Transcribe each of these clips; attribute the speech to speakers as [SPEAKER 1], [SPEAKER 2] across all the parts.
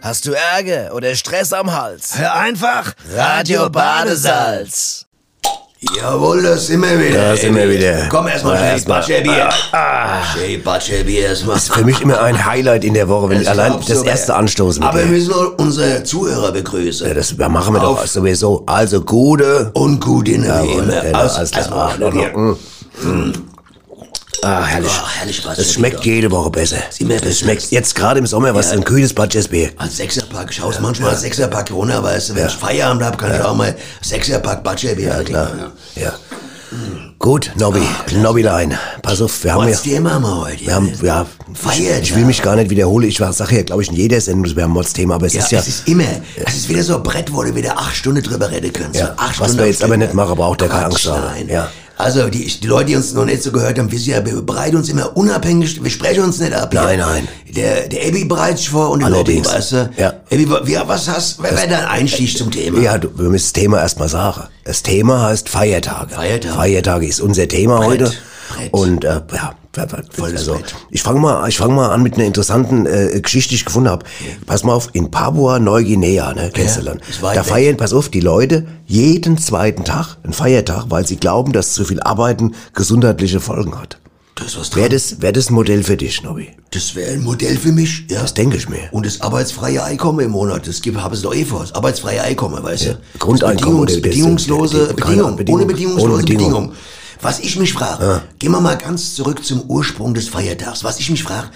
[SPEAKER 1] Hast du Ärger oder Stress am Hals?
[SPEAKER 2] Hör einfach
[SPEAKER 1] Radio Badesalz.
[SPEAKER 2] Jawohl, das sind wir wieder.
[SPEAKER 3] Da sind wir wieder.
[SPEAKER 2] Komm erstmal
[SPEAKER 3] Na,
[SPEAKER 2] schnell,
[SPEAKER 3] erstmal.
[SPEAKER 2] Batscherbier.
[SPEAKER 3] Ah,
[SPEAKER 2] Schnell Batscherbier erstmal.
[SPEAKER 3] Für mich immer ein Highlight in der Woche, wenn ich
[SPEAKER 2] Das
[SPEAKER 3] allein
[SPEAKER 2] glaubst du,
[SPEAKER 3] das
[SPEAKER 2] aber-
[SPEAKER 3] erste anstoßen
[SPEAKER 2] Aber wir
[SPEAKER 3] will.
[SPEAKER 2] müssen auch unsere Zuhörer
[SPEAKER 3] Ja,
[SPEAKER 2] begrüßen.
[SPEAKER 3] Das machen wir doch
[SPEAKER 2] Auf.
[SPEAKER 3] sowieso. Also gute.
[SPEAKER 2] Und gut in der
[SPEAKER 3] Jawohl,
[SPEAKER 2] Ehe.
[SPEAKER 3] genau, alles klar.
[SPEAKER 2] erstmal
[SPEAKER 3] Noch, noch, hm.
[SPEAKER 2] hier.
[SPEAKER 3] Ah, herrlich.
[SPEAKER 2] Ach, herrlich was.
[SPEAKER 3] Das schmeckt jede Woche besser.
[SPEAKER 2] immer
[SPEAKER 3] Das
[SPEAKER 2] besser.
[SPEAKER 3] schmeckt jetzt gerade im Sommer was ein kühles Badgesbier.
[SPEAKER 2] Als Sechserpack schaust manchmal als Sechserpack runter, weißt du, wenn ich Feierabend hab, kann ich auch mal Sechserpack Batscherbier ja, klar.
[SPEAKER 3] Ja. Gut, Nobby. Nobbylein. Pass auf, wir haben ja.
[SPEAKER 2] Was Thema haben wir heute?
[SPEAKER 3] Wir haben, ja,
[SPEAKER 2] Feiert,
[SPEAKER 3] ich will
[SPEAKER 2] ja.
[SPEAKER 3] mich gar nicht wiederholen. Ich sage ja, glaube ich, in jeder Sendung, wir haben Mods-Thema, aber es
[SPEAKER 2] ja,
[SPEAKER 3] ist ja. Äh,
[SPEAKER 2] es ist immer, es ist wieder so ein Brett, wo du wieder acht Stunden drüber reden kannst.
[SPEAKER 3] Ja,
[SPEAKER 2] acht
[SPEAKER 3] was
[SPEAKER 2] Stunden
[SPEAKER 3] wir
[SPEAKER 2] am
[SPEAKER 3] jetzt
[SPEAKER 2] Stück.
[SPEAKER 3] aber nicht machen, braucht ihr keine Angst
[SPEAKER 2] Quatsch,
[SPEAKER 3] haben.
[SPEAKER 2] nein.
[SPEAKER 3] Ja.
[SPEAKER 2] Also, die, die Leute, die uns noch nicht so gehört haben, wissen ja, wir bereiten uns immer unabhängig, wir sprechen uns nicht ab.
[SPEAKER 3] Nein,
[SPEAKER 2] ja.
[SPEAKER 3] nein.
[SPEAKER 2] Der, der Abby bereitet sich vor und die Leute,
[SPEAKER 3] Allerdings.
[SPEAKER 2] weißt du?
[SPEAKER 3] Ja.
[SPEAKER 2] Abby, wa- wie, was hast, wer wäre dein Einstieg zum Thema?
[SPEAKER 3] Ja, du, wir müssen das Thema erstmal sagen. Das Thema heißt Feiertage.
[SPEAKER 2] Feiertage.
[SPEAKER 3] Feiertage ist unser Thema heute.
[SPEAKER 2] Brett.
[SPEAKER 3] Und äh, ja, also,
[SPEAKER 2] Brett.
[SPEAKER 3] ich fange mal, ich fang mal an mit einer interessanten äh, Geschichte, die ich gefunden habe. Pass mal auf, in Papua Neuguinea, ne, kennst
[SPEAKER 2] Ja,
[SPEAKER 3] du dann,
[SPEAKER 2] ist weit
[SPEAKER 3] da
[SPEAKER 2] weg.
[SPEAKER 3] feiern, pass auf, die Leute jeden zweiten Tag einen Feiertag, weil sie glauben, dass zu viel Arbeiten gesundheitliche Folgen hat.
[SPEAKER 2] Das ist was
[SPEAKER 3] Wäre
[SPEAKER 2] dran.
[SPEAKER 3] das, wär das ein Modell für dich, Nobby?
[SPEAKER 2] Das wäre ein Modell für mich, ja.
[SPEAKER 3] Das denke ich mir.
[SPEAKER 2] Und das arbeitsfreie Einkommen im Monat, das gibt, habe es doch eh vor. Das arbeitsfreie Einkommen, weißt du? Das
[SPEAKER 3] Grundeinkommen oder
[SPEAKER 2] Bedingungs,
[SPEAKER 3] das-
[SPEAKER 2] bedingungslose
[SPEAKER 3] keine
[SPEAKER 2] Bedingung,
[SPEAKER 3] Bedingung.
[SPEAKER 2] ohne bedingungslose
[SPEAKER 3] Ohne Bedingung.
[SPEAKER 2] Bedingung. Was ich mich frage, gehen wir mal ganz zurück zum Ursprung des Feiertags. Was ich mich frage,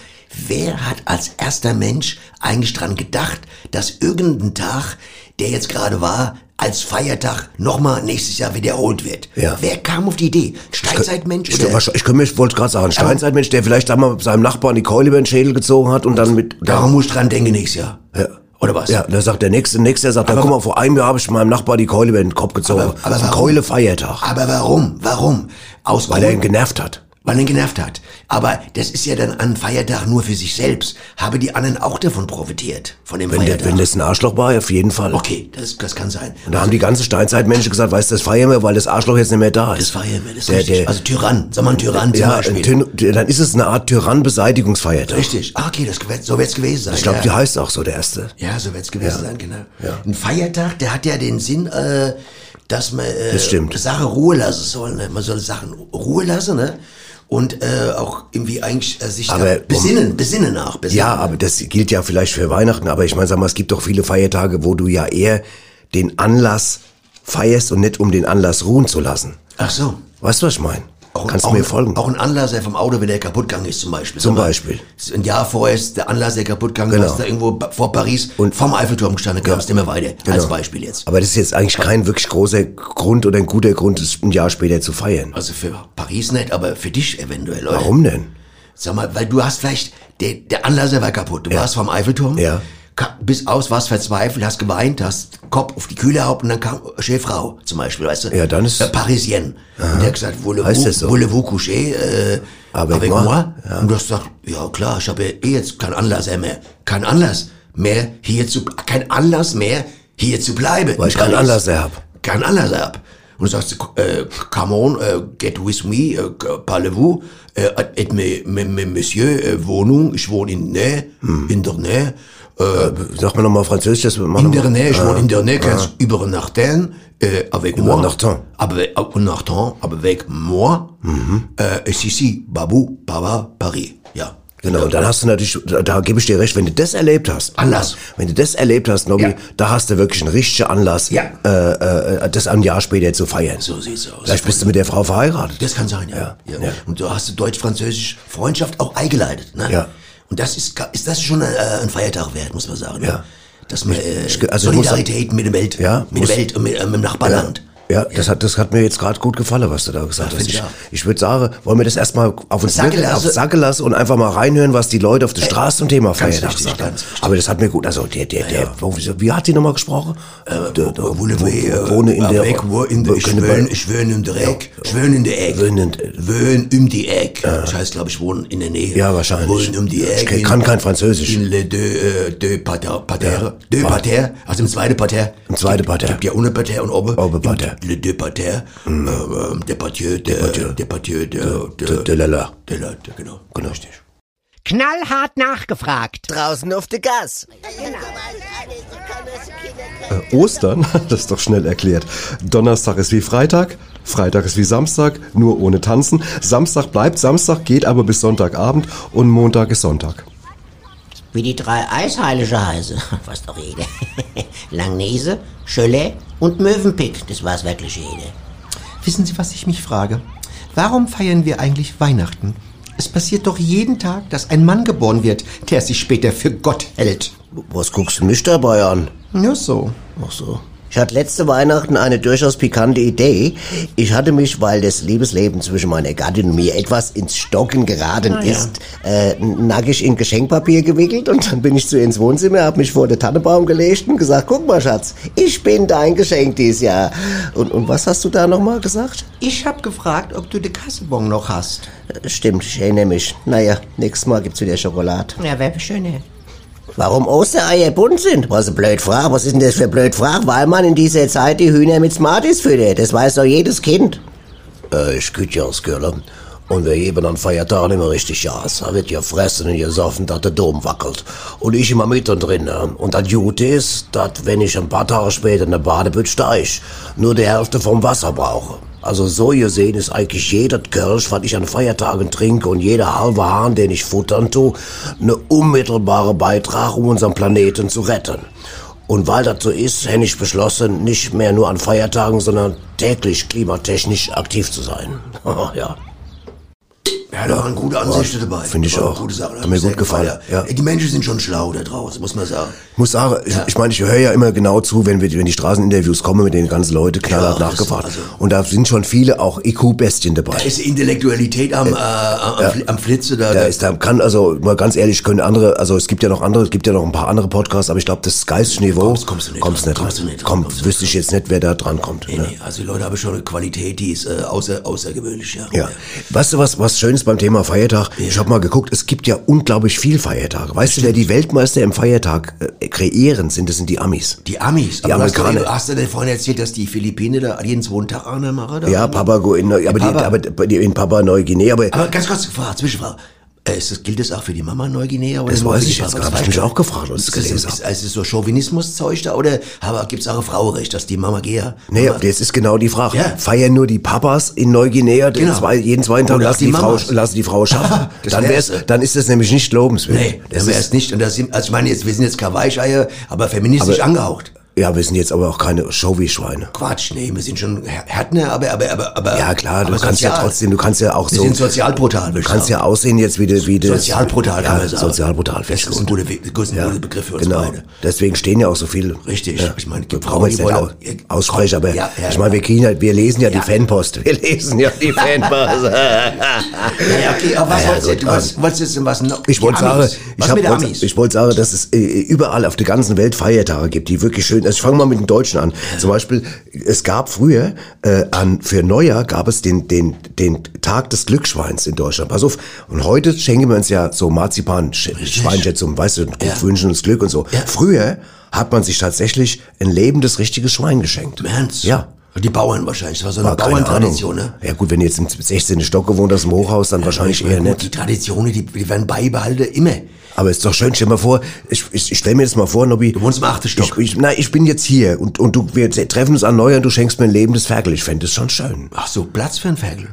[SPEAKER 2] wer hat als erster Mensch eigentlich dran gedacht, dass irgendein Tag, der jetzt gerade war, als Feiertag nochmal nächstes Jahr wiederholt wird?
[SPEAKER 3] Ja.
[SPEAKER 2] Wer kam auf die Idee? Steinzeitmensch
[SPEAKER 3] Ich,
[SPEAKER 2] oder?
[SPEAKER 3] ich, ich könnte mich, wollte gerade sagen, Steinzeitmensch, der vielleicht einmal seinem Nachbarn die Keule über den Schädel gezogen hat und dann mit,
[SPEAKER 2] Darum muss ich dran denken nächstes Jahr. Oder was?
[SPEAKER 3] Ja, da sagt der nächste, nächste der sagt, dann guck mal, vor einem Jahr habe ich meinem Nachbar die Keule über den Kopf gezogen.
[SPEAKER 2] Aber- aber
[SPEAKER 3] das ist ein
[SPEAKER 2] warum?
[SPEAKER 3] Keulefeiertag,
[SPEAKER 2] Aber warum? Warum? Aus
[SPEAKER 3] weil er ihn
[SPEAKER 2] Gründen,
[SPEAKER 3] genervt hat.
[SPEAKER 2] weil er ihn genervt hat. Aber das ist ja dann ein Feiertag nur für sich selbst. Habe die anderen auch davon profitiert? Von dem
[SPEAKER 3] Wenn, der,
[SPEAKER 2] Feiertag?
[SPEAKER 3] wenn das ein Arschloch war, auf jeden Fall.
[SPEAKER 2] okay, das, das kann sein.
[SPEAKER 3] Und da haben die ganze Steinzeitmenschen gesagt, weißt du, das feiern wir, weil das Arschloch jetzt nicht mehr da
[SPEAKER 2] Das
[SPEAKER 3] ist.
[SPEAKER 2] war ja immer das
[SPEAKER 3] Der-
[SPEAKER 2] richtig.
[SPEAKER 3] der-
[SPEAKER 2] also Tyrann, sag mal ein Tyrann zum
[SPEAKER 3] ja, ein
[SPEAKER 2] Beispiel.
[SPEAKER 3] Tyn- dann ist es eine Art Tyrann-Beseitigungsfeiertag. Ich
[SPEAKER 2] richtig. Ah, okay, das, gewä- so wird's gewesen sein.
[SPEAKER 3] glaube,
[SPEAKER 2] ja.
[SPEAKER 3] die heißt auch so, der erste.
[SPEAKER 2] ja, so wird's gewesen sein, genau. Ein Feiertag, der hat ja den Sinn, äh, dass man äh,
[SPEAKER 3] Das stimmt.
[SPEAKER 2] Sache Ruhe lassen soll. Ne? Man soll Sachen Ruhe lassen, ne? Und äh, auch irgendwie eigentlich äh, sich
[SPEAKER 3] Aber- um
[SPEAKER 2] da besinnen, besinnen auch. Besinnen.
[SPEAKER 3] Ja, aber das gilt ja vielleicht für Weihnachten, aber ich meine, sag mal, es gibt doch viele Feiertage, wo du ja eher den Anlass feierst und nicht um den Anlass ruhen zu lassen.
[SPEAKER 2] Ach so.
[SPEAKER 3] Weißt du, was ich meine?
[SPEAKER 2] Auch-
[SPEAKER 3] Kannst du
[SPEAKER 2] auch
[SPEAKER 3] mir
[SPEAKER 2] ein-
[SPEAKER 3] folgen?
[SPEAKER 2] Auch ein Anlasser vom Auto, wenn der kaputt gegangen ist, zum Beispiel.
[SPEAKER 3] Zum
[SPEAKER 2] Sag mal,
[SPEAKER 3] Beispiel.
[SPEAKER 2] ist Ein Jahr vorher ist der Anlasser kaputt gegangen,
[SPEAKER 3] Genau.
[SPEAKER 2] ist da irgendwo ba- vor Paris und vom Eiffelturm gestanden, kamst immer weiter.
[SPEAKER 3] Genau.
[SPEAKER 2] Als Beispiel jetzt.
[SPEAKER 3] Aber das ist jetzt eigentlich kein wirklich großer Grund oder ein guter Grund, es ein Jahr später zu feiern.
[SPEAKER 2] Also für Paris nicht, aber für dich eventuell, oder?
[SPEAKER 3] Warum denn?
[SPEAKER 2] Sag mal, weil du hast vielleicht, der, der Anlasser war kaputt. Du warst vom Eiffelturm.
[SPEAKER 3] Ja.
[SPEAKER 2] ka- Bis aus, warst verzweifelt, hast geweint, hast Kopf auf die Kühle haupt und dann kam Chefrau zum Beispiel, weißt du?
[SPEAKER 3] Ja, dann ist-
[SPEAKER 2] Äh, Parisienne. Und der hat gesagt,
[SPEAKER 3] Heißt
[SPEAKER 2] voulez-vous
[SPEAKER 3] das so?
[SPEAKER 2] voulez vous coucher äh,
[SPEAKER 3] Avec
[SPEAKER 2] avec,
[SPEAKER 3] moi?
[SPEAKER 2] moi? Und du hast gesagt, ja klar, ich habe ja eh jetzt keinen Anlass mehr. Kein Anlass mehr hier zu, kein Anlass mehr hier zu bleiben.
[SPEAKER 3] Weil ich keinen Anlass mehr hab.
[SPEAKER 2] Kein Anlass ab. Und du sagst, äh, come on, äh, get with me, äh, parlez-vous, äh, et me, me, me, monsieur, äh, Wohnung, ich wohne in der Nähe, in der Nähe, äh,
[SPEAKER 3] Sag mir nochmal Französisch, das machen
[SPEAKER 2] in der
[SPEAKER 3] wir-
[SPEAKER 2] Nähe, ich wohne in der Nähe, kannst übernachten, äh, avec moi.
[SPEAKER 3] Übernachten.
[SPEAKER 2] Aber, äh, übernachten, avec moi, äh, si, si, babou, baba, Paris, ja.
[SPEAKER 3] Genau, und dann hast du natürlich, da, da gebe ich dir recht, wenn du das erlebt hast.
[SPEAKER 2] Anlass.
[SPEAKER 3] Wenn du das erlebt hast, Nobby,
[SPEAKER 2] Ja.
[SPEAKER 3] da hast du wirklich einen richtigen Anlass,
[SPEAKER 2] Ja.
[SPEAKER 3] äh, äh, das ein Jahr später zu feiern.
[SPEAKER 2] So sieht's aus.
[SPEAKER 3] Vielleicht bist du mit der Frau verheiratet.
[SPEAKER 2] Das kann sein, ja. ja,
[SPEAKER 3] ja.
[SPEAKER 2] Und so hast du deutsch-französisch Freundschaft auch eingeleitet, ne?
[SPEAKER 3] Ja.
[SPEAKER 2] Und das ist, ga- ist das schon äh, ein Feiertag wert, muss man sagen. ne?
[SPEAKER 3] Ja.
[SPEAKER 2] Dass man äh,
[SPEAKER 3] ich- also ich muss
[SPEAKER 2] Solidarität mit der Welt,
[SPEAKER 3] Ja,
[SPEAKER 2] mit
[SPEAKER 3] muss-
[SPEAKER 2] der Welt und mit, äh, mit dem Nachbarland.
[SPEAKER 3] Ja, das hat, das hat mir jetzt gerade gut gefallen, was du da gesagt hast.
[SPEAKER 2] find ich
[SPEAKER 3] Ich,
[SPEAKER 2] auch.
[SPEAKER 3] ich würde sagen, wollen wir das erstmal auf uns
[SPEAKER 2] Sacke
[SPEAKER 3] wirken- auf
[SPEAKER 2] lassen.
[SPEAKER 3] Sacke lassen und einfach mal reinhören, was die Leute auf der Straße zum Thema Feiertag
[SPEAKER 2] richtig,
[SPEAKER 3] sagen.
[SPEAKER 2] Äh, ganz richtig.
[SPEAKER 3] Aber das hat mir gut, also der, der, der, wo- wieso- wie hat die nochmal gesprochen? Äh, der, der,
[SPEAKER 2] Obwohl
[SPEAKER 3] wo-
[SPEAKER 2] wir, äh,
[SPEAKER 3] wohne in der,
[SPEAKER 2] weg, wo in der, ich
[SPEAKER 3] könnte
[SPEAKER 2] wohne
[SPEAKER 3] bei-
[SPEAKER 2] ich wohne in der Eck, ich wohne in der Eck,
[SPEAKER 3] Wohne in der-
[SPEAKER 2] wohne um die Eck. Das heißt, glaube ich, wohnen in der Nähe.
[SPEAKER 3] Ja, wahrscheinlich.
[SPEAKER 2] Wohnen um die
[SPEAKER 3] Ich
[SPEAKER 2] Eck.
[SPEAKER 3] kann kein Französisch.
[SPEAKER 2] In le deux, äh, deux Parterre, Parterre, deux Parterre, also im zweiten Parterre.
[SPEAKER 3] Im zweiten Parterre.
[SPEAKER 2] Gibt ja ohne Parterre und oben.
[SPEAKER 3] Oben Parterre.
[SPEAKER 2] Im- Le deux Parterre, ähm, ähm, Departieu, de- Departieu, de- de-
[SPEAKER 3] de la la.
[SPEAKER 2] de la, de- genau.
[SPEAKER 3] Genau.
[SPEAKER 4] knallhart nachgefragt.
[SPEAKER 1] Draußen auf der Gas.
[SPEAKER 5] Äh, Ostern, das ist doch schnell erklärt. Donnerstag ist wie Freitag, Freitag ist wie Samstag, nur ohne Tanzen. Samstag bleibt Samstag, geht aber bis Sonntagabend und Montag ist Sonntag.
[SPEAKER 6] Wie die drei Eisheilige heißen. Fast doch jede. Langnese, Cholet und Möwenpick. Das war's wirklich jede.
[SPEAKER 7] Wissen Sie, was ich mich frage? Warum feiern wir eigentlich Weihnachten? Es passiert doch jeden Tag, dass ein Mann geboren wird, der sich später für Gott hält.
[SPEAKER 8] Was guckst du mich dabei an?
[SPEAKER 7] Nur so.
[SPEAKER 8] Ach so. Ich hatte letzte Weihnachten eine durchaus pikante Idee. Ich hatte mich, weil das Liebesleben zwischen meiner Gattin und mir etwas ins Stocken geraten
[SPEAKER 7] Na ja.
[SPEAKER 8] ist, äh, nackig in Geschenkpapier gewickelt und dann bin ich zu ihr ins Wohnzimmer, hab mich vor den Tannebaum gelegt und gesagt, guck mal Schatz, ich bin dein Geschenk dieses Jahr. Und, und was hast du da nochmal gesagt?
[SPEAKER 7] Ich hab gefragt, ob du die Kassebon noch hast.
[SPEAKER 8] Äh, Stimmt, ich erinnere mich. Naja, nächstes Mal gibt's wieder Schokolade.
[SPEAKER 6] Ja, wäre schöner.
[SPEAKER 8] Warum Ostereier bunt sind? Was eine blöd Frage. Was ist denn das für eine blöd Frage? Weil man in dieser Zeit die Hühner mit Smarties füttert. Das weiß doch jedes Kind.
[SPEAKER 3] Äh, ich küt ja aus Köln. Und wir geben an Feiertagen immer richtig Gas. Da wird gefressen und gesoffen, dass der Dom wackelt. Und ich immer mit und drin. ne? Und das Gute ist, dass wenn ich ein paar Tage später in der Badebütt steig, nur die Hälfte vom Wasser brauche. Also so gesehen ist eigentlich jeder Kölsch, was ich an Feiertagen trinke und jeder halbe Hahn, den ich futtern tu, ne unmittelbare Beitrag, um unseren Planeten zu retten. Und weil das so ist, hätte ich beschlossen, nicht mehr nur an Feiertagen, sondern täglich klimatechnisch aktiv zu sein. ja.
[SPEAKER 2] Ja, da waren gute Ansichten dabei.
[SPEAKER 3] Finde ich
[SPEAKER 2] Da waren
[SPEAKER 3] auch.
[SPEAKER 2] Gute Sachen.
[SPEAKER 3] Hat mir
[SPEAKER 2] sehr
[SPEAKER 3] gut gefallen, ja. Äh,
[SPEAKER 2] Die Menschen sind schon schlau da draußen, muss man sagen.
[SPEAKER 3] Muss sagen, ich, ich meine, ich höre ja immer genau zu, wenn, wir, wenn die Straßeninterviews kommen mit den ganzen Leuten, knallhart
[SPEAKER 2] Ja, das-
[SPEAKER 3] nachgefragt.
[SPEAKER 2] also-
[SPEAKER 3] und da sind schon viele auch IQ-Bestien dabei.
[SPEAKER 2] Da ist die Intellektualität am, äh, am, Fl- am Flitze da.
[SPEAKER 3] Da ist, da kann, also mal ganz ehrlich, können andere, also es gibt ja noch andere, es gibt ja noch ein paar andere Podcasts, aber ich glaube, das geistige Niveau.
[SPEAKER 2] Kommst- kommst du nicht
[SPEAKER 3] kommst
[SPEAKER 2] dran,
[SPEAKER 3] nicht
[SPEAKER 2] kommst du nicht dran,
[SPEAKER 3] Komm,
[SPEAKER 2] kommst du
[SPEAKER 3] wüsste ich jetzt nicht, wer da dran kommt.
[SPEAKER 2] nee,
[SPEAKER 3] ne?
[SPEAKER 2] nee, also die Leute haben schon eine Qualität, die ist äh, außer, außergewöhnlich, ja.
[SPEAKER 3] Ja. Weißt du was, was Schönes beim Thema Feiertag? Ich habe mal geguckt, es gibt ja unglaublich viel Feiertage. Weißt du, wer die Weltmeister im Feiertag äh, kreieren sind, das sind die Amis.
[SPEAKER 2] Die Amis,
[SPEAKER 3] Die
[SPEAKER 2] aber hast du-
[SPEAKER 3] Amerikaner.
[SPEAKER 2] Hast du denn vorhin erzählt, dass die Philippiner da jeden zweiten Tag einer machen? da?
[SPEAKER 3] Ja, Papagoi, in, Neu- aber,
[SPEAKER 2] Papa-
[SPEAKER 3] Die, aber die, in Papua Neuguinea, aber,
[SPEAKER 2] Aber ganz kurz gefragt, Zwischenfrage. Äh, Ist das, gilt das auch für die Mama Neuguinea? Oder
[SPEAKER 3] Das
[SPEAKER 2] nur für
[SPEAKER 3] weiß
[SPEAKER 2] die
[SPEAKER 3] ich jetzt
[SPEAKER 2] Papa?
[SPEAKER 3] gar
[SPEAKER 2] Das
[SPEAKER 3] nicht.
[SPEAKER 2] weiß
[SPEAKER 3] Mich
[SPEAKER 2] ich
[SPEAKER 3] auch gefragt, als ich
[SPEAKER 2] Ist
[SPEAKER 3] das
[SPEAKER 2] das-
[SPEAKER 3] gelesen
[SPEAKER 2] Ist ist das so Chauvinismus-Zeug da oder gibt es auch ein Frauenrecht, dass die Mama gehe?
[SPEAKER 3] nee, aber das ist genau die Frage.
[SPEAKER 2] Ja.
[SPEAKER 3] Feiern nur die Papas in Neuguinea den
[SPEAKER 2] Genau.
[SPEAKER 3] zwei, jeden zweiten Tag
[SPEAKER 2] Oder
[SPEAKER 3] lassen
[SPEAKER 2] die
[SPEAKER 3] die, Frau,
[SPEAKER 2] Mamas.
[SPEAKER 3] lassen die Frau schaffen.
[SPEAKER 2] Das
[SPEAKER 3] dann,
[SPEAKER 2] wär's.
[SPEAKER 3] wär's, dann ist das nämlich nicht lobenswert.
[SPEAKER 2] Nee, das wäre es nicht. Und das sind, also ich meine, jetzt, wir sind jetzt keine Weicheier, aber feministisch
[SPEAKER 3] Aber-
[SPEAKER 2] angehaucht.
[SPEAKER 3] Ja, wir sind jetzt aber auch keine Showy-Schweine.
[SPEAKER 2] Quatsch, nee, wir sind schon Här- Härtner, aber, aber, aber, aber.
[SPEAKER 3] Ja klar, du
[SPEAKER 2] aber
[SPEAKER 3] kannst ja
[SPEAKER 2] sozial.
[SPEAKER 3] trotzdem, du kannst ja auch
[SPEAKER 2] Wir
[SPEAKER 3] so.
[SPEAKER 2] sind sozial brutal,
[SPEAKER 3] Du kannst ja aussehen jetzt wie das. Wie das
[SPEAKER 2] Sozial brutal, kann
[SPEAKER 3] ja,
[SPEAKER 2] man sagen.
[SPEAKER 3] Sozial brutal,
[SPEAKER 2] Das ist ein guter, We- das ist ein guter Begriff für uns
[SPEAKER 3] Genau.
[SPEAKER 2] beide.
[SPEAKER 3] Deswegen stehen ja auch so viele.
[SPEAKER 2] Richtig. Ich meine,
[SPEAKER 3] wir
[SPEAKER 2] gibt
[SPEAKER 3] brauchen jetzt
[SPEAKER 2] Frauen,
[SPEAKER 3] nicht
[SPEAKER 2] die
[SPEAKER 3] au-
[SPEAKER 2] wollen- Ja,
[SPEAKER 3] aussprechen, aber
[SPEAKER 2] ja, ja,
[SPEAKER 3] ich meine, wir kriegen halt, wir lesen ja, die
[SPEAKER 2] Ja.
[SPEAKER 3] Fanpost. Wir lesen ja die Fanpost.
[SPEAKER 2] Ja, ja, okay, aber was
[SPEAKER 3] Ja,
[SPEAKER 2] wolltest du?
[SPEAKER 3] gut,
[SPEAKER 2] Du wolltest- wolltest jetzt denn was noch?
[SPEAKER 3] Ich
[SPEAKER 2] Die
[SPEAKER 3] wollte sagen,
[SPEAKER 2] Amis.
[SPEAKER 3] ich,
[SPEAKER 2] was
[SPEAKER 3] hab-
[SPEAKER 2] mit den
[SPEAKER 3] wollte-
[SPEAKER 2] Amis?
[SPEAKER 3] ich wollte sagen, dass es äh, überall auf der ganzen Welt Feiertage gibt, die wirklich schön. Also ich fange mal mit den Deutschen an. Zum Beispiel, es gab früher äh, an für Neujahr gab es den den den Tag des Glücksschweins in Deutschland. Pass auf. Und heute schenken wir uns ja so Marzipan Schweinchen zum, weißt du, gut wünschen uns Glück und so. Früher hat man sich tatsächlich ein lebendes richtiges Schwein geschenkt.
[SPEAKER 2] Im Ernst?
[SPEAKER 3] Ja.
[SPEAKER 2] Die Bauern wahrscheinlich. Das war so eine
[SPEAKER 3] War keine
[SPEAKER 2] Bauerntradition,
[SPEAKER 3] Ahnung.
[SPEAKER 2] ne?
[SPEAKER 3] Ja gut, wenn du jetzt im 16. Stock gewohnt hast, im Hochhaus, dann wahrscheinlich eher nicht.
[SPEAKER 2] Gut, die Traditionen, die, die werden beibehalten, immer.
[SPEAKER 3] Aber ist doch schön, stell mal vor, ich, ich, ich stell mir jetzt mal vor, Nobby. Du
[SPEAKER 2] wohnst im achten Stock.
[SPEAKER 3] Ich, ich, nein, ich bin jetzt hier und, und du, wir treffen uns an Neujahr und du schenkst mir ein lebendes Ferkel. Ich fände es schon schön.
[SPEAKER 2] Ach so, Platz für einen Ferkel.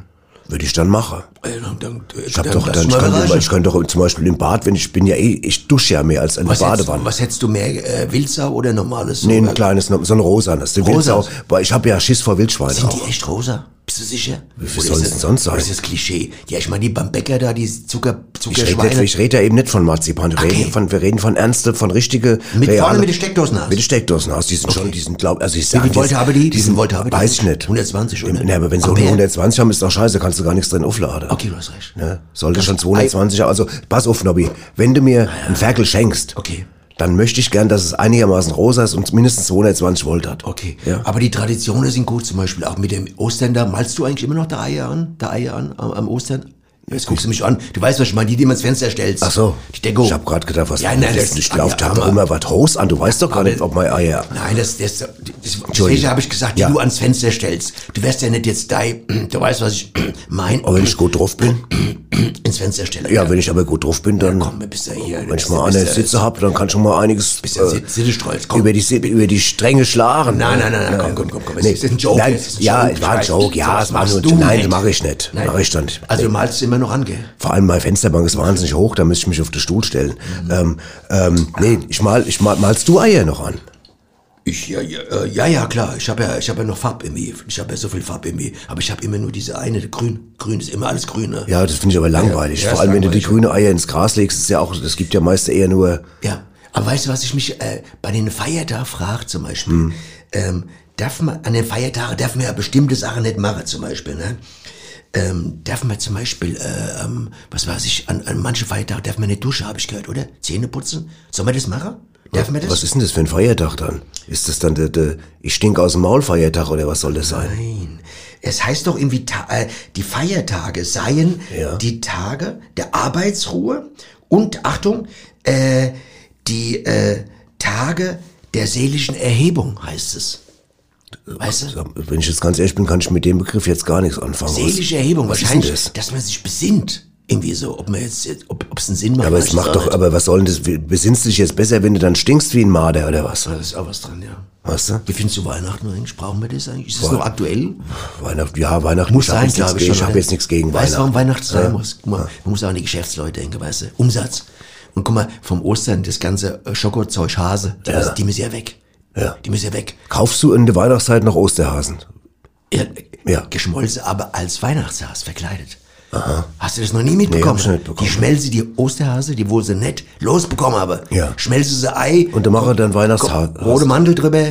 [SPEAKER 3] Würde ich dann machen.
[SPEAKER 2] Ey, Äh, dann- dann-
[SPEAKER 3] Ich hab
[SPEAKER 2] dann
[SPEAKER 3] doch,
[SPEAKER 2] lass
[SPEAKER 3] dann,
[SPEAKER 2] mal
[SPEAKER 3] ich kann,
[SPEAKER 2] überraschen.
[SPEAKER 3] ich kann doch zum Beispiel im Bad, wenn ich bin ja eh, ich dusche ja mehr als in der
[SPEAKER 2] was hättest,
[SPEAKER 3] Badewanne.
[SPEAKER 2] was hättest du mehr, äh, Wildsau oder normales?
[SPEAKER 3] Nee, ein
[SPEAKER 2] Sauber?
[SPEAKER 3] kleines, so ein rosanes. Den
[SPEAKER 2] Rosanes?
[SPEAKER 3] Wildschwein. Weil ich habe ja Schiss vor Wildschweinen
[SPEAKER 2] Sind
[SPEAKER 3] auch.
[SPEAKER 2] die echt rosa? Bist du sicher? Wie
[SPEAKER 3] viel soll es denn sonst sein?
[SPEAKER 2] Das ist das Klischee. Ja, ich meine, die beim Bäcker da, die Zucker,
[SPEAKER 3] Ich rede, nicht,
[SPEAKER 2] Zuckerschweine.
[SPEAKER 3] ich rede ja eben nicht von Marzipan. Wir, reden, von, wir reden von ernste, von richtige.
[SPEAKER 2] Mit
[SPEAKER 3] reale-
[SPEAKER 2] vorne mit den Steckdosen hast.
[SPEAKER 3] Mit den Steckdosen aus. Die sind schon, die sind, glaub, also ich
[SPEAKER 2] Wie
[SPEAKER 3] sag
[SPEAKER 2] viel Volt
[SPEAKER 3] jetzt-
[SPEAKER 2] haben die?
[SPEAKER 3] die sind,
[SPEAKER 2] Volt haben die?
[SPEAKER 3] Weiß ich nicht.
[SPEAKER 2] 120, oder?
[SPEAKER 3] Ne, aber wenn sie
[SPEAKER 2] Ampere?
[SPEAKER 3] nur 120 haben, ist doch scheiße, kannst du gar nichts drin aufladen.
[SPEAKER 2] Okay, du hast recht.
[SPEAKER 3] Ne? Sollte schon 220, also pass auf, Nobby. Wenn du mir einen Ferkel schenkst,
[SPEAKER 2] Okay.
[SPEAKER 3] dann möchte ich gern, dass es einigermaßen rosa ist und mindestens 220 Volt hat.
[SPEAKER 2] Okay,
[SPEAKER 3] Ja.
[SPEAKER 2] aber die Traditionen sind gut, zum Beispiel auch mit dem Ostern, da malst du eigentlich immer noch der Eier an, der Eier an am, am Ostern? Jetzt guckst du mich an. Du weißt, was ich meine, die, die man ins Fenster stellst.
[SPEAKER 3] Ach so.
[SPEAKER 2] Die Deko.
[SPEAKER 3] Ich hab grad gedacht, was
[SPEAKER 2] Ja, nein,
[SPEAKER 3] das
[SPEAKER 2] das
[SPEAKER 3] nicht
[SPEAKER 2] ah,
[SPEAKER 3] läuft.
[SPEAKER 2] ja,
[SPEAKER 3] haben
[SPEAKER 2] aber-
[SPEAKER 3] immer was Hose an. Du weißt doch gar nicht, ob ah, meine Eier.
[SPEAKER 2] Nein, das, das, das, deswegen habe ich gesagt, die
[SPEAKER 3] Ja.
[SPEAKER 2] du ans Fenster stellst. Du wärst ja nicht jetzt dein, du weißt, was ich mein,
[SPEAKER 3] Aber wenn ich gut drauf bin,
[SPEAKER 2] ins Fenster stelle.
[SPEAKER 3] ja, wenn ich aber gut drauf bin, dann,
[SPEAKER 2] Komm, bist ja hier.
[SPEAKER 3] wenn ich mal eine Sitze hab, dann kann schon mal einiges
[SPEAKER 2] Bist ja
[SPEAKER 3] äh,
[SPEAKER 2] Sittestrolz. Komm,
[SPEAKER 3] über die Si- über die Stränge schlagen.
[SPEAKER 2] Nein, nein, nein, nein, komm, komm, komm, komm. Es
[SPEAKER 3] Nee,
[SPEAKER 2] ist ein Joke.
[SPEAKER 3] nein,
[SPEAKER 2] es ist ein
[SPEAKER 3] ja,
[SPEAKER 2] Joke.
[SPEAKER 3] es war ein
[SPEAKER 2] Ich weiß,
[SPEAKER 3] Joke, ja,
[SPEAKER 2] sowas
[SPEAKER 3] es war
[SPEAKER 2] machst
[SPEAKER 3] nur-
[SPEAKER 2] du
[SPEAKER 3] nein,
[SPEAKER 2] nicht.
[SPEAKER 3] mach ich nicht. Mach ich doch nicht.
[SPEAKER 2] Also du malst immer noch an, gell?
[SPEAKER 3] Vor allem meine Fensterbank ist wahnsinnig hoch, da müsste ich mich auf den Stuhl stellen. Ähm, ähm, nee, ich mal, ich mal, malst du Eier noch an?
[SPEAKER 2] Ich, ja, ja, äh, ja, ja, klar. Ich habe ja, ich hab ja noch Farb in mir. Ich habe ja so viel Farb in mir. Aber ich habe immer nur diese eine, grün. Grün ist immer alles grün, ne?
[SPEAKER 3] Ja, das finde ich aber langweilig.
[SPEAKER 2] Ja, ja,
[SPEAKER 3] Vor
[SPEAKER 2] ist
[SPEAKER 3] allem, wenn du die
[SPEAKER 2] langweilig.
[SPEAKER 3] grüne Eier ins Gras legst, ist ja auch, das gibt ja meist eher nur,
[SPEAKER 2] Ja, aber weißt du, was ich mich äh, bei den Feiertagen frage zum Beispiel?
[SPEAKER 3] Hm.
[SPEAKER 2] Ähm, darf man, an den Feiertagen darf man ja bestimmte Sachen nicht machen zum Beispiel, ne? Ähm, darf man zum Beispiel, äh, ähm, was weiß ich, an, an manchen Feiertagen darf man nicht duschen, habe ich gehört, oder? Zähne putzen? Soll man das machen? Darf man das?
[SPEAKER 3] was ist denn das für ein Feiertag dann? Ist das dann der, der Ich stink aus dem Maul Feiertag oder was soll das sein?
[SPEAKER 2] Nein. Es heißt doch irgendwie, Ta äh, die Feiertage seien
[SPEAKER 3] Ja.
[SPEAKER 2] die Tage der Arbeitsruhe und, Achtung, äh, die äh, Tage der seelischen Erhebung, heißt es. Weißt du?
[SPEAKER 3] Wenn ich jetzt ganz ehrlich bin, kann ich mit dem Begriff jetzt gar nichts anfangen.
[SPEAKER 2] Seelische Erhebung,
[SPEAKER 3] was ist denn
[SPEAKER 2] wahrscheinlich,
[SPEAKER 3] das?
[SPEAKER 2] dass man sich besinnt. Irgendwie so, ob man jetzt, jetzt- ob es einen Sinn macht.
[SPEAKER 3] Aber
[SPEAKER 2] weiß
[SPEAKER 3] es
[SPEAKER 2] ich auch
[SPEAKER 3] macht doch,
[SPEAKER 2] nicht.
[SPEAKER 3] aber was soll denn das? Besinnst du dich jetzt besser, wenn du dann stinkst wie ein Marder oder was?
[SPEAKER 2] Da ist auch was dran, ja.
[SPEAKER 3] Weißt du?
[SPEAKER 2] Wie findest du Weihnachten eigentlich? Brauchen wir das eigentlich? Ist das noch aktuell?
[SPEAKER 3] Weihnachten, ja, Weihnachten.
[SPEAKER 2] Muss
[SPEAKER 3] ich hab
[SPEAKER 2] sein,
[SPEAKER 3] jetzt nichts
[SPEAKER 2] glaube ich.
[SPEAKER 3] gegen-
[SPEAKER 2] schon,
[SPEAKER 3] Ich habe
[SPEAKER 2] oder?
[SPEAKER 3] jetzt nichts gegen
[SPEAKER 2] Weißt du, warum
[SPEAKER 3] Weihnachten.
[SPEAKER 2] Weihnachten sein muss? Guck mal, man muss auch an die Geschäftsleute denken, weißt du? Umsatz. Und guck mal, vom Ostern das ganze äh, Schokozeug Hase, die, müssen, die müssen ja weg.
[SPEAKER 3] Ja.
[SPEAKER 2] Die müssen ja weg.
[SPEAKER 3] Kaufst du in der Weihnachtszeit noch Osterhasen?
[SPEAKER 2] Ja,
[SPEAKER 3] Ja.
[SPEAKER 2] Geschmolzen, aber als Weihnachtshas verkleidet. Aha. Hast du das noch nie mitbekommen?
[SPEAKER 3] Nee, hab ich nicht bekommen.
[SPEAKER 2] Die schmelzen die Osterhase, die wohl sie nett losbekommen habe.
[SPEAKER 3] Ja.
[SPEAKER 2] Schmelzen sie Ei.
[SPEAKER 3] Und dann mache dann Weihnachtshase.
[SPEAKER 2] Rote Mandel drüber,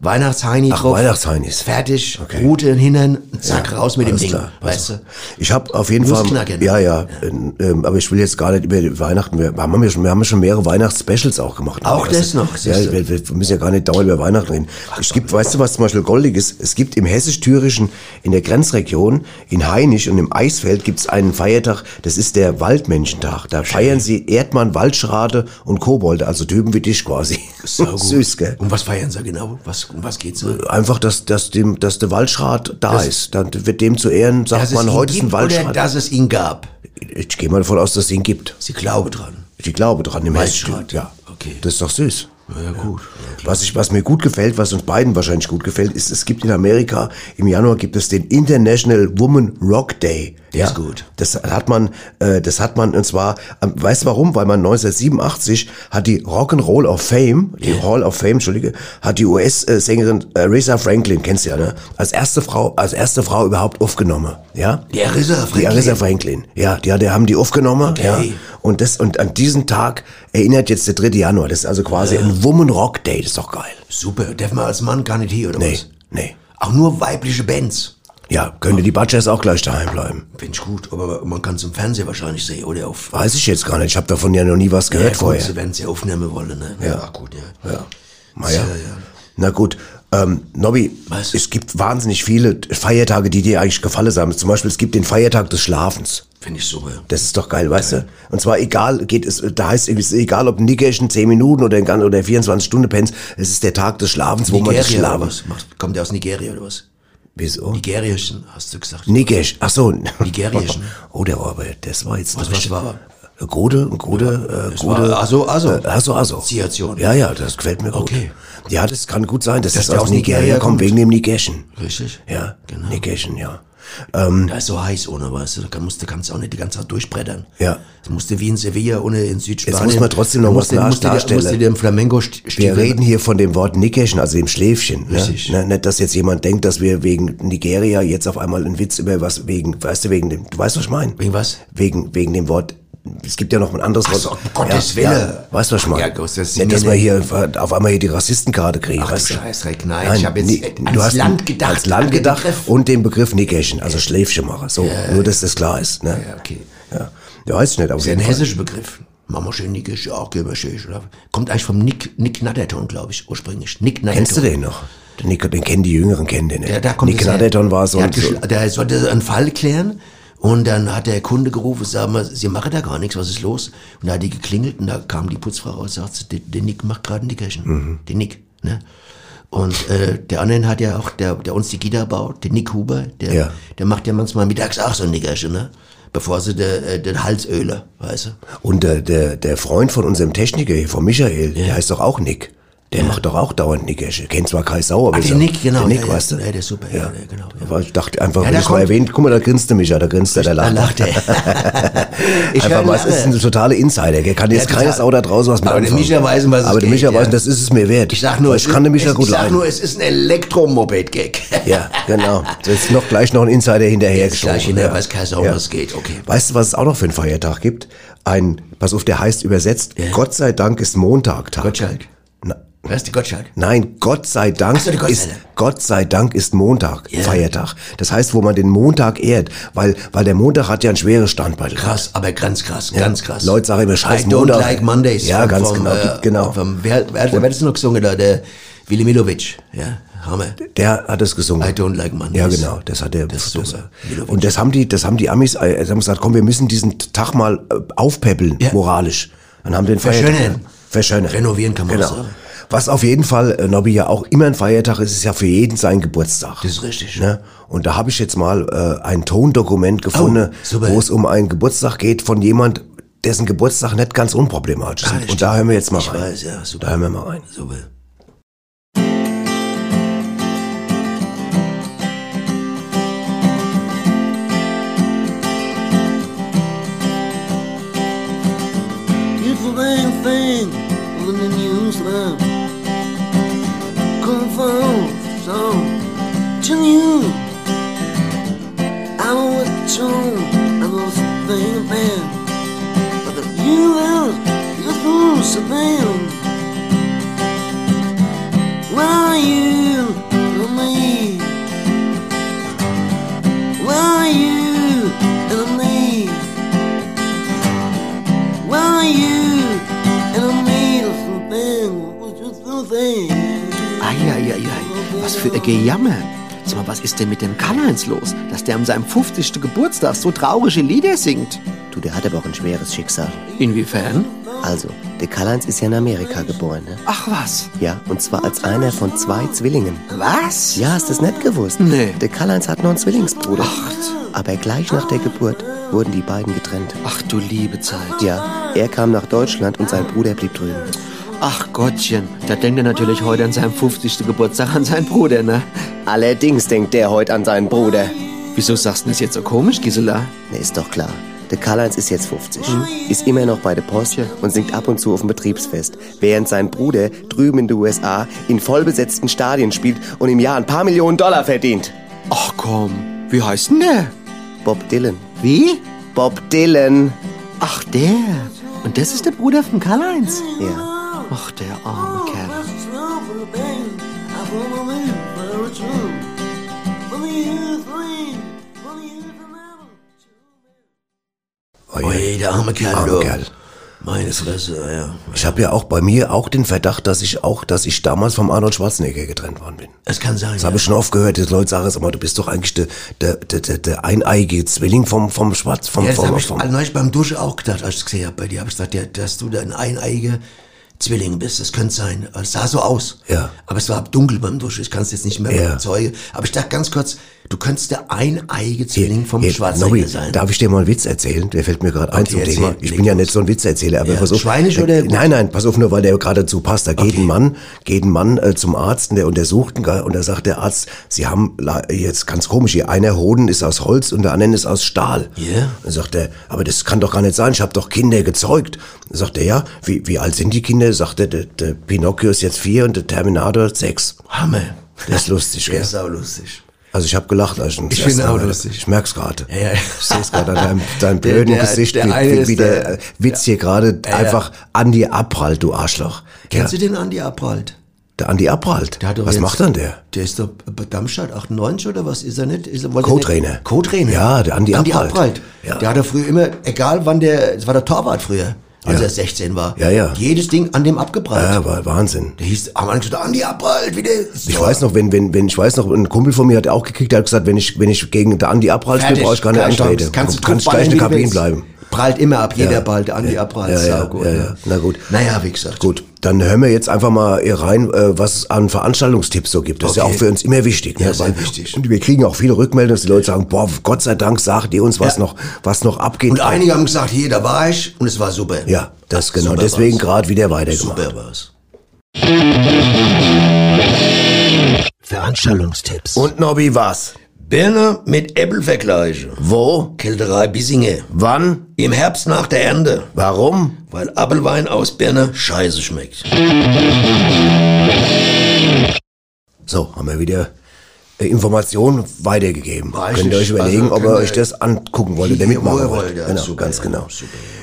[SPEAKER 2] Weihnachtsheini
[SPEAKER 3] Ach,
[SPEAKER 2] drauf.
[SPEAKER 3] Weihnachtsheinis.
[SPEAKER 2] Fertig,
[SPEAKER 3] Okay.
[SPEAKER 2] Rute in den Hintern, zack, raus mit dem
[SPEAKER 3] Alles
[SPEAKER 2] Ding.
[SPEAKER 3] klar. Also.
[SPEAKER 2] Weißt du?
[SPEAKER 3] Ich habe auf jeden
[SPEAKER 2] Nuss
[SPEAKER 3] Fall.
[SPEAKER 2] knacken.
[SPEAKER 3] Ja, ja. Ähm, aber ich will jetzt gar nicht über die Weihnachten. Wir haben ja schon, wir haben ja schon mehrere Weihnachtsspecials auch gemacht. Also,
[SPEAKER 2] Auch das noch, siehst
[SPEAKER 3] Ja,
[SPEAKER 2] du.
[SPEAKER 3] wir, wir müssen ja gar nicht dauernd über Weihnachten reden. es gibt, weißt du, was zum Beispiel goldig ist? Es gibt im hessisch-thürischen, in der Grenzregion, in Hainich und im Eisfeld gibt's einen Feiertag. Das ist der Waldmenschentag. Da feiern sie Erdmann, Waldschrate und Kobolde, also Typen wie dich quasi.
[SPEAKER 2] Saugut.
[SPEAKER 3] Süß, gell?
[SPEAKER 2] Um was feiern sie genau? Was, um was geht's? so?
[SPEAKER 3] Einfach, dass, dass, dem, dass der Waldschrat da ist. Dann wird dem zu Ehren, sagt
[SPEAKER 2] Dass
[SPEAKER 3] man,
[SPEAKER 2] es ihn
[SPEAKER 3] heute ist ein
[SPEAKER 2] gibt oder
[SPEAKER 3] Waldschrat.
[SPEAKER 2] Dass es ihn gab.
[SPEAKER 3] Ich gehe mal davon aus, dass es ihn gibt.
[SPEAKER 2] Sie glaube dran.
[SPEAKER 3] Ich glaube dran, im
[SPEAKER 2] Waldschrat.
[SPEAKER 3] Hessischen. Ja.
[SPEAKER 2] Okay.
[SPEAKER 3] Das ist doch süß.
[SPEAKER 2] Ja, gut.
[SPEAKER 3] Was, ich, was mir gut gefällt, was uns beiden wahrscheinlich gut gefällt, ist, es gibt in Amerika, im Januar gibt es den International Woman Rock Day. Der
[SPEAKER 2] ist gut.
[SPEAKER 3] Das hat man, äh, das hat man, und zwar, ähm, weißt du warum? Weil man 1987 hat die Rock'n'Roll of Fame, die Hall of Fame, Entschuldige, hat die US-Sängerin Aretha Franklin, kennst du ja, ne? Als erste Frau, als erste Frau überhaupt aufgenommen, ja?
[SPEAKER 2] Die Aretha Franklin.
[SPEAKER 3] Die Aretha Franklin. Ja, die, die haben die aufgenommen, ja. Und das, und an diesen Tag erinnert jetzt der 3. Januar. Das ist also quasi ein Woman Rock Day. Das ist doch geil.
[SPEAKER 2] Super. Darf man als Mann gar nicht hier, oder
[SPEAKER 3] Nee,
[SPEAKER 2] was?
[SPEAKER 3] nee.
[SPEAKER 2] Auch nur weibliche Bands.
[SPEAKER 3] Ja, könnte die Badgers auch gleich daheim bleiben.
[SPEAKER 2] Finde ich gut, aber man kann es im Fernsehen wahrscheinlich sehen, oder auf.
[SPEAKER 3] Weiß ich jetzt gar nicht. Ich habe davon ja noch nie was gehört
[SPEAKER 2] gut,
[SPEAKER 3] vorher.
[SPEAKER 2] sie werden es ja aufnehmen wollen, ne? Ja, gut, ja. Ja.
[SPEAKER 3] Maja.
[SPEAKER 2] Ja, ja.
[SPEAKER 3] Na gut, ähm, Nobby,
[SPEAKER 2] Was?
[SPEAKER 3] es gibt wahnsinnig viele Feiertage, die dir eigentlich gefallen haben. Zum Beispiel, es gibt den Feiertag des Schlafens.
[SPEAKER 2] Finde ich super.
[SPEAKER 3] Das ist doch geil, weißt du? Und zwar egal, geht es, da heißt es, egal ob ein Nickerchen 10 Minuten oder, ein gan- oder 24 Stunden pennst, es ist der Tag des Schlafens, wo man
[SPEAKER 2] Nigeria oder
[SPEAKER 3] schlafen.
[SPEAKER 2] was? Macht, kommt der aus Nigeria oder was?
[SPEAKER 3] Wieso?
[SPEAKER 2] Nigerischen, hast du gesagt.
[SPEAKER 3] Nickerchen, ach so.
[SPEAKER 2] Nigerierchen.
[SPEAKER 3] Oh, der Robert, das war jetzt
[SPEAKER 2] Was-
[SPEAKER 3] der
[SPEAKER 2] was
[SPEAKER 3] richtige-
[SPEAKER 2] war?
[SPEAKER 3] Gute, gute, äh,
[SPEAKER 2] Das
[SPEAKER 3] gute.
[SPEAKER 2] war- also, also.
[SPEAKER 3] Äh, also, also.
[SPEAKER 2] Assoziation.
[SPEAKER 3] Ja, ja, das gefällt mir gut.
[SPEAKER 2] Okay.
[SPEAKER 3] Ja, das kann gut sein, dass
[SPEAKER 2] Dass
[SPEAKER 3] das
[SPEAKER 2] der
[SPEAKER 3] aus
[SPEAKER 2] aus
[SPEAKER 3] Nigeria,
[SPEAKER 2] Nigeria
[SPEAKER 3] kommt,
[SPEAKER 2] kommt.
[SPEAKER 3] wegen dem Nickerchen.
[SPEAKER 2] Richtig?
[SPEAKER 3] Ja, genau.
[SPEAKER 2] Genau.
[SPEAKER 3] Nickerchen, ja.
[SPEAKER 2] Da ist so heiß ohne, weißt du, da kann- musst, du kannst du auch nicht die ganze Zeit durchbrettern.
[SPEAKER 3] Ja.
[SPEAKER 2] Das musst du wie in Sevilla ohne in Südspanien.
[SPEAKER 3] muss man trotzdem noch
[SPEAKER 2] Da
[SPEAKER 3] was
[SPEAKER 2] musst du- musst du dir-
[SPEAKER 3] darstellen.
[SPEAKER 2] Musst du dir im Flamengo
[SPEAKER 3] Wir
[SPEAKER 2] stehen.
[SPEAKER 3] reden hier von dem Wort Nickerchen, also dem Schläfchen. Ne?
[SPEAKER 2] Richtig.
[SPEAKER 3] Ne, nicht, dass jetzt jemand denkt, dass wir wegen Nigeria jetzt auf einmal einen Witz über was wegen, weißt du, wegen dem, du weißt, was ich meine?
[SPEAKER 2] Wegen was?
[SPEAKER 3] Wegen, wegen dem Wort, es gibt ja noch ein anderes
[SPEAKER 2] so,
[SPEAKER 3] Wort.
[SPEAKER 2] um Gottes Wille.
[SPEAKER 3] weißt du, was ich meine?
[SPEAKER 2] Ja, Gott, das-
[SPEAKER 3] nicht, dass wir hier auf einmal hier die Rassistenkarte kriegen.
[SPEAKER 2] Ach, du
[SPEAKER 3] weißt
[SPEAKER 2] Scheißdreck, nein, ich hab jetzt ans
[SPEAKER 3] du hast
[SPEAKER 2] Land gedacht,
[SPEAKER 3] Ans Land
[SPEAKER 2] an den
[SPEAKER 3] gedacht
[SPEAKER 2] Begriff.
[SPEAKER 3] und den Begriff Nickerchen, also Schläfchen machen. So, nur, dass das klar ist. Ne?
[SPEAKER 2] Ja, okay.
[SPEAKER 3] Ja. Ja, weiß ich nicht, auf
[SPEAKER 2] Das ist
[SPEAKER 3] jeden
[SPEAKER 2] ein
[SPEAKER 3] Fall.
[SPEAKER 2] hessischer Begriff. Mama schön Nickisch, ja, auch gehen wir schön, oder? Kommt eigentlich vom Nick, Nick Natterton, glaube ich, ursprünglich. Nick Natterton.
[SPEAKER 3] Kennst du den noch? Den, Nick- den kennen die Jüngeren, kennen den nicht.
[SPEAKER 2] Ja, da kommt
[SPEAKER 3] Nick
[SPEAKER 2] es her.
[SPEAKER 3] Natterton war so
[SPEAKER 2] der,
[SPEAKER 3] ein,
[SPEAKER 2] hat
[SPEAKER 3] so,
[SPEAKER 2] geschl- der sollte einen Fall klären Und dann hat der Kunde gerufen, sag mal, Sie machen da gar nichts, was ist los? Und da hat die geklingelt und da kam die Putzfrau raus und sagt, der, der Nick macht gerade ein Nickerchen.
[SPEAKER 3] Mhm.
[SPEAKER 2] Der Nick, ne? Und äh, der andere hat ja auch, der, der uns die Gitarre baut, der Nick Huber, der,
[SPEAKER 3] Ja.
[SPEAKER 2] der macht ja manchmal mittags auch so ein Nickerchen, ne? Bevor sie der, äh, den Hals öle, weißt du?
[SPEAKER 3] Und der, der, der Freund von unserem Techniker hier, von Michael, der heißt doch auch Nick. Der macht doch auch dauernd Nickersche. Kennt zwar Kai Sauer, aber
[SPEAKER 2] Ah,
[SPEAKER 3] ist
[SPEAKER 2] der
[SPEAKER 3] ja-
[SPEAKER 2] Nick, genau.
[SPEAKER 3] Der Nick,
[SPEAKER 2] Ja, ja.
[SPEAKER 3] weißt du?
[SPEAKER 2] Ja, der ist super, ja, ja, genau, ja.
[SPEAKER 3] Aber ich dachte einfach,
[SPEAKER 2] Ja,
[SPEAKER 3] wenn
[SPEAKER 2] der
[SPEAKER 3] ich mal
[SPEAKER 2] kommt.
[SPEAKER 3] erwähnt, guck mal, da grinste Micha, da grinst er, der lacht.
[SPEAKER 2] lacht er. Ich
[SPEAKER 3] einfach
[SPEAKER 2] höre
[SPEAKER 3] mal, es
[SPEAKER 2] lange.
[SPEAKER 3] ist ein totaler Insider, gell? Kann jetzt
[SPEAKER 2] Ja,
[SPEAKER 3] keines
[SPEAKER 2] total.
[SPEAKER 3] Sau da draußen was mit
[SPEAKER 2] Aber der
[SPEAKER 3] anfangen.
[SPEAKER 2] Micha weiß, um was es
[SPEAKER 3] Aber der
[SPEAKER 2] geht,
[SPEAKER 3] Micha weiß,
[SPEAKER 2] ja.
[SPEAKER 3] das ist es mir wert.
[SPEAKER 2] Ich sag nur,
[SPEAKER 3] ich kann den Micha
[SPEAKER 2] es,
[SPEAKER 3] gut
[SPEAKER 2] ich sag
[SPEAKER 3] leiden.
[SPEAKER 2] nur, es ist ein Elektromoped-Gag.
[SPEAKER 3] Ja, genau. Da ist noch gleich noch ein Insider hinterher
[SPEAKER 2] Ist gleich
[SPEAKER 3] geschoben,
[SPEAKER 2] hinterher,
[SPEAKER 3] ja.
[SPEAKER 2] weiß keiner, um was es geht, okay.
[SPEAKER 3] Weißt du, was es auch noch für einen Feiertag gibt? Ein, pass auf, der heißt übersetzt, Gott sei Dank ist Montagtag.
[SPEAKER 2] Gottschalk.
[SPEAKER 3] Na,
[SPEAKER 2] Wer ist der Gottschalk?
[SPEAKER 3] Nein, Gott sei Dank
[SPEAKER 2] Ach so, die Gott sei
[SPEAKER 3] ist
[SPEAKER 2] Dank.
[SPEAKER 3] Gott sei Dank ist Montag, Feiertag. Das heißt, wo man den Montag ehrt, weil weil der Montag hat ja ein schweres Standbein.
[SPEAKER 2] Krass, aber ganz krass, ganz krass.
[SPEAKER 3] Leute sagen immer Scheiß
[SPEAKER 2] I don't
[SPEAKER 3] Montag.
[SPEAKER 2] like Mondays.
[SPEAKER 3] Ja,
[SPEAKER 2] Vom-
[SPEAKER 3] ganz
[SPEAKER 2] vom,
[SPEAKER 3] genau,
[SPEAKER 2] Äh,
[SPEAKER 3] genau.
[SPEAKER 2] Vom, wer, wer, wer hat das noch gesungen da? Der Willi Milovic. Ja, Hammer.
[SPEAKER 3] Der hat es gesungen.
[SPEAKER 2] I don't like Mondays.
[SPEAKER 3] Ja, genau, das hat er. Das
[SPEAKER 2] ist äh,
[SPEAKER 3] das,
[SPEAKER 2] super.
[SPEAKER 3] und das haben die, das haben die Amis, äh, sie haben gesagt, komm, wir müssen diesen Tag mal äh, aufpäppeln,
[SPEAKER 2] Ja.
[SPEAKER 3] moralisch. Dann haben den Feiertag.
[SPEAKER 2] Verschönern.
[SPEAKER 3] Verschönern. Genau.
[SPEAKER 2] Renovieren kann man auch sagen.
[SPEAKER 3] Was auf jeden Fall, äh, Nobby, ja auch immer ein Feiertag ist, ist ja für jeden sein Geburtstag.
[SPEAKER 2] Das ist richtig.
[SPEAKER 3] Ne? Und da habe ich jetzt mal äh, ein Tondokument gefunden,
[SPEAKER 2] Oh, super.
[SPEAKER 3] wo es um einen Geburtstag geht von jemand, dessen Geburtstag nicht ganz unproblematisch ist.
[SPEAKER 2] Ah, das
[SPEAKER 3] und da
[SPEAKER 2] stimmt.
[SPEAKER 3] hören wir jetzt mal
[SPEAKER 2] Ich
[SPEAKER 3] rein.
[SPEAKER 2] weiß, ja, super.
[SPEAKER 3] Da hören wir mal rein.
[SPEAKER 2] Super.
[SPEAKER 9] It's the real thing on the news lab. Come from some to you. I was told I was thinking man, but the universe is full of man. Where are you and me? Where are you and me? Well, you and I made us something, was just something.
[SPEAKER 10] Eieiei, was für ein Gejammer. Sag mal, was ist denn mit dem Karl-Heinz los, dass der an seinem 50. Geburtstag so traurige Lieder singt?
[SPEAKER 8] Du, der hat aber auch ein schweres Schicksal.
[SPEAKER 10] Inwiefern?
[SPEAKER 8] Also, der Karl-Heinz ist ja in Amerika geboren, ne?
[SPEAKER 10] Ach was.
[SPEAKER 8] Ja, und zwar als einer von zwei Zwillingen.
[SPEAKER 10] Was?
[SPEAKER 8] Ja, hast du das nicht gewusst?
[SPEAKER 10] Nee.
[SPEAKER 8] Der Karl-Heinz hat noch einen Zwillingsbruder. Aber gleich nach der Geburt wurden die beiden getrennt.
[SPEAKER 10] Ach du liebe Zeit.
[SPEAKER 8] Ja, er kam nach Deutschland und sein Bruder blieb drüben.
[SPEAKER 10] Ach Gottchen, da denkt er natürlich heute an seinem 50. Geburtstag an seinen Bruder, ne?
[SPEAKER 8] Allerdings denkt der heute an seinen Bruder.
[SPEAKER 10] Wieso sagst du das jetzt so komisch, Gisela? Hm.
[SPEAKER 8] Ne, ist doch klar. Der Karl-Heinz ist jetzt 50, ist immer noch bei der Post und singt ab und zu auf dem Betriebsfest, während sein Bruder drüben in den USA in vollbesetzten Stadien spielt und im Jahr ein paar Millionen Dollar verdient.
[SPEAKER 10] Ach komm, wie heißt denn der?
[SPEAKER 8] Bob Dylan.
[SPEAKER 10] Wie?
[SPEAKER 8] Bob Dylan.
[SPEAKER 10] Ach der. Und das ist der Bruder von Karl-Heinz.
[SPEAKER 8] Ja.
[SPEAKER 10] Ach, der arme Kerl.
[SPEAKER 2] Ui, der arme Kerl.
[SPEAKER 3] Arme
[SPEAKER 2] du.
[SPEAKER 3] Kerl.
[SPEAKER 2] Meine Fresse, ja.
[SPEAKER 3] Ich habe ja auch bei mir auch den Verdacht, dass ich auch, dass ich damals vom Arnold Schwarzenegger getrennt worden bin.
[SPEAKER 2] Es kann sein.
[SPEAKER 3] Das habe ich schon oft gehört, dass Leute sagen, sag mal, du bist doch eigentlich der, der, der, der, der eineige Zwilling vom, vom Schwarz, vom,
[SPEAKER 2] Ja, das
[SPEAKER 3] vom,
[SPEAKER 2] habe ich
[SPEAKER 3] vom.
[SPEAKER 2] neulich beim Duschen auch gedacht, als ich es gesehen habe. Bei dir habe ich gedacht, ja, dass du da ein eineiger Zwilling bist. Das könnte sein. Also, Es sah so aus.
[SPEAKER 3] Ja.
[SPEAKER 2] Aber es war dunkel beim Duschen. Ich kann es jetzt nicht mehr
[SPEAKER 3] Ja.
[SPEAKER 2] bezeugen. Aber ich dachte ganz kurz, du könntest der eineige Zwilling vom
[SPEAKER 3] Hier, Nobby,
[SPEAKER 2] Schwarzen sein.
[SPEAKER 3] darf ich dir mal einen Witz erzählen? Der fällt mir gerade ein zum
[SPEAKER 2] erzähl,
[SPEAKER 3] Thema. Ich
[SPEAKER 2] leg
[SPEAKER 3] bin ja
[SPEAKER 2] los.
[SPEAKER 3] nicht so ein Witzerzähler, aber
[SPEAKER 2] Ja,
[SPEAKER 3] pass auf.
[SPEAKER 2] schweinisch oder gut?
[SPEAKER 3] Nein, nein, pass auf, nur weil der gerade dazu passt. Da geht ein Mann, geht ein Mann äh, zum Arzt, und der untersucht ihn, gell, und da sagt der Arzt, sie haben, la- jetzt ganz komisch, hier einer Hoden ist aus Holz und der andere ist aus Stahl.
[SPEAKER 2] Ja.
[SPEAKER 3] Dann sagt er, aber das kann doch gar nicht sein, ich habe doch Kinder gezeugt. Dann sagt er, ja, wie, wie alt sind die Kinder? Sagt er, der, der Pinocchio ist jetzt vier und der Terminator sechs.
[SPEAKER 2] Hammer.
[SPEAKER 3] Das ist lustig,
[SPEAKER 2] Der
[SPEAKER 3] gell?
[SPEAKER 2] ist auch lustig.
[SPEAKER 3] Also ich habe gelacht. Als ich ihn das
[SPEAKER 2] Ich
[SPEAKER 3] erste
[SPEAKER 2] finde auch
[SPEAKER 3] Mal-
[SPEAKER 2] lustig.
[SPEAKER 3] Ich merk's gerade.
[SPEAKER 2] Ja, ja.
[SPEAKER 3] Ich sehe es gerade an deinem, deinem blöden
[SPEAKER 2] Der- der-
[SPEAKER 3] Gesicht,
[SPEAKER 2] der
[SPEAKER 3] wie,
[SPEAKER 2] eine
[SPEAKER 3] wie,
[SPEAKER 2] ist
[SPEAKER 3] wie der,
[SPEAKER 2] der-
[SPEAKER 3] äh, Witz hier gerade einfach an dir abprallt, du Arschloch.
[SPEAKER 2] Kennst du den Andi Abprallt?
[SPEAKER 3] Der an dir abprallt.
[SPEAKER 2] Der hat doch
[SPEAKER 3] Was
[SPEAKER 2] jetzt-
[SPEAKER 3] macht dann der?
[SPEAKER 2] Der ist doch bei Darmstadt 98 oder was ist er nicht? Ist er, wollte
[SPEAKER 3] Co-Trainer.
[SPEAKER 2] er nicht- Co-Trainer.
[SPEAKER 3] Ja, der Andi Abprallt. Ja.
[SPEAKER 2] Der hat er früher immer, egal wann der, es war der Torwart früher. als er 16 war.
[SPEAKER 3] Ja, ja.
[SPEAKER 2] Jedes Ding an dem abgeprallt.
[SPEAKER 3] Ja, war Wahnsinn.
[SPEAKER 2] Der hieß, haben alle gesagt, Andi abprallt, wie der
[SPEAKER 3] Ich weiß noch, wenn, wenn, wenn, ich weiß noch, ein Kumpel von mir hat auch gekickt, der hat gesagt, wenn ich, wenn ich gegen den Andi abprall spiele,
[SPEAKER 2] Fertig.
[SPEAKER 3] brauche ich keine
[SPEAKER 2] Kannst-
[SPEAKER 3] Anrede.
[SPEAKER 2] kannst
[SPEAKER 3] Kannst,
[SPEAKER 2] du
[SPEAKER 3] kannst
[SPEAKER 2] drauf
[SPEAKER 3] gleich in der
[SPEAKER 2] ballern, wie
[SPEAKER 3] Kabine
[SPEAKER 2] du willst.
[SPEAKER 3] bleiben.
[SPEAKER 2] Prallt immer ab, jeder
[SPEAKER 3] Ja.
[SPEAKER 2] ballt, der Andi abprallt,
[SPEAKER 3] Ja, ja,
[SPEAKER 2] saugut,
[SPEAKER 3] ja,
[SPEAKER 2] ne?
[SPEAKER 3] ja. Na gut.
[SPEAKER 2] Naja, wie gesagt.
[SPEAKER 3] Gut, dann hören wir jetzt einfach mal hier rein, äh, was es an Veranstaltungstipps so gibt. Das ist ja
[SPEAKER 2] Okay.
[SPEAKER 3] auch für uns immer wichtig. ne?
[SPEAKER 2] Ja, sehr
[SPEAKER 3] Weil-
[SPEAKER 2] wichtig.
[SPEAKER 3] Und wir kriegen auch viele Rückmeldungen, dass die Leute sagen, boah, Gott sei Dank sagt ihr uns, was
[SPEAKER 2] Ja.
[SPEAKER 3] noch, was noch abgeht.
[SPEAKER 2] Und einige haben gesagt, hier, da war ich und es war super.
[SPEAKER 3] Ja, das genau.
[SPEAKER 2] Super
[SPEAKER 3] Deswegen
[SPEAKER 2] war's.
[SPEAKER 3] gerade wieder weitergemacht.
[SPEAKER 2] Super war's.
[SPEAKER 1] Veranstaltungstipps.
[SPEAKER 3] Und Nobby, was?
[SPEAKER 2] Birne mit Äppel vergleiche.
[SPEAKER 3] Wo?
[SPEAKER 2] Kälterei Bissinge.
[SPEAKER 3] Wann?
[SPEAKER 2] Im Herbst nach der Ernte,
[SPEAKER 3] Warum?
[SPEAKER 2] weil Appelwein aus Birne scheiße schmeckt.
[SPEAKER 3] So, haben wir wieder äh, Informationen weitergegeben.
[SPEAKER 2] Weiß
[SPEAKER 3] Könnt ihr
[SPEAKER 2] nicht.
[SPEAKER 3] euch überlegen,
[SPEAKER 2] Also,
[SPEAKER 3] ob ihr
[SPEAKER 2] können wir-
[SPEAKER 3] euch das angucken wollt oder
[SPEAKER 2] Hier,
[SPEAKER 3] mitmachen
[SPEAKER 2] jawohl,
[SPEAKER 3] wollt.
[SPEAKER 2] ja,
[SPEAKER 3] Genau,
[SPEAKER 2] super,
[SPEAKER 3] ganz
[SPEAKER 2] ja,
[SPEAKER 3] genau.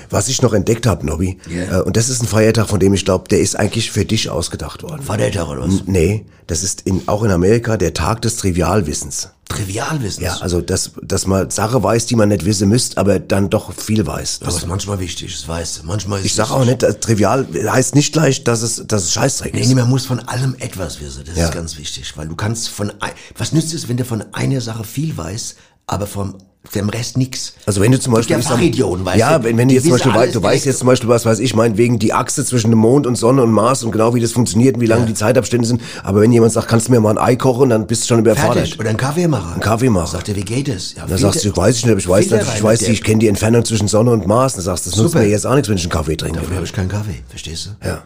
[SPEAKER 3] Was ich noch entdeckt habe, Nobby,
[SPEAKER 2] Ja.
[SPEAKER 3] äh, und das ist ein Feiertag, von dem ich glaube, der ist eigentlich für dich ausgedacht worden.
[SPEAKER 2] Vatertag oder was?
[SPEAKER 3] N- Nee, das ist in, auch in Amerika der Tag des Trivialwissens.
[SPEAKER 2] Trivialwissen.
[SPEAKER 3] Ja, also dass, dass man Sache weiß, die man nicht wissen müsst, aber dann doch viel weiß. Also,
[SPEAKER 2] aber es ist manchmal wichtig, das weißt du. Manchmal ist
[SPEAKER 3] ich sag auch nicht, dass trivial heißt nicht gleich, dass es, dass es Scheißdreck
[SPEAKER 2] Nee,
[SPEAKER 3] ist.
[SPEAKER 2] nee, man muss von allem etwas wissen. Das
[SPEAKER 3] Ja.
[SPEAKER 2] ist ganz wichtig, weil du kannst von ein, was nützt es, wenn du von einer Sache viel weißt, aber vom dem Rest nix.
[SPEAKER 3] Also wenn du zum Beispiel...
[SPEAKER 2] ja
[SPEAKER 3] ich sag-
[SPEAKER 2] Fachidioten, weißt
[SPEAKER 3] Ja,
[SPEAKER 2] du,
[SPEAKER 3] wenn, wenn du
[SPEAKER 2] die
[SPEAKER 3] jetzt zum
[SPEAKER 2] wissen
[SPEAKER 3] Beispiel
[SPEAKER 2] alles
[SPEAKER 3] weißt, du weißt
[SPEAKER 2] direkt.
[SPEAKER 3] jetzt zum Beispiel, was weiß ich, meinetwegen die Achse zwischen dem Mond und Sonne und Mars und genau wie das funktioniert und wie lange die Zeitabstände sind. Aber wenn jemand sagt, kannst du mir mal ein Ei kochen, dann bist du schon überfordert.
[SPEAKER 2] Fertig. Oder einen Kaffee machen. Einen
[SPEAKER 3] Kaffee machen.
[SPEAKER 2] Sagt er, wie geht es? Ja,
[SPEAKER 3] Dann sagst du, weiß ich nicht, aber ich weiß
[SPEAKER 2] Filter
[SPEAKER 3] natürlich, ich
[SPEAKER 2] rein
[SPEAKER 3] weiß
[SPEAKER 2] mit
[SPEAKER 3] nicht, ich
[SPEAKER 2] dem.
[SPEAKER 3] kenne die Entfernung zwischen Sonne und Mars. Dann sagst du, das nutzt
[SPEAKER 2] Super.
[SPEAKER 3] mir jetzt auch nichts, wenn ich einen Kaffee trinke.
[SPEAKER 2] Dafür habe ich keinen Kaffee, verstehst du?
[SPEAKER 3] Ja.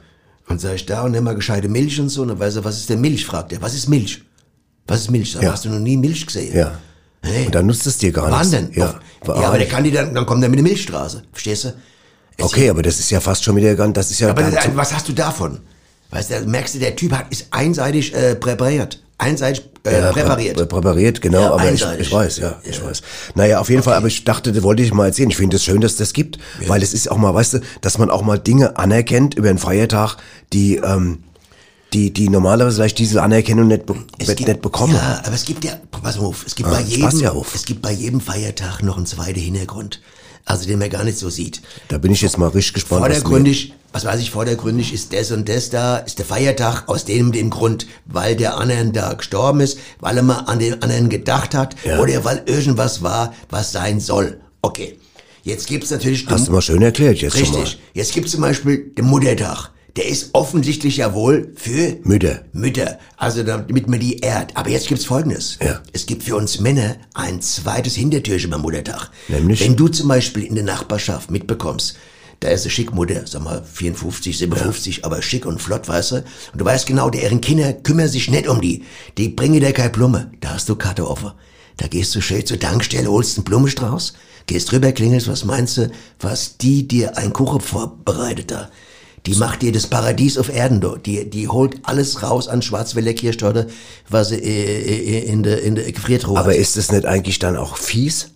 [SPEAKER 2] Und sag ich da und nimm mal gescheite Milch und so. Und dann weiß er, was ist denn Milch? Fragt er, was ist Milch? Was ist Milch? Sag,
[SPEAKER 3] Ja.
[SPEAKER 2] Hast du noch nie Milch gesehen?
[SPEAKER 3] Ja.
[SPEAKER 2] Nee.
[SPEAKER 3] Und dann nutzt es dir gar
[SPEAKER 2] Wann
[SPEAKER 3] nichts.
[SPEAKER 2] denn?
[SPEAKER 3] Ja,
[SPEAKER 2] ja
[SPEAKER 3] War-
[SPEAKER 2] aber der kann die dann, dann kommt er mit der Milchstraße, verstehst du?
[SPEAKER 3] okay, aber das ist ja fast schon wieder ganz, das ist ja
[SPEAKER 2] Aber
[SPEAKER 3] ganz
[SPEAKER 2] das, was hast du davon? Weißt du, da merkst du, der Typ hat, ist einseitig äh, präpariert. Einseitig äh,
[SPEAKER 3] Ja, prä-
[SPEAKER 2] präpariert.
[SPEAKER 3] prä- Präpariert, genau,
[SPEAKER 2] Ja,
[SPEAKER 3] aber ich,
[SPEAKER 2] einseitig.
[SPEAKER 3] ich weiß, ja, ich weiß. Naja, auf jeden Fall, aber ich dachte, das wollte ich mal erzählen. Ich finde es schön, dass das gibt, weil es ist auch mal, weißt du, dass man auch mal Dinge anerkennt über einen Feiertag, die, ähm, die, die normalerweise vielleicht diese Anerkennung nicht, be
[SPEAKER 2] gibt-
[SPEAKER 3] nicht bekommen.
[SPEAKER 2] Ja, aber es gibt ja, pass mal auf, es gibt
[SPEAKER 3] Ah,
[SPEAKER 2] bei
[SPEAKER 3] jetzt
[SPEAKER 2] jedem,
[SPEAKER 3] passt ja auf.
[SPEAKER 2] es gibt bei jedem Feiertag noch einen zweiten Hintergrund. Also den man gar nicht so sieht.
[SPEAKER 3] Da bin ich jetzt mal richtig gespannt. was du mir-
[SPEAKER 2] Vordergründig, was weiß ich, vordergründig ist das und das da, ist der Feiertag aus dem und dem Grund, weil der anderen da gestorben ist, weil er mal an den anderen gedacht hat oder weil irgendwas war, was sein soll. Okay. Jetzt gibt's natürlich
[SPEAKER 3] Hast du mal schön erklärt jetzt schon mal.
[SPEAKER 2] Richtig. Jetzt gibt's zum Beispiel den Muttertag. Der ist offensichtlich ja wohl für
[SPEAKER 3] Mütter.
[SPEAKER 2] Mütter. Also damit man die ehrt. Aber jetzt gibt's Folgendes.
[SPEAKER 3] Ja.
[SPEAKER 2] Es gibt für uns Männer ein zweites Hintertürchen beim Muttertag.
[SPEAKER 3] Nämlich?
[SPEAKER 2] Wenn du zum Beispiel in der Nachbarschaft mitbekommst, da ist eine Schickmutter, sag mal 54, 57, aber schick und flott, weißt du? Und du weißt genau, deren Kinder kümmern sich nicht um die. Die bringen dir keine Blume. Da hast du Karte offen. Da gehst du schön zur Tankstelle, holst einen Blumenstrauß, gehst rüber, klingelst, was meinst du, was die dir ein Kuchen vorbereitet da? Die macht dir das Paradies auf Erden, du. Die, die holt alles raus an Schwarzwälder Kirschtorte, was sie äh, äh, in der in der Gefriertruhe
[SPEAKER 3] Aber
[SPEAKER 2] hat.
[SPEAKER 3] ist es nicht eigentlich dann auch fies?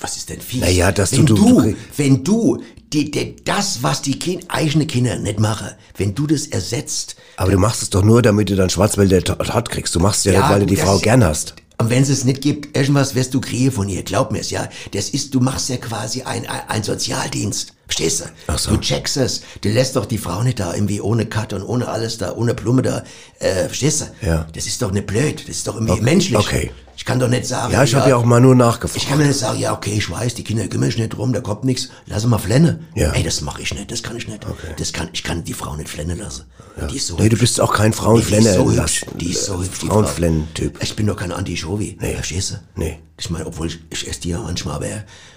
[SPEAKER 2] Was ist denn fies?
[SPEAKER 3] Naja, dass du-
[SPEAKER 2] wenn
[SPEAKER 3] du-
[SPEAKER 2] du,
[SPEAKER 3] du krieg-
[SPEAKER 2] wenn du die, die, das, was die kind, eigene Kinder nicht machen, wenn du das ersetzt,
[SPEAKER 3] Aber du machst es doch nur, damit du dann Schwarzwälder Tat kriegst. Du machst es ja,
[SPEAKER 2] Ja,
[SPEAKER 3] nicht, weil du
[SPEAKER 2] gut,
[SPEAKER 3] die
[SPEAKER 2] das-
[SPEAKER 3] Frau gern hast.
[SPEAKER 2] und wenn es es nicht gibt, irgendwas wirst du kriegen von ihr, glaub mir's, ja. Das ist, du machst ja quasi ein, ein, ein Sozialdienst. Verstehst du?
[SPEAKER 3] Ach so.
[SPEAKER 2] Du checkst es. Du lässt doch die Frau nicht da, irgendwie ohne Cut und ohne alles da, ohne Blume da. Äh, verstehst du?
[SPEAKER 3] Ja.
[SPEAKER 2] Das ist doch nicht blöd. Das ist doch irgendwie menschlich.
[SPEAKER 3] okay.
[SPEAKER 2] Ich kann doch nicht sagen.
[SPEAKER 3] Ja, ich habe ja auch mal nur nachgefragt.
[SPEAKER 2] Ich kann mir nicht sagen, ja, okay, ich weiß, die Kinder kümmern sich nicht drum, da kommt nichts, lass mal flennen.
[SPEAKER 3] Ja.
[SPEAKER 2] Ey, das mache ich nicht, das kann ich nicht. Das kann, ich kann die Frau nicht flennen lassen. Die ist so
[SPEAKER 3] Nee, du
[SPEAKER 2] hübsch.
[SPEAKER 3] bist auch kein
[SPEAKER 2] die ist
[SPEAKER 3] Frauenflenner.
[SPEAKER 2] so
[SPEAKER 3] Lass-
[SPEAKER 2] hübsch, die ist so hübsch. die Frau.
[SPEAKER 3] Frauenflennen-Typ.
[SPEAKER 2] Ich bin doch kein Anti-Jovi,
[SPEAKER 3] Nee.
[SPEAKER 2] verstehst du?
[SPEAKER 3] Nee.
[SPEAKER 2] Ich meine, obwohl ich, ich esse die ja manchmal, aber,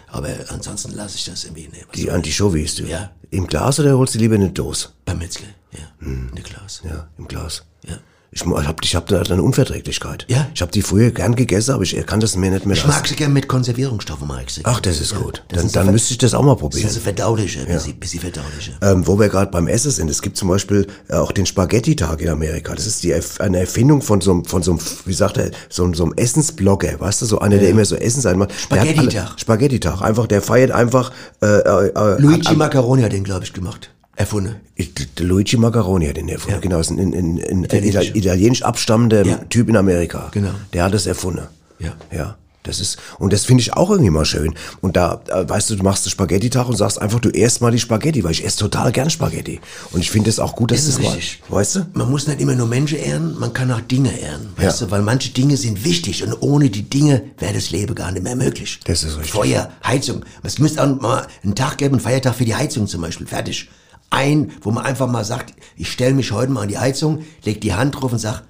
[SPEAKER 2] aber ansonsten lasse ich das irgendwie. ne, Nee, was
[SPEAKER 3] Die
[SPEAKER 2] soll-
[SPEAKER 3] Antischovi ist du.
[SPEAKER 2] Ja.
[SPEAKER 3] Im Glas oder holst du lieber eine Dose?
[SPEAKER 2] Beim Metzger, ja. Niklas.
[SPEAKER 3] Ja, im Glas.
[SPEAKER 2] Ja.
[SPEAKER 3] Ich mu- hab, ich hab da eine Unverträglichkeit.
[SPEAKER 2] Ja.
[SPEAKER 3] Ich habe die früher gern gegessen, aber ich kann das mir nicht mehr
[SPEAKER 2] Ich mag sie gern mit Konservierungsstoffen, mag ich sie.
[SPEAKER 3] Ach, das ist
[SPEAKER 2] Ja,
[SPEAKER 3] gut.
[SPEAKER 2] das
[SPEAKER 3] Dann,
[SPEAKER 2] ist so
[SPEAKER 3] dann
[SPEAKER 2] ver-
[SPEAKER 3] müsste ich das auch mal
[SPEAKER 2] Das
[SPEAKER 3] probieren.
[SPEAKER 2] ist verdaulicher, bis sie, bis sie verdaulicher.
[SPEAKER 3] Ähm, wo wir gerade beim Essen sind, es gibt zum Beispiel äh, auch den Spaghetti-Tag in Amerika. Das ist die Erf eine Erfindung von so einem, von so einem, wie sagt er, so, einem- so einem Essensblogger, weißt du, so einer, der immer so Essen sein macht. Der hat alle-
[SPEAKER 2] Spaghetti-Tag.
[SPEAKER 3] Spaghetti-Tag. Einfach, der feiert einfach äh, äh, äh,
[SPEAKER 2] Luigi Macaroni hat den, glaube ich, gemacht. Erfunden.
[SPEAKER 3] Ich- der Luigi Macaroni hat den erfunden.
[SPEAKER 2] Ja.
[SPEAKER 3] Genau, ist ein, ein, ein, ein
[SPEAKER 2] Italienisch.
[SPEAKER 3] italienisch. italienisch abstammender
[SPEAKER 2] Ja.
[SPEAKER 3] Typ in Amerika.
[SPEAKER 2] Genau.
[SPEAKER 3] Der hat es erfunden.
[SPEAKER 2] Ja.
[SPEAKER 3] Ja. Das ist, und das finde ich auch irgendwie mal schön. Und da, äh, weißt du, du machst einen Spaghetti-Tag und sagst einfach, du erst mal die Spaghetti, weil ich esse total gern Spaghetti. Und ich finde es auch gut, dass
[SPEAKER 2] Das ist
[SPEAKER 3] es mal,
[SPEAKER 2] richtig.
[SPEAKER 3] weißt du?
[SPEAKER 2] Man muss nicht immer nur Menschen ehren, man kann auch Dinge ehren.
[SPEAKER 3] Ja.
[SPEAKER 2] Weißt du, weil manche Dinge sind wichtig und ohne die Dinge wäre das Leben gar nicht mehr möglich.
[SPEAKER 3] Das ist richtig.
[SPEAKER 2] Feuer, Heizung. Es müsste auch mal einen Tag geben, einen Feiertag für die Heizung zum Beispiel. Fertig. Ein, wo man einfach mal sagt, ich stelle mich heute mal an die Heizung, leg die Hand drauf und sag,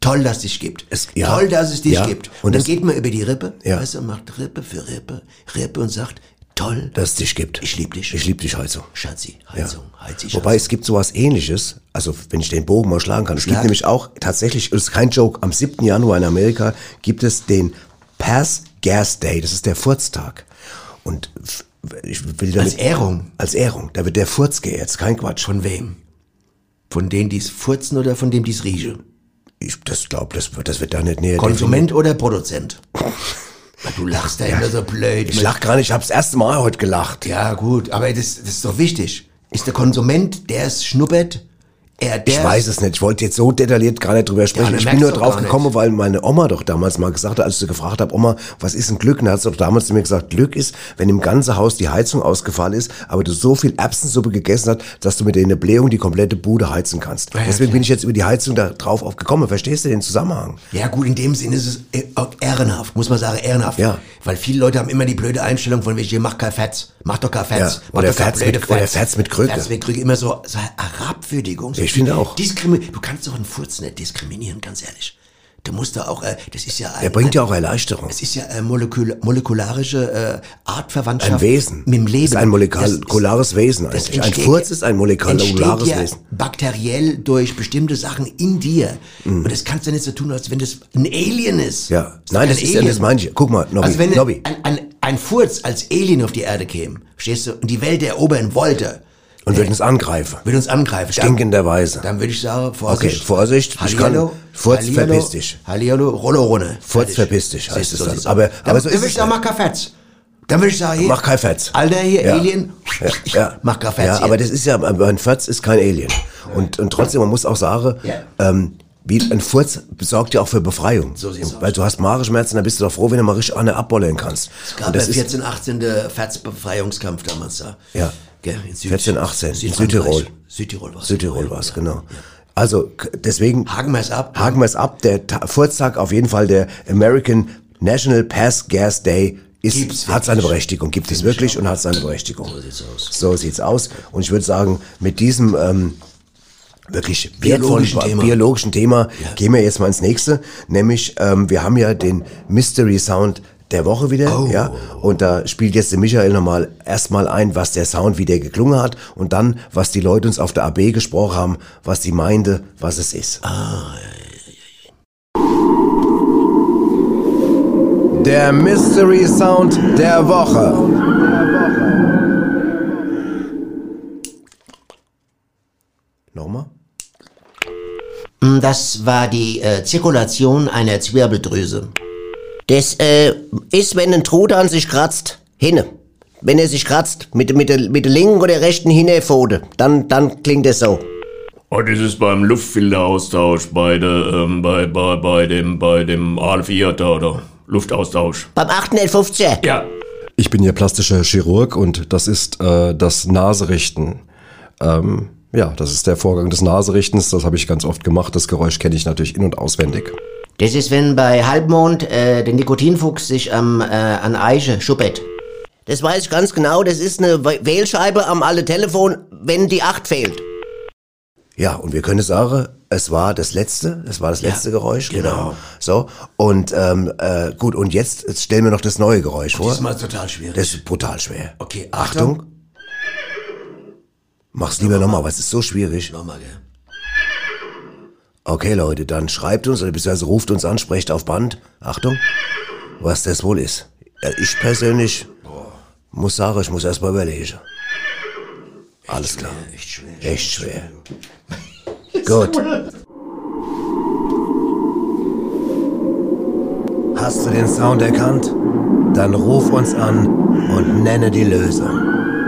[SPEAKER 2] toll, dass es dich gibt.
[SPEAKER 3] ja.
[SPEAKER 2] Toll, dass es dich
[SPEAKER 3] Ja.
[SPEAKER 2] gibt. Und,
[SPEAKER 3] Und
[SPEAKER 2] dann
[SPEAKER 3] das-
[SPEAKER 2] geht man über die Rippe,
[SPEAKER 3] Ja.
[SPEAKER 2] weißt du, und macht Rippe für Rippe, Rippe und sagt, toll,
[SPEAKER 3] Dass es dich gibt.
[SPEAKER 2] ich liebe dich.
[SPEAKER 3] Ich liebe dich, Heizung.
[SPEAKER 2] Schatzi,
[SPEAKER 3] Ja.
[SPEAKER 2] Heizung, Heizi, Schatzi.
[SPEAKER 3] Wobei es gibt sowas ähnliches, also wenn ich den Bogen mal schlagen kann, es gibt
[SPEAKER 2] Schlag.
[SPEAKER 3] nämlich auch tatsächlich, das ist kein Joke, am 7. Januar in Amerika gibt es den Pass Gas Day, das ist der Furztag. Und f- ich will damit,
[SPEAKER 2] Als Ehrung?
[SPEAKER 3] Als Ehrung, da wird der Furz geehrt, ist kein Quatsch.
[SPEAKER 2] Von wem? Von denen, die es furzen oder von dem, die es riechen?
[SPEAKER 3] Ich das glaube, das, wird- das wird da nicht näher
[SPEAKER 2] Konsument oder Produzent? Du lachst da immer so blöd.
[SPEAKER 3] Ich lach gar nicht, ich habe das erste Mal heute gelacht.
[SPEAKER 2] Ja, gut, aber das, das ist doch wichtig. Ist der Konsument, der es schnuppert, er der...
[SPEAKER 3] Ich weiß es nicht. Ich wollte jetzt so detailliert gar nicht drüber sprechen.
[SPEAKER 2] dann
[SPEAKER 3] ich bin
[SPEAKER 2] merkst
[SPEAKER 3] nur
[SPEAKER 2] du
[SPEAKER 3] drauf
[SPEAKER 2] gar nicht.
[SPEAKER 3] gekommen, weil meine Oma doch damals mal gesagt hat, als ich sie gefragt habe, Oma, was ist ein Glück? Und dann hat sie doch damals zu mir gesagt, Glück ist, wenn im ganzen Haus die Heizung ausgefallen ist, aber du so viel Erbsensuppe gegessen hast, dass du mit der Blähung die komplette Bude heizen kannst. Deswegen bin ich jetzt über die Heizung da drauf aufgekommen. Verstehst du den Zusammenhang?
[SPEAKER 2] Ja, gut, in dem Sinne ist es eh- auch ehrenhaft, muss man sagen, ehrenhaft.
[SPEAKER 3] Ja.
[SPEAKER 2] Weil viele Leute haben immer die blöde Einstellung von, ich mach kein Fetz, mach doch kein Fetz.
[SPEAKER 3] Ja,
[SPEAKER 2] mach
[SPEAKER 3] oder
[SPEAKER 2] doch kein
[SPEAKER 3] Fetz
[SPEAKER 2] blöde
[SPEAKER 3] mit- oder Fetz mit Krücke.
[SPEAKER 2] Fetz mit Krücke, immer so, so Herabwürdigung. So
[SPEAKER 3] Ich finde auch.
[SPEAKER 2] Diskrimi du kannst doch einen Furz nicht diskriminieren, ganz ehrlich. Du musst da auch, äh, das ist ja ein,
[SPEAKER 3] Der bringt ja auch Erleichterung.
[SPEAKER 2] Es ist ja äh, molekül molekularische äh, Artverwandtschaft.
[SPEAKER 3] Ein Wesen.
[SPEAKER 2] Mit dem Leben.
[SPEAKER 3] Ist ein
[SPEAKER 2] Das-
[SPEAKER 3] molekulares Wesen
[SPEAKER 2] das
[SPEAKER 3] eigentlich. Ein
[SPEAKER 2] entsteht-
[SPEAKER 3] Furz ist ein molekulares
[SPEAKER 2] entsteht ja
[SPEAKER 3] Wesen.
[SPEAKER 2] bakteriell durch bestimmte Sachen in dir. Und das kannst du nicht so tun, als wenn das ein Alien ist.
[SPEAKER 3] Mhm. Ja. Nein, das
[SPEAKER 2] ein
[SPEAKER 3] ist ja
[SPEAKER 2] Alien.
[SPEAKER 3] das manche. Guck mal, Nobby.
[SPEAKER 2] Also wenn
[SPEAKER 3] Nobby.
[SPEAKER 2] ein, ein, ein Furz als Alien auf die Erde käme, verstehst du, und die Welt erobern wollte,
[SPEAKER 3] Und würden es angreifen.
[SPEAKER 2] würde uns angreifen.
[SPEAKER 3] Stinkenderweise.
[SPEAKER 2] Dann, dann würde ich sagen, Vorsicht.
[SPEAKER 3] Okay, Vorsicht, ich kann-
[SPEAKER 2] Hallihallo,
[SPEAKER 3] Furz,
[SPEAKER 2] Hallihallo,
[SPEAKER 3] verpiss dich.
[SPEAKER 2] Hallihallo, Rollo runter.
[SPEAKER 3] Furz verpiss dich, heißt es dann.
[SPEAKER 2] Aber,
[SPEAKER 3] Aber-
[SPEAKER 2] dann,
[SPEAKER 3] aber so ist
[SPEAKER 2] so würde
[SPEAKER 3] es
[SPEAKER 2] ich sagen,
[SPEAKER 3] nicht.
[SPEAKER 2] mach kein Fetz. Dann würde ich sagen, hier,
[SPEAKER 3] Mach kein Fetz.
[SPEAKER 2] Alter, hier,
[SPEAKER 3] Ja.
[SPEAKER 2] Alien,
[SPEAKER 3] Ja, ja.
[SPEAKER 2] mach kein Fetz.
[SPEAKER 3] Ja,
[SPEAKER 2] hier.
[SPEAKER 3] aber das ist ja, aber ein Furz ist kein Alien. Und, und trotzdem, man muss auch sagen,
[SPEAKER 2] Ja.
[SPEAKER 3] ähm, wie ein Furz sorgt ja auch für Befreiung. So
[SPEAKER 2] sieht's aus.
[SPEAKER 3] Weil du hast Magenschmerzen, dann bist du doch froh, wenn du mal richtig eine abbollern kannst.
[SPEAKER 2] Es gab
[SPEAKER 3] Und das
[SPEAKER 2] der
[SPEAKER 3] ist
[SPEAKER 2] 14, 18. Fetzbefreiungskampf damals da.
[SPEAKER 3] Ja.
[SPEAKER 2] Gell, in Süd
[SPEAKER 3] 14, 18, in
[SPEAKER 2] Südfrankreich.
[SPEAKER 3] Südtirol.
[SPEAKER 2] Südtirol war es.
[SPEAKER 3] Südtirol war's, genau. Also k- deswegen
[SPEAKER 2] Haken wir es ab.
[SPEAKER 3] haken wir es ab. Der Ta Furztag auf jeden Fall der American National Pass Gas Day
[SPEAKER 2] Gibt's
[SPEAKER 3] ist, hat seine
[SPEAKER 2] wirklich?
[SPEAKER 3] Berechtigung. Gibt es wirklich und hat seine Berechtigung.
[SPEAKER 2] So sieht's aus.
[SPEAKER 3] So sieht's aus. Und ich würde sagen, mit diesem ähm, wirklich wertvollen
[SPEAKER 2] Biologischen
[SPEAKER 3] ba-
[SPEAKER 2] Thema.
[SPEAKER 3] biologischen Thema gehen wir jetzt mal ins nächste. Nämlich, ähm, wir haben ja den Mystery Sound der Woche wieder.
[SPEAKER 2] Oh.
[SPEAKER 3] Ja? Und da spielt jetzt der Michael nochmal erstmal ein, was der Sound wieder geklungen hat und dann, was die Leute uns auf der AB gesprochen haben, was sie meinte, was es ist.
[SPEAKER 2] Ah,
[SPEAKER 3] Der Mystery Sound der Woche. Nochmal?
[SPEAKER 2] Mm,
[SPEAKER 6] Hm, Das war die äh, Zirkulation einer Zwirbeldrüse.
[SPEAKER 11] Das äh, ist, wenn ein Truder an sich kratzt, hinne. Wenn er sich kratzt, mit, mit, der, mit der linken oder rechten Hinnepfote, dann, dann klingt es so.
[SPEAKER 12] Und das ist beim Luftfilteraustausch bei, der, ähm, bei, bei, bei dem, bei dem A4 da, oder Luftaustausch.
[SPEAKER 11] Beim 850er.
[SPEAKER 12] Ja.
[SPEAKER 5] Ich bin ja plastischer Chirurg und das ist äh, das Naserichten. Ähm, ja, das ist der Vorgang des Naserichtens. Das habe ich ganz oft gemacht. Das Geräusch kenne ich natürlich in- und auswendig.
[SPEAKER 6] Das ist, wenn bei Halbmond äh, der Nikotinfuchs sich am, äh, an Eiche schuppert.
[SPEAKER 11] Das weiß ich ganz genau, das ist eine We- Wählscheibe am alle Telefon, wenn die 8 fehlt.
[SPEAKER 3] Ja, und wir können sagen, es war das letzte, es war das letzte Geräusch, genau. So, und ähm, äh, gut, und jetzt, jetzt stellen wir noch das neue Geräusch vor.
[SPEAKER 2] Diesmal ist total schwierig.
[SPEAKER 3] Das ist brutal schwer.
[SPEAKER 2] okay,
[SPEAKER 3] Achtung. Mach's lieber nochmal, weil es ist so schwierig.
[SPEAKER 2] Nochmal, gell.
[SPEAKER 3] Okay, Leute, dann schreibt uns oder beziehungsweise ruft uns an, sprecht auf Band. Achtung, was das wohl ist. Ja, ich persönlich muss sagen, ich muss erst mal überlegen. Alles klar.
[SPEAKER 2] Echt schwer.
[SPEAKER 3] Echt schwer. Gut. Hast du den Sound erkannt? Dann ruf uns an und nenne die Lösung.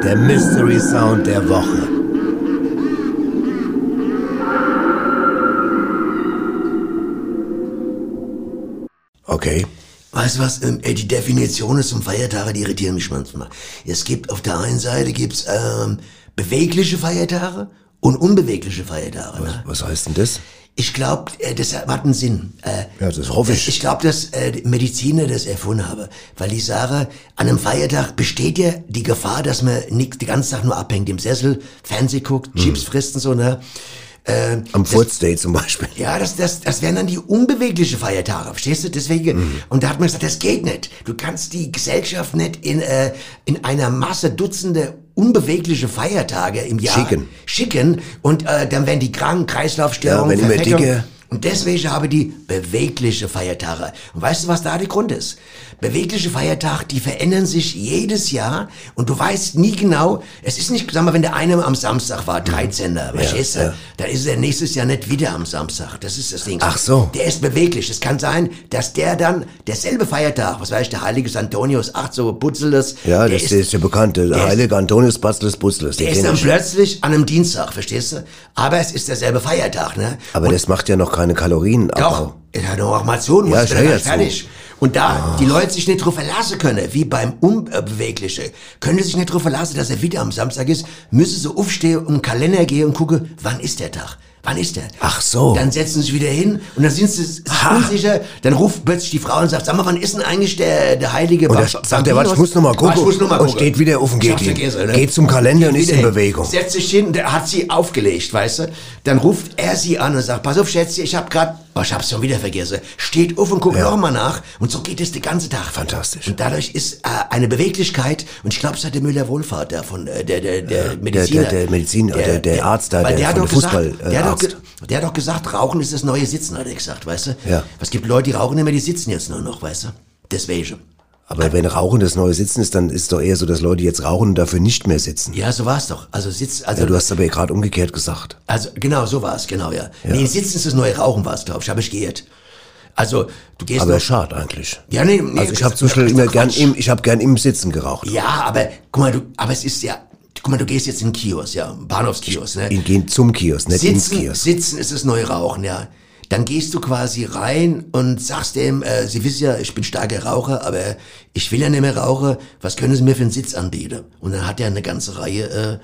[SPEAKER 3] Der Mystery Sound der Woche. Okay.
[SPEAKER 2] Ah, Weißt du was? Ähm, äh, die Definitionen zum Feiertage, die irritieren mich manchmal. Es gibt auf der einen Seite gibt's ähm, bewegliche Feiertage und unbewegliche Feiertage. Ne?
[SPEAKER 3] Was heißt denn das?
[SPEAKER 2] Ich glaube, äh, das hat einen Sinn. Äh,
[SPEAKER 3] Ja, das hoffe ich.
[SPEAKER 2] Ich glaube, dass äh, die Mediziner das erfunden haben, weil die Sarah an einem Feiertag besteht ja die Gefahr, dass man nicht den ganzen Tag nur abhängt im Sessel, Fernseh guckt, Chips
[SPEAKER 3] Hm.
[SPEAKER 2] frisst und so, ne? Ähm,
[SPEAKER 3] Am Fourth Day zum Beispiel.
[SPEAKER 2] ja, das, das, das wären dann die unbewegliche Feiertage, verstehst du? Deswegen,
[SPEAKER 3] Mhm.
[SPEAKER 2] und da hat man gesagt, das geht nicht. Du kannst die Gesellschaft nicht in, äh, in einer Masse Dutzende unbewegliche Feiertage im Jahr
[SPEAKER 3] Schicken.
[SPEAKER 2] schicken und äh, dann werden die krank,
[SPEAKER 3] Ja,
[SPEAKER 2] Kreislaufstörungen,
[SPEAKER 3] wenn immer
[SPEAKER 2] Verfettung.
[SPEAKER 3] dicker.
[SPEAKER 2] Und deswegen habe die bewegliche Feiertage. Und weißt du, was da der Grund ist? Bewegliche Feiertage, die verändern sich jedes Jahr und du weißt nie genau, es ist nicht, sag mal, wenn der eine am Samstag war, 13. verstehst du?
[SPEAKER 3] Mhm. ja.
[SPEAKER 2] Dann ist er nächstes Jahr nicht wieder am Samstag. Das ist das Ding.
[SPEAKER 3] Ach so.
[SPEAKER 2] Der ist beweglich. Es kann sein, dass der dann derselbe Feiertag, was weiß ich, der heilige Antonius, ach so, Putzeldes,
[SPEAKER 3] Ja,
[SPEAKER 2] der
[SPEAKER 3] das, das ist ja bekannt. Der heilige Antonius Bastlus Bustlus. den
[SPEAKER 2] der ist
[SPEAKER 3] kenn
[SPEAKER 2] dann
[SPEAKER 3] ich.
[SPEAKER 2] plötzlich an einem Dienstag, verstehst du? Aber es ist derselbe Feiertag, ne?
[SPEAKER 3] Aber das macht ja noch keine Kalorien.
[SPEAKER 2] Doch, in der Normation
[SPEAKER 3] Ja,
[SPEAKER 2] muss
[SPEAKER 3] ich
[SPEAKER 2] ja,
[SPEAKER 3] höre
[SPEAKER 2] ja
[SPEAKER 3] ja zu. Ah.
[SPEAKER 2] fertig. Und da die Leute sich nicht drauf verlassen können, wie beim Unbeweglichen, können die sich nicht drauf verlassen, dass er wieder am Samstag ist, müssen sie aufstehen und im Kalender gehen und gucken, wann ist der Tag? Wann ist der? Ach
[SPEAKER 3] so.
[SPEAKER 2] Dann setzen sie sich wieder hin und dann sind sie sich unsicher. Dann ruft plötzlich die Frau und sagt, sag mal, wann ist denn eigentlich der, der heilige
[SPEAKER 3] Und da
[SPEAKER 2] Ba-
[SPEAKER 3] sagt er, warte, ich
[SPEAKER 2] Bambinos?
[SPEAKER 3] muss noch mal
[SPEAKER 2] Warte,
[SPEAKER 3] gucken.
[SPEAKER 2] ich muss noch mal
[SPEAKER 3] Und
[SPEAKER 2] gucken.
[SPEAKER 3] steht wieder auf und
[SPEAKER 2] Ich
[SPEAKER 3] geht
[SPEAKER 2] hab's
[SPEAKER 3] hin.
[SPEAKER 2] vergessen, ne?
[SPEAKER 3] Geht zum Kalender und ist
[SPEAKER 2] wieder
[SPEAKER 3] in
[SPEAKER 2] hin.
[SPEAKER 3] Bewegung.
[SPEAKER 2] Setzt sich hin, der hat sie aufgelegt, weißt du? Dann ruft er sie an und sagt, pass auf, Schätzchen, ich hab grad, oh, ich hab's schon wieder vergessen. Steht auf und guckt noch nochmal nach. Und so geht es den ganzen Tag. Fantastisch. Und dadurch ist äh, eine Beweglichkeit, und ich glaube, es hat der Müller-Wohlfahrt davon, äh, der, der, der Mediziner.
[SPEAKER 3] Der, der, der Mediziner, der, der, Arzt da, der,
[SPEAKER 2] weil der, hat
[SPEAKER 3] von
[SPEAKER 2] doch
[SPEAKER 3] der äh,
[SPEAKER 2] gesagt, der, hat doch
[SPEAKER 3] Fußballarzt.
[SPEAKER 2] ge- der hat doch gesagt, Rauchen ist das neue Sitzen, hat er gesagt, weißt du?
[SPEAKER 3] Ja.
[SPEAKER 2] Es gibt Leute, die rauchen immer, die sitzen jetzt nur noch, weißt du? Deswegen.
[SPEAKER 3] Aber wenn Rauchen das neue Sitzen ist, dann ist doch eher so, dass Leute jetzt rauchen und dafür nicht mehr sitzen.
[SPEAKER 2] Ja, so war's doch. Also sitz, also
[SPEAKER 3] ja, du hast aber ja gerade umgekehrt gesagt.
[SPEAKER 2] Also genau, so war es, genau, ja.
[SPEAKER 3] Ja.
[SPEAKER 2] Nee, sitzen ist das neue Rauchen war es, glaube ich, habe ich geirrt. Also, du gehst
[SPEAKER 3] Aber
[SPEAKER 2] noch-
[SPEAKER 3] schade eigentlich.
[SPEAKER 2] Ja, nee, nee,
[SPEAKER 3] also ich habe
[SPEAKER 2] das-
[SPEAKER 3] zum Beispiel
[SPEAKER 2] das-
[SPEAKER 3] immer
[SPEAKER 2] das-
[SPEAKER 3] gern im, ich habe gern im Sitzen geraucht.
[SPEAKER 2] Ja, aber guck mal, du, aber es ist ja, guck mal, du gehst jetzt in den Kiosk, ja, Bahnhofskiosk, ne?
[SPEAKER 3] Die gehen zum Kiosk, nicht
[SPEAKER 2] sitzen,
[SPEAKER 3] ins Kiosk.
[SPEAKER 2] sitzen ist das neue Rauchen, ja. Dann gehst du quasi rein und sagst dem, äh, Sie wissen ja, ich bin starker Raucher, aber ich will ja nicht mehr rauchen. Was können Sie mir für einen Sitz anbieten? Und dann hat er eine ganze Reihe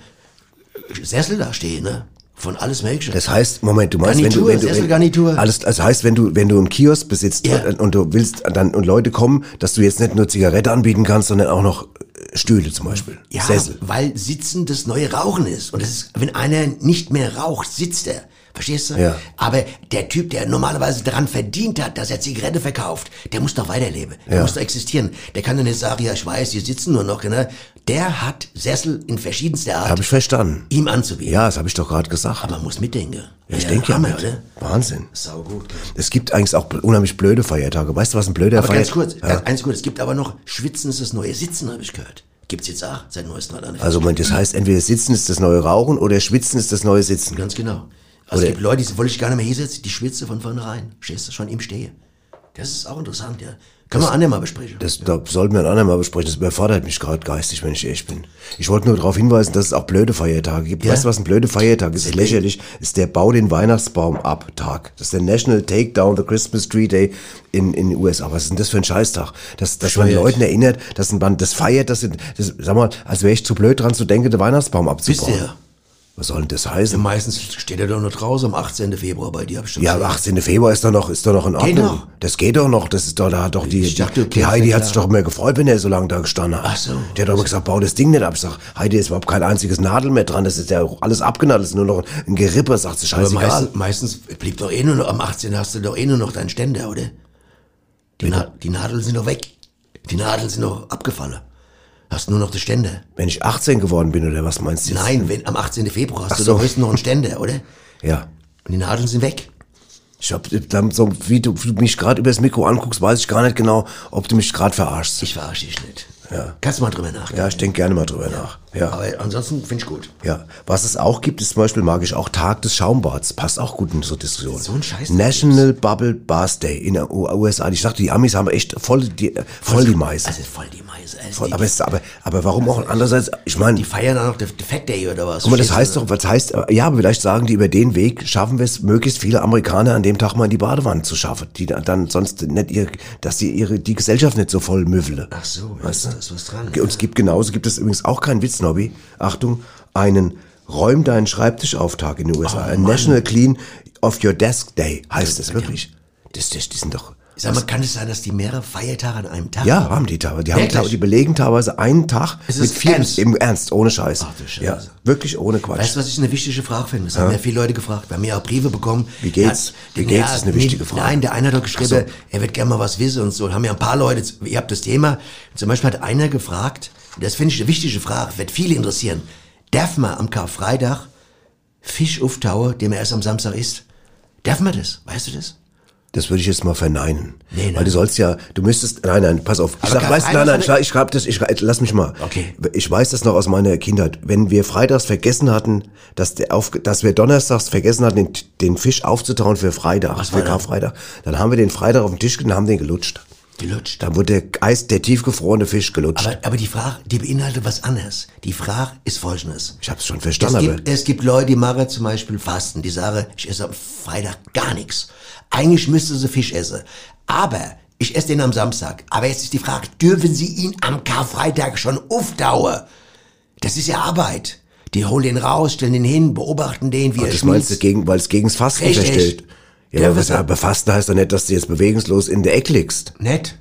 [SPEAKER 2] äh, Sessel da stehen, ne? Von alles Mögliche.
[SPEAKER 3] Das heißt, Moment, du meinst, wenn du,
[SPEAKER 2] Garnitur,
[SPEAKER 3] wenn du
[SPEAKER 2] Sesselgarnitur.
[SPEAKER 3] wenn, alles, das heißt, wenn du, wenn du einen Kiosk besitzt und, und du willst dann und Leute kommen, dass du jetzt nicht nur Zigarette anbieten kannst, sondern auch noch äh, Stühle zum Beispiel,
[SPEAKER 2] Ja,
[SPEAKER 3] Sessel.
[SPEAKER 2] weil Sitzen das neue Rauchen ist. Und das ist, wenn einer nicht mehr raucht, sitzt er. Verstehst du?
[SPEAKER 3] Ja.
[SPEAKER 2] Aber der Typ, der normalerweise daran verdient hat, dass er Zigarette verkauft, der muss doch weiterleben. Der
[SPEAKER 3] Ja.
[SPEAKER 2] muss doch existieren. Der kann doch nicht sagen, ja, ich weiß, die sitzen nur noch. Ne? Der hat Sessel in verschiedenster Art,
[SPEAKER 3] Habe ich verstanden.
[SPEAKER 2] ihm anzubieten.
[SPEAKER 3] Ja, das habe ich doch gerade gesagt.
[SPEAKER 2] Aber man muss mitdenken.
[SPEAKER 3] Ja, ich
[SPEAKER 2] Ja,
[SPEAKER 3] denke ja
[SPEAKER 2] Hammer,
[SPEAKER 3] mit.
[SPEAKER 2] oder?
[SPEAKER 3] Wahnsinn.
[SPEAKER 2] Sau gut.
[SPEAKER 3] Es gibt eigentlich auch unheimlich blöde Feiertage. Weißt du, was ein blöder
[SPEAKER 2] aber ganz
[SPEAKER 3] Feiertag
[SPEAKER 2] kurz,
[SPEAKER 3] Ja.
[SPEAKER 2] ganz, eins kurz, es gibt aber noch Schwitzen ist das neue Sitzen, habe ich gehört. Gibt's jetzt auch seit neuestem oder nicht?
[SPEAKER 3] Also Moment, das heißt, entweder Sitzen ist das neue Rauchen oder Schwitzen ist das neue Sitzen.
[SPEAKER 2] Ganz genau. Also es gibt Leute, die wollte ich gar nicht mehr hinsetzen, die schwitze von vornherein. Stehst du schon im Stehe. Das ist auch interessant, ja. Können wir andere mal besprechen.
[SPEAKER 3] Das, Da sollten wir ein andermal besprechen. Das überfordert mich gerade geistig, wenn ich ehrlich bin. Ich wollte nur darauf hinweisen, dass es auch blöde Feiertage gibt.
[SPEAKER 2] Ja.
[SPEAKER 3] Weißt du, was ein blöde Feiertag ist? Das ist lächerlich. Ist der Bau den Weihnachtsbaum ab Tag. Das ist der National Takedown the Christmas Tree Day in, in den USA. Was ist denn das für ein Scheißtag? Dass, dass man
[SPEAKER 2] Bescheuert.
[SPEAKER 3] Leuten erinnert, dass man das feiert, dass, das, sag mal, als wäre ich zu blöd dran zu denken, den Weihnachtsbaum
[SPEAKER 2] Wisst
[SPEAKER 3] abzubauen.
[SPEAKER 2] ihr?
[SPEAKER 3] Was soll denn das heißen?
[SPEAKER 2] meistens steht er doch nur draußen am 18. Februar bei dir. Hab ich schon
[SPEAKER 3] Ja, am
[SPEAKER 2] gesehen.
[SPEAKER 3] 18. Februar ist doch noch, ist doch noch in Ordnung.
[SPEAKER 2] Geht noch.
[SPEAKER 3] Das geht doch noch. Das ist doch, da hat doch die,
[SPEAKER 2] dachte,
[SPEAKER 3] die, die
[SPEAKER 2] okay,
[SPEAKER 3] Heidi
[SPEAKER 2] ja.
[SPEAKER 3] hat sich doch immer gefreut, wenn er so lange da gestanden hat. Ach
[SPEAKER 2] so.
[SPEAKER 3] Die hat doch immer gesagt, bau das Ding nicht ab. Ich sag, Heidi ist überhaupt kein einziges Nadel mehr dran. Das ist ja alles abgenadelt. Das ist nur noch ein Gerippe, sagt sie.
[SPEAKER 2] Aber
[SPEAKER 3] Scheißegal.
[SPEAKER 2] meistens, meistens blieb doch eh nur noch, am 18. hast du doch eh nur noch deinen Ständer, oder? Die, Na, die Nadeln sind doch weg. Die Nadeln sind doch abgefallen. Hast nur noch die Ständer.
[SPEAKER 3] wenn ich 18 geworden bin, oder was meinst du? jetzt?
[SPEAKER 2] Nein, wenn, am 18. Februar hast
[SPEAKER 3] Ach
[SPEAKER 2] du
[SPEAKER 3] so.
[SPEAKER 2] doch höchstens noch einen Ständer, oder?
[SPEAKER 3] Ja.
[SPEAKER 2] Und die Nadeln sind weg.
[SPEAKER 3] Ich hab, dann so, wie du wie du mich gerade übers Mikro anguckst, weiß ich gar nicht genau, ob du mich gerade verarschst.
[SPEAKER 2] Ich verarsche dich nicht.
[SPEAKER 3] Ja.
[SPEAKER 2] Kannst du mal drüber nachdenken.
[SPEAKER 3] Ja, ich denke gerne mal drüber nach.
[SPEAKER 2] Ja. Aber ansonsten finde ich gut.
[SPEAKER 3] Ja, was es auch gibt, ist zum Beispiel, mag ich auch Tag des Schaumbads. Passt auch gut in so Diskussionen. So
[SPEAKER 2] ein Scheiß.
[SPEAKER 3] National Bubble Bath Day in den USA. Ich dachte, die Amis haben echt voll die, voll die Meise.
[SPEAKER 2] Also voll die Meise. Also
[SPEAKER 3] Voll,
[SPEAKER 2] die,
[SPEAKER 3] aber,
[SPEAKER 2] Also,
[SPEAKER 3] es, aber, aber warum auch andererseits, ich meine... Die
[SPEAKER 2] feiern auch noch den Fat Day oder was?
[SPEAKER 3] Guck mal, das heißt
[SPEAKER 2] Verstehst du?
[SPEAKER 3] doch, was heißt, äh, ja, aber vielleicht sagen die über den Weg, schaffen wir es, möglichst viele Amerikaner an dem Tag mal in die Badewanne zu schaffen, die da- dann sonst nicht ihr, dass sie ihre, die Gesellschaft nicht so voll müffle.
[SPEAKER 2] Ach so, ja,
[SPEAKER 3] Weißt
[SPEAKER 2] da
[SPEAKER 3] du?
[SPEAKER 2] ist was dran.
[SPEAKER 3] Und es gibt genauso, gibt es übrigens auch keinen Witz, Nobby. Achtung, einen Räum deinen Schreibtisch auf Tag in den USA. Ein National Clean of Your Desk Day heißt es wirklich. Das, das, die sind doch.
[SPEAKER 2] Sag mal, kann es sein, dass die mehrere Feiertage an einem Tag
[SPEAKER 3] ja, haben die teilweise. Die, haben,
[SPEAKER 2] Wirklich?
[SPEAKER 3] teilweise- die belegen teilweise einen Tag
[SPEAKER 2] Es
[SPEAKER 3] mit
[SPEAKER 2] ist
[SPEAKER 3] vier.
[SPEAKER 2] ernst?
[SPEAKER 3] Im Ernst, ohne Scheiß. ja, wirklich ohne Quatsch.
[SPEAKER 2] Weißt du, was ich eine wichtige Frage finde? Das haben
[SPEAKER 3] Ja.
[SPEAKER 2] ja viele Leute gefragt. Bei mir auch Briefe bekommen.
[SPEAKER 3] Wie geht's?
[SPEAKER 2] Ja,
[SPEAKER 3] Wie geht's? Ist eine
[SPEAKER 2] nee,
[SPEAKER 3] wichtige Frage.
[SPEAKER 2] Nein, der eine hat doch geschrieben,
[SPEAKER 3] Ach so.
[SPEAKER 2] er wird gerne mal was wissen und so. Und haben ja ein paar Leute, ihr habt das Thema. Zum Beispiel hat einer gefragt, und das finde ich eine wichtige Frage, wird viele interessieren. Darf man am Karfreitag Fisch auftauen, den man erst am Samstag isst? Darf man das? Weißt du das?
[SPEAKER 3] Das würde ich jetzt mal verneinen.
[SPEAKER 2] Nee, nein.
[SPEAKER 3] Weil du sollst ja, du müsstest, nein, nein, pass auf. Ich
[SPEAKER 2] Aber
[SPEAKER 3] sag, weißt, du, nein, nein,
[SPEAKER 2] Karfreitag-
[SPEAKER 3] ich, ich schreibe das, ich, schrei- lass mich mal.
[SPEAKER 2] Okay.
[SPEAKER 3] Ich weiß das noch aus meiner Kindheit. Wenn wir freitags vergessen hatten, dass der auf, dass wir donnerstags vergessen hatten, den, den Fisch aufzutauen für Freitag,
[SPEAKER 2] Was war
[SPEAKER 3] für
[SPEAKER 2] da?
[SPEAKER 3] Karfreitag, dann haben wir den Freitag auf den Tisch genommen, haben den gelutscht.
[SPEAKER 2] Gelutscht.
[SPEAKER 3] Dann wurde der Eis, der tiefgefrorene Fisch gelutscht.
[SPEAKER 2] Aber, aber die Frage, die beinhaltet was anderes. Die Frage ist folgendes.
[SPEAKER 3] ich hab's schon verstanden,
[SPEAKER 2] es
[SPEAKER 3] aber.
[SPEAKER 2] gibt, es gibt Leute, die machen zum Beispiel Fasten. Die sagen, ich esse am Freitag gar nichts. Eigentlich müsste sie Fisch essen. Aber ich esse den am Samstag. Aber jetzt ist die Frage, dürfen sie ihn am Karfreitag schon aufdauern? Das ist ja Arbeit. Die holen den raus, stellen den hin, beobachten den, wie
[SPEAKER 3] Und
[SPEAKER 2] er
[SPEAKER 3] das meinst du,
[SPEAKER 2] schmilzt.
[SPEAKER 3] gegen, weil es gegen das Fasten
[SPEAKER 2] Richtig.
[SPEAKER 3] verstellt. Ja,
[SPEAKER 2] Ja,
[SPEAKER 3] aber,
[SPEAKER 2] was-
[SPEAKER 3] aber Fasten heißt doch nicht, dass du jetzt bewegungslos in der Ecke liegst.
[SPEAKER 2] Nett.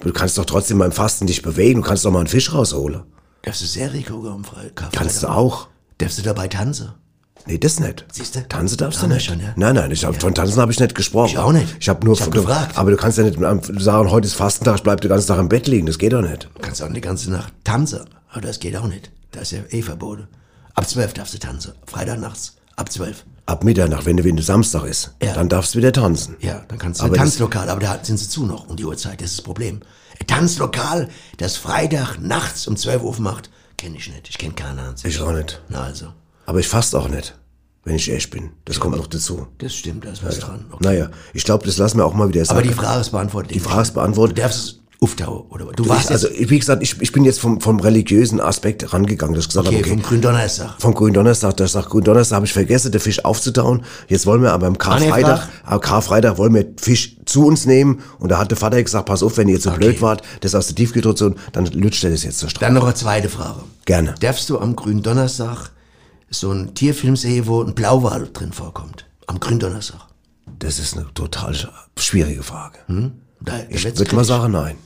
[SPEAKER 3] Du kannst doch trotzdem beim Fasten dich bewegen, du kannst doch mal einen Fisch rausholen.
[SPEAKER 2] Darfst du Serie gucken am Fre- Karfreitag?
[SPEAKER 3] Kannst du auch.
[SPEAKER 2] Darfst du dabei tanzen?
[SPEAKER 3] Nee, das nicht.
[SPEAKER 2] Siehst du?
[SPEAKER 3] Tanzen darfst
[SPEAKER 2] Haben
[SPEAKER 3] du
[SPEAKER 2] wir
[SPEAKER 3] nicht.
[SPEAKER 2] schon, ja.
[SPEAKER 3] Nein, nein, ich hab, von Tanzen habe ich nicht gesprochen.
[SPEAKER 2] Ich auch nicht.
[SPEAKER 3] Ich habe nur
[SPEAKER 2] Ich hab
[SPEAKER 3] du-
[SPEAKER 2] gefragt.
[SPEAKER 3] Aber du kannst ja nicht am- sagen, heute ist Fastentag, ich bleib den ganzen Tag im Bett liegen. Das geht doch nicht.
[SPEAKER 2] Du kannst auch die ganze Nacht tanzen. Aber das geht auch nicht. Das ist ja eh verboten. Ab 12 darfst du tanzen. Freitagnachts. Ab 12.
[SPEAKER 3] Ab Mitternacht, wenn, wenn du Samstag ist,
[SPEAKER 2] Ja.
[SPEAKER 3] dann darfst du wieder tanzen.
[SPEAKER 2] Ja, dann kannst du
[SPEAKER 3] Aber
[SPEAKER 2] aber
[SPEAKER 3] das-
[SPEAKER 2] Tanzlokal, aber da sind sie zu noch um die Uhrzeit, das ist das Problem. Ein Tanzlokal, das Freitag nachts um 12 Uhr macht, kenne ich nicht. Ich kenne keinen Hans.
[SPEAKER 3] Ich auch nicht.
[SPEAKER 2] Na also,
[SPEAKER 3] Aber ich faste auch nicht, wenn ich ehrlich bin. Das kommt noch dazu.
[SPEAKER 2] das stimmt, da ist was dran. Okay.
[SPEAKER 3] Naja, ich glaube, das lassen wir auch mal wieder
[SPEAKER 2] aber
[SPEAKER 3] sacken.
[SPEAKER 2] die Frage ist beantwortet.
[SPEAKER 3] Die Frage ist beantwortet.
[SPEAKER 2] Du darfst es auftauen, oder was? Du warst
[SPEAKER 3] ich, also, ich- wie gesagt, ich, ich bin jetzt vom, vom religiösen Aspekt rangegangen, dass ich gesagt
[SPEAKER 2] Okay,
[SPEAKER 3] habe, okay,
[SPEAKER 2] vom Gründonnerstag.
[SPEAKER 3] Vom Gründonnerstag, da sagt Gründonnerstag habe ich vergessen, den Fisch aufzutauen. Jetzt wollen wir aber am Karfreitag,
[SPEAKER 2] Ah, Freitag?
[SPEAKER 3] am Karfreitag wollen wir Fisch zu uns nehmen. Und da hat der Vater gesagt, pass auf, wenn ihr zu blöd wart, das aus der Tiefkühltruhe, dann lutscht er das jetzt zur Straße.
[SPEAKER 2] Dann noch eine zweite Frage.
[SPEAKER 3] Gerne.
[SPEAKER 2] Darfst du am Gründonnerstag so einen Tierfilm sehen, wo ein Blauwal drin vorkommt? Am Gründonnerstag.
[SPEAKER 3] Das ist eine total sch- schwierige Frage.
[SPEAKER 2] Da, da
[SPEAKER 3] Ich
[SPEAKER 2] Hm? wird's
[SPEAKER 3] würde mal
[SPEAKER 2] kritisch.
[SPEAKER 3] sagen, nein.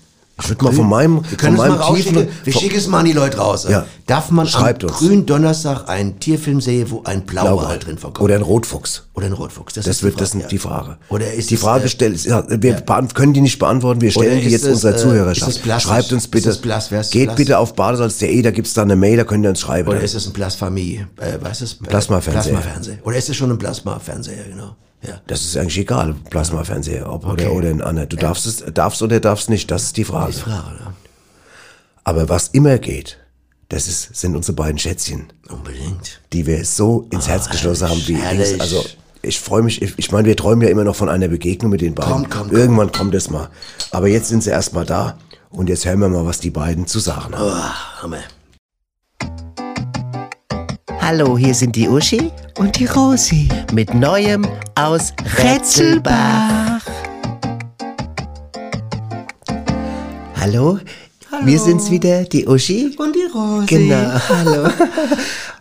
[SPEAKER 3] Ich würde mal von meinem,
[SPEAKER 2] Wir
[SPEAKER 3] von
[SPEAKER 2] können es
[SPEAKER 3] meinem
[SPEAKER 2] mal rausschicken. Wir
[SPEAKER 3] vom-
[SPEAKER 2] schicken es mal an die Leute raus.
[SPEAKER 3] Ja.
[SPEAKER 2] Darf man
[SPEAKER 3] Schreibt
[SPEAKER 2] am
[SPEAKER 3] uns.
[SPEAKER 2] Gründonnerstag einen Tierfilm sehen, wo ein blauer
[SPEAKER 3] Blauwal.
[SPEAKER 2] Wal drin vorkommt?
[SPEAKER 3] Oder ein Rotfuchs.
[SPEAKER 2] Oder ein Rotfuchs. Das,
[SPEAKER 3] Das,
[SPEAKER 2] ist
[SPEAKER 3] wird,
[SPEAKER 2] die
[SPEAKER 3] das
[SPEAKER 2] Frage.
[SPEAKER 3] sind die Frage.
[SPEAKER 2] Oder ist
[SPEAKER 3] die
[SPEAKER 2] es,
[SPEAKER 3] Frage
[SPEAKER 2] äh,
[SPEAKER 3] stellt, ist- ja, wir beant- können die nicht beantworten. Wir
[SPEAKER 2] Oder
[SPEAKER 3] stellen die
[SPEAKER 2] ist
[SPEAKER 3] jetzt
[SPEAKER 2] es,
[SPEAKER 3] unserer
[SPEAKER 2] äh,
[SPEAKER 3] Zuhörerschaft.
[SPEAKER 2] ist es plastisch?
[SPEAKER 3] Schreibt uns bitte.
[SPEAKER 2] Ist es blass? Wär's
[SPEAKER 3] geht
[SPEAKER 2] blass?
[SPEAKER 3] bitte auf badesalz.de, da gibt's dann eine Mail, da könnt ihr uns schreiben.
[SPEAKER 2] Oder ist es ein Plasmamie? Äh, was ist äh,
[SPEAKER 3] Plasmafernseher.
[SPEAKER 2] Plasmafernseher. Oder ist es schon ein Plasmafernseher, genau. Ja.
[SPEAKER 3] das ist eigentlich egal, Plasmafernseher, ob
[SPEAKER 2] Okay.
[SPEAKER 3] oder, oder ein anderer. Du darfst es, darfst oder darfst nicht, das ist die Frage.
[SPEAKER 2] Die Frage, ne?
[SPEAKER 3] Aber was immer geht, das ist, sind unsere beiden Schätzchen,
[SPEAKER 2] Unbedingt.
[SPEAKER 3] die wir so ins Herz geschlossen haben. Wie
[SPEAKER 2] herrlich.
[SPEAKER 3] Dings. also ich freue mich, ich, ich meine, wir träumen ja immer noch von einer Begegnung mit den beiden.
[SPEAKER 2] Komm, komm, komm.
[SPEAKER 3] Irgendwann kommt es mal. Aber jetzt sind sie erstmal da und jetzt hören wir mal, was die beiden zu sagen haben.
[SPEAKER 2] Ah, Hammer.
[SPEAKER 13] Hallo, hier sind die Uschi und die Rosi mit Neuem aus Rätselbach. Hallo, wir sind's wieder, die Uschi.
[SPEAKER 7] Und die Rosi.
[SPEAKER 13] Genau, hallo.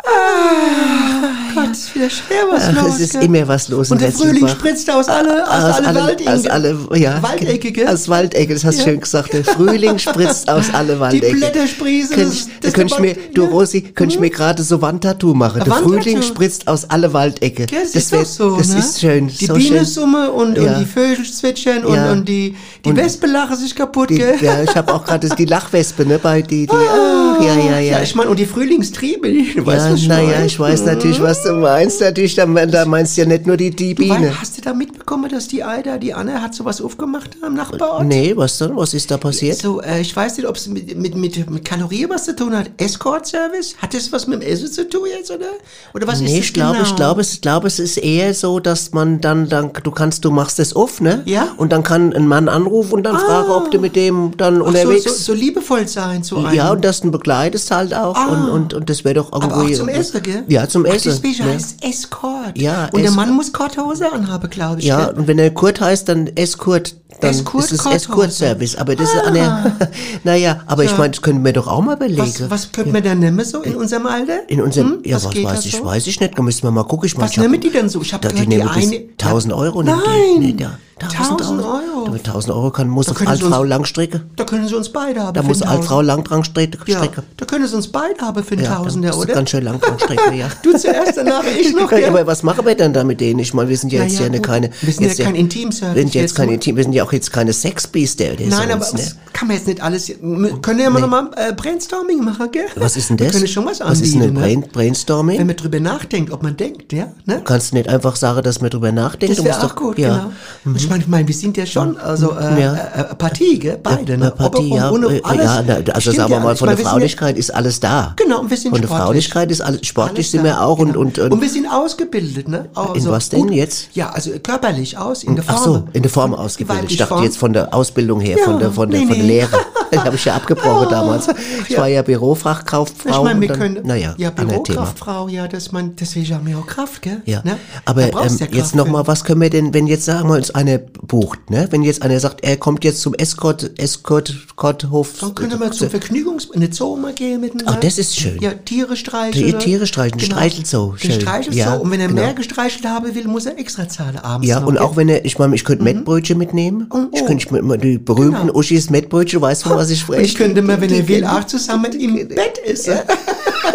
[SPEAKER 7] Ah, Gott, ist wieder schwer was
[SPEAKER 13] Ach,
[SPEAKER 7] los.
[SPEAKER 13] es ist
[SPEAKER 7] gell?
[SPEAKER 13] immer was los
[SPEAKER 7] Und
[SPEAKER 13] in
[SPEAKER 7] der Frühling
[SPEAKER 13] Rätselbach.
[SPEAKER 7] spritzt aus alle, aus, alle, Waldecke.
[SPEAKER 13] Aus alle, ja.
[SPEAKER 7] Waldecke, gell?
[SPEAKER 13] Aus Waldecke, das hast du
[SPEAKER 7] Ja.
[SPEAKER 13] schön gesagt. Der Frühling spritzt aus alle Waldecke.
[SPEAKER 7] Blätter sprießen,
[SPEAKER 13] Könnt
[SPEAKER 7] das-
[SPEAKER 13] ich-
[SPEAKER 7] das
[SPEAKER 13] könnt ich
[SPEAKER 7] ist
[SPEAKER 13] mir,
[SPEAKER 7] der Wald-
[SPEAKER 13] du Rosi, könnte ich mir gerade so Wandtattoo machen. Der
[SPEAKER 7] Wandtattoo.
[SPEAKER 13] Frühling spritzt aus alle Waldecke.
[SPEAKER 7] Gell, das, ist
[SPEAKER 13] wär-
[SPEAKER 7] doch so,
[SPEAKER 13] Das
[SPEAKER 7] ne?
[SPEAKER 13] ist schön.
[SPEAKER 7] Die
[SPEAKER 13] so
[SPEAKER 7] Biene
[SPEAKER 13] schön.
[SPEAKER 7] summen und,
[SPEAKER 13] Ja.
[SPEAKER 7] und die Vögel zwitschern und,
[SPEAKER 13] Ja.
[SPEAKER 7] und die, die Wespe lachen sich kaputt,
[SPEAKER 13] Die,
[SPEAKER 7] gell?
[SPEAKER 13] ja, ich habe auch gerade die Lachwespe, ne, bei die, die, ah, ja, ja, ja.
[SPEAKER 7] ich meine, und die Frühlingstriebe, du ne?
[SPEAKER 13] ja,
[SPEAKER 7] weißt, was ich
[SPEAKER 13] naja,
[SPEAKER 7] mein.
[SPEAKER 13] ich weiß natürlich, was du
[SPEAKER 3] du meinst, natürlich, da, da meinst du ja nicht nur die, die Biene.
[SPEAKER 7] Weil, hast du da mitbekommen, dass die Eider, die Anne, hat sowas aufgemacht am Nachbarort?
[SPEAKER 3] Nee, was denn? Was ist da passiert?
[SPEAKER 7] So, äh, ich weiß nicht, ob es mit, mit, mit, mit Kalorien was zu tun hat. Escort-Service? Hat das was mit dem Essen zu tun jetzt, oder? Oder was ist
[SPEAKER 3] nee,
[SPEAKER 7] das
[SPEAKER 3] ich glaube,
[SPEAKER 7] genau?
[SPEAKER 3] ich glaube, es, ich glaube, es ist eher so, dass man dann, dann, du kannst, du machst es auf, ne?
[SPEAKER 7] Ja.
[SPEAKER 3] Und dann kann ein Mann anrufen und dann
[SPEAKER 7] Ah.
[SPEAKER 3] fragen, ob du mit dem dann
[SPEAKER 7] Ach, so,
[SPEAKER 3] unterwegs.
[SPEAKER 7] so, so liebevoll sein zu einem.
[SPEAKER 3] ja, und dass du ihn begleitest halt auch
[SPEAKER 7] Ah.
[SPEAKER 3] und, und, und das wäre doch irgendwie.
[SPEAKER 7] Aber auch zum Essen, gell?
[SPEAKER 3] Ja, zum Essen.
[SPEAKER 7] Ach, deswegen
[SPEAKER 3] ne?
[SPEAKER 7] heißt es Escort.
[SPEAKER 3] Ja,
[SPEAKER 7] Und der
[SPEAKER 3] Escort.
[SPEAKER 7] Mann muss Korthose anhaben, glaube ich.
[SPEAKER 3] Ja,
[SPEAKER 7] gell?
[SPEAKER 3] und wenn er Kurt heißt, dann Escort. Dann
[SPEAKER 7] Escort,
[SPEAKER 3] ist es
[SPEAKER 7] Kurt
[SPEAKER 3] Escort-Service. Aber das ist an der, naja, aber
[SPEAKER 7] Ah. Ja.
[SPEAKER 3] ich meine, das können wir doch auch mal überlegen.
[SPEAKER 7] Was, was könnte man da nehmen so in unserem Alter?
[SPEAKER 3] Äh, In unserem,
[SPEAKER 7] Hm?
[SPEAKER 3] ja, was,
[SPEAKER 7] geht da
[SPEAKER 3] weiß ich,
[SPEAKER 7] so?
[SPEAKER 3] weiß ich nicht. Da müssen wir mal gucken. Ich mein,
[SPEAKER 7] Was
[SPEAKER 3] ich hab-
[SPEAKER 7] nehmen die denn so? Ich habe
[SPEAKER 3] da, die
[SPEAKER 7] gehört, die
[SPEAKER 3] nehmen das
[SPEAKER 7] eine...
[SPEAKER 3] 1000 Euro. nimmt
[SPEAKER 7] Nein,
[SPEAKER 3] Die, nee, da,
[SPEAKER 7] 1000 Euro.
[SPEAKER 3] Mit 1000 Euro kann, muss doch
[SPEAKER 7] können sie uns-
[SPEAKER 3] Altfrau Langstrecke.
[SPEAKER 7] Da können sie uns beide haben.
[SPEAKER 3] Da
[SPEAKER 7] für
[SPEAKER 3] muss
[SPEAKER 7] 1000.
[SPEAKER 3] Altfrau Langstrecke.
[SPEAKER 7] Ja, da können sie uns beide haben für einen
[SPEAKER 3] Ja, da
[SPEAKER 7] Tausender,
[SPEAKER 3] musst du
[SPEAKER 7] oder?
[SPEAKER 3] ganz schön lang dran strecken, ja.
[SPEAKER 7] Du zuerst, danach ich noch,
[SPEAKER 3] Ja,
[SPEAKER 7] gell?
[SPEAKER 3] aber was machen wir denn da mit denen? Ich meine, wir sind ja
[SPEAKER 7] Na
[SPEAKER 3] jetzt
[SPEAKER 7] ja,
[SPEAKER 3] ja, eine
[SPEAKER 7] gut.
[SPEAKER 3] keine.
[SPEAKER 7] Wir sind ja kein Intimservice
[SPEAKER 3] Wir sind ja
[SPEAKER 7] jetzt,
[SPEAKER 3] jetzt kein
[SPEAKER 7] ne?
[SPEAKER 3] Intim, wir sind ja auch jetzt keine Sexbiester oder
[SPEAKER 7] Nein,
[SPEAKER 3] so.
[SPEAKER 7] aber
[SPEAKER 3] ne?
[SPEAKER 7] das kann man jetzt nicht alles... m- Können wir ja mal nochmal äh, Brainstorming machen, gell?
[SPEAKER 3] Was ist denn
[SPEAKER 7] Wir
[SPEAKER 3] das?
[SPEAKER 7] können schon was
[SPEAKER 3] Was ist denn ein
[SPEAKER 7] anbieten,
[SPEAKER 3] Brain
[SPEAKER 7] ne?
[SPEAKER 3] Brainstorming?
[SPEAKER 7] Wenn man drüber nachdenkt, ob man denkt, ja? Ne?
[SPEAKER 3] Kannst du nicht einfach sagen, dass man drüber nachdenkt?
[SPEAKER 7] Das
[SPEAKER 3] Du
[SPEAKER 7] wäre
[SPEAKER 3] musst
[SPEAKER 7] auch
[SPEAKER 3] doch-
[SPEAKER 7] gut,
[SPEAKER 3] ja. Mhm.
[SPEAKER 7] genau. Und ich meine, ich mein, wir sind ja schon, also äh,
[SPEAKER 3] Ja.
[SPEAKER 7] äh, äh, Partie, gell? Beide, ne? Ob-
[SPEAKER 3] Partie,
[SPEAKER 7] ob-
[SPEAKER 3] ja.
[SPEAKER 7] ohne
[SPEAKER 3] äh,
[SPEAKER 7] alles.
[SPEAKER 3] ja, na, also
[SPEAKER 7] Stimmt
[SPEAKER 3] sagen wir
[SPEAKER 7] ja
[SPEAKER 3] mal,
[SPEAKER 7] alles.
[SPEAKER 3] von der
[SPEAKER 7] Ich mein, wir sind
[SPEAKER 3] Fraulichkeit ist alles da.
[SPEAKER 7] Ja, genau, und wir sind
[SPEAKER 3] Von der
[SPEAKER 7] sportlich.
[SPEAKER 3] Fraulichkeit ist alles, sportlich
[SPEAKER 7] Alles
[SPEAKER 3] sind
[SPEAKER 7] da, genau.
[SPEAKER 3] wir auch und, und,
[SPEAKER 7] Und wir
[SPEAKER 3] und
[SPEAKER 7] sind ausgebildet, ne? Auch
[SPEAKER 3] in
[SPEAKER 7] so
[SPEAKER 3] was denn
[SPEAKER 7] gut-
[SPEAKER 3] jetzt? Hm,
[SPEAKER 7] Ja, also körperlich aus, in der Form.
[SPEAKER 3] Ach so, in der Form ausgebildet. Ich
[SPEAKER 7] weibliche
[SPEAKER 3] dachte
[SPEAKER 7] Form.
[SPEAKER 3] jetzt von der Ausbildung her, von
[SPEAKER 7] Ja,
[SPEAKER 3] der, von der,
[SPEAKER 7] nee,
[SPEAKER 3] von der
[SPEAKER 7] nee.
[SPEAKER 3] Lehre. Den habe ich ja abgebrochen damals. Ich
[SPEAKER 7] Ja.
[SPEAKER 3] war ja Bürofachkauffrau.
[SPEAKER 7] Ich meine,
[SPEAKER 3] und
[SPEAKER 7] wir
[SPEAKER 3] dann-
[SPEAKER 7] können.
[SPEAKER 3] Naja,
[SPEAKER 7] ja,
[SPEAKER 3] anderes Thema.
[SPEAKER 7] Bürokraftfrau, ja, dass man, deswegen haben wir auch Kraft, gell?
[SPEAKER 3] Ja,
[SPEAKER 7] Ne?
[SPEAKER 3] aber
[SPEAKER 7] Da brauchst
[SPEAKER 3] ähm,
[SPEAKER 7] du ja Kraft
[SPEAKER 3] jetzt
[SPEAKER 7] für.
[SPEAKER 3] nochmal, was können wir denn, wenn jetzt sagen wir uns einer bucht, ne? Wenn jetzt einer sagt, er kommt jetzt zum Escort, Escort, Kotthof.
[SPEAKER 7] Dann könnte man zum Vergnügungs-, in eine Zoo mal gehen miteinander.
[SPEAKER 3] Ach, das ist schön.
[SPEAKER 7] Ja, Tiere streicheln.
[SPEAKER 3] Die
[SPEAKER 7] oder? Genau.
[SPEAKER 3] Tiere streicheln, Streichelzoo,
[SPEAKER 7] Den
[SPEAKER 3] schön.
[SPEAKER 7] Streichelzoo.
[SPEAKER 3] Ja,
[SPEAKER 7] und wenn er
[SPEAKER 3] genau.
[SPEAKER 7] mehr gestreichelt haben will, muss er extra zahlen abends.
[SPEAKER 3] Ja,
[SPEAKER 7] noch,
[SPEAKER 3] und
[SPEAKER 7] gell?
[SPEAKER 3] auch wenn er, ich meine, ich
[SPEAKER 7] Mhm.
[SPEAKER 3] könnte Mettbrötchen mitnehmen.
[SPEAKER 7] Oh,
[SPEAKER 3] Ich könnte ich mit- mit die berühmten Uschis Mettbrötchen, weißt du, von was ich
[SPEAKER 7] Und
[SPEAKER 3] spreche?
[SPEAKER 7] genau. ich könnte mal, wenn er will, auch zusammen im Bett essen.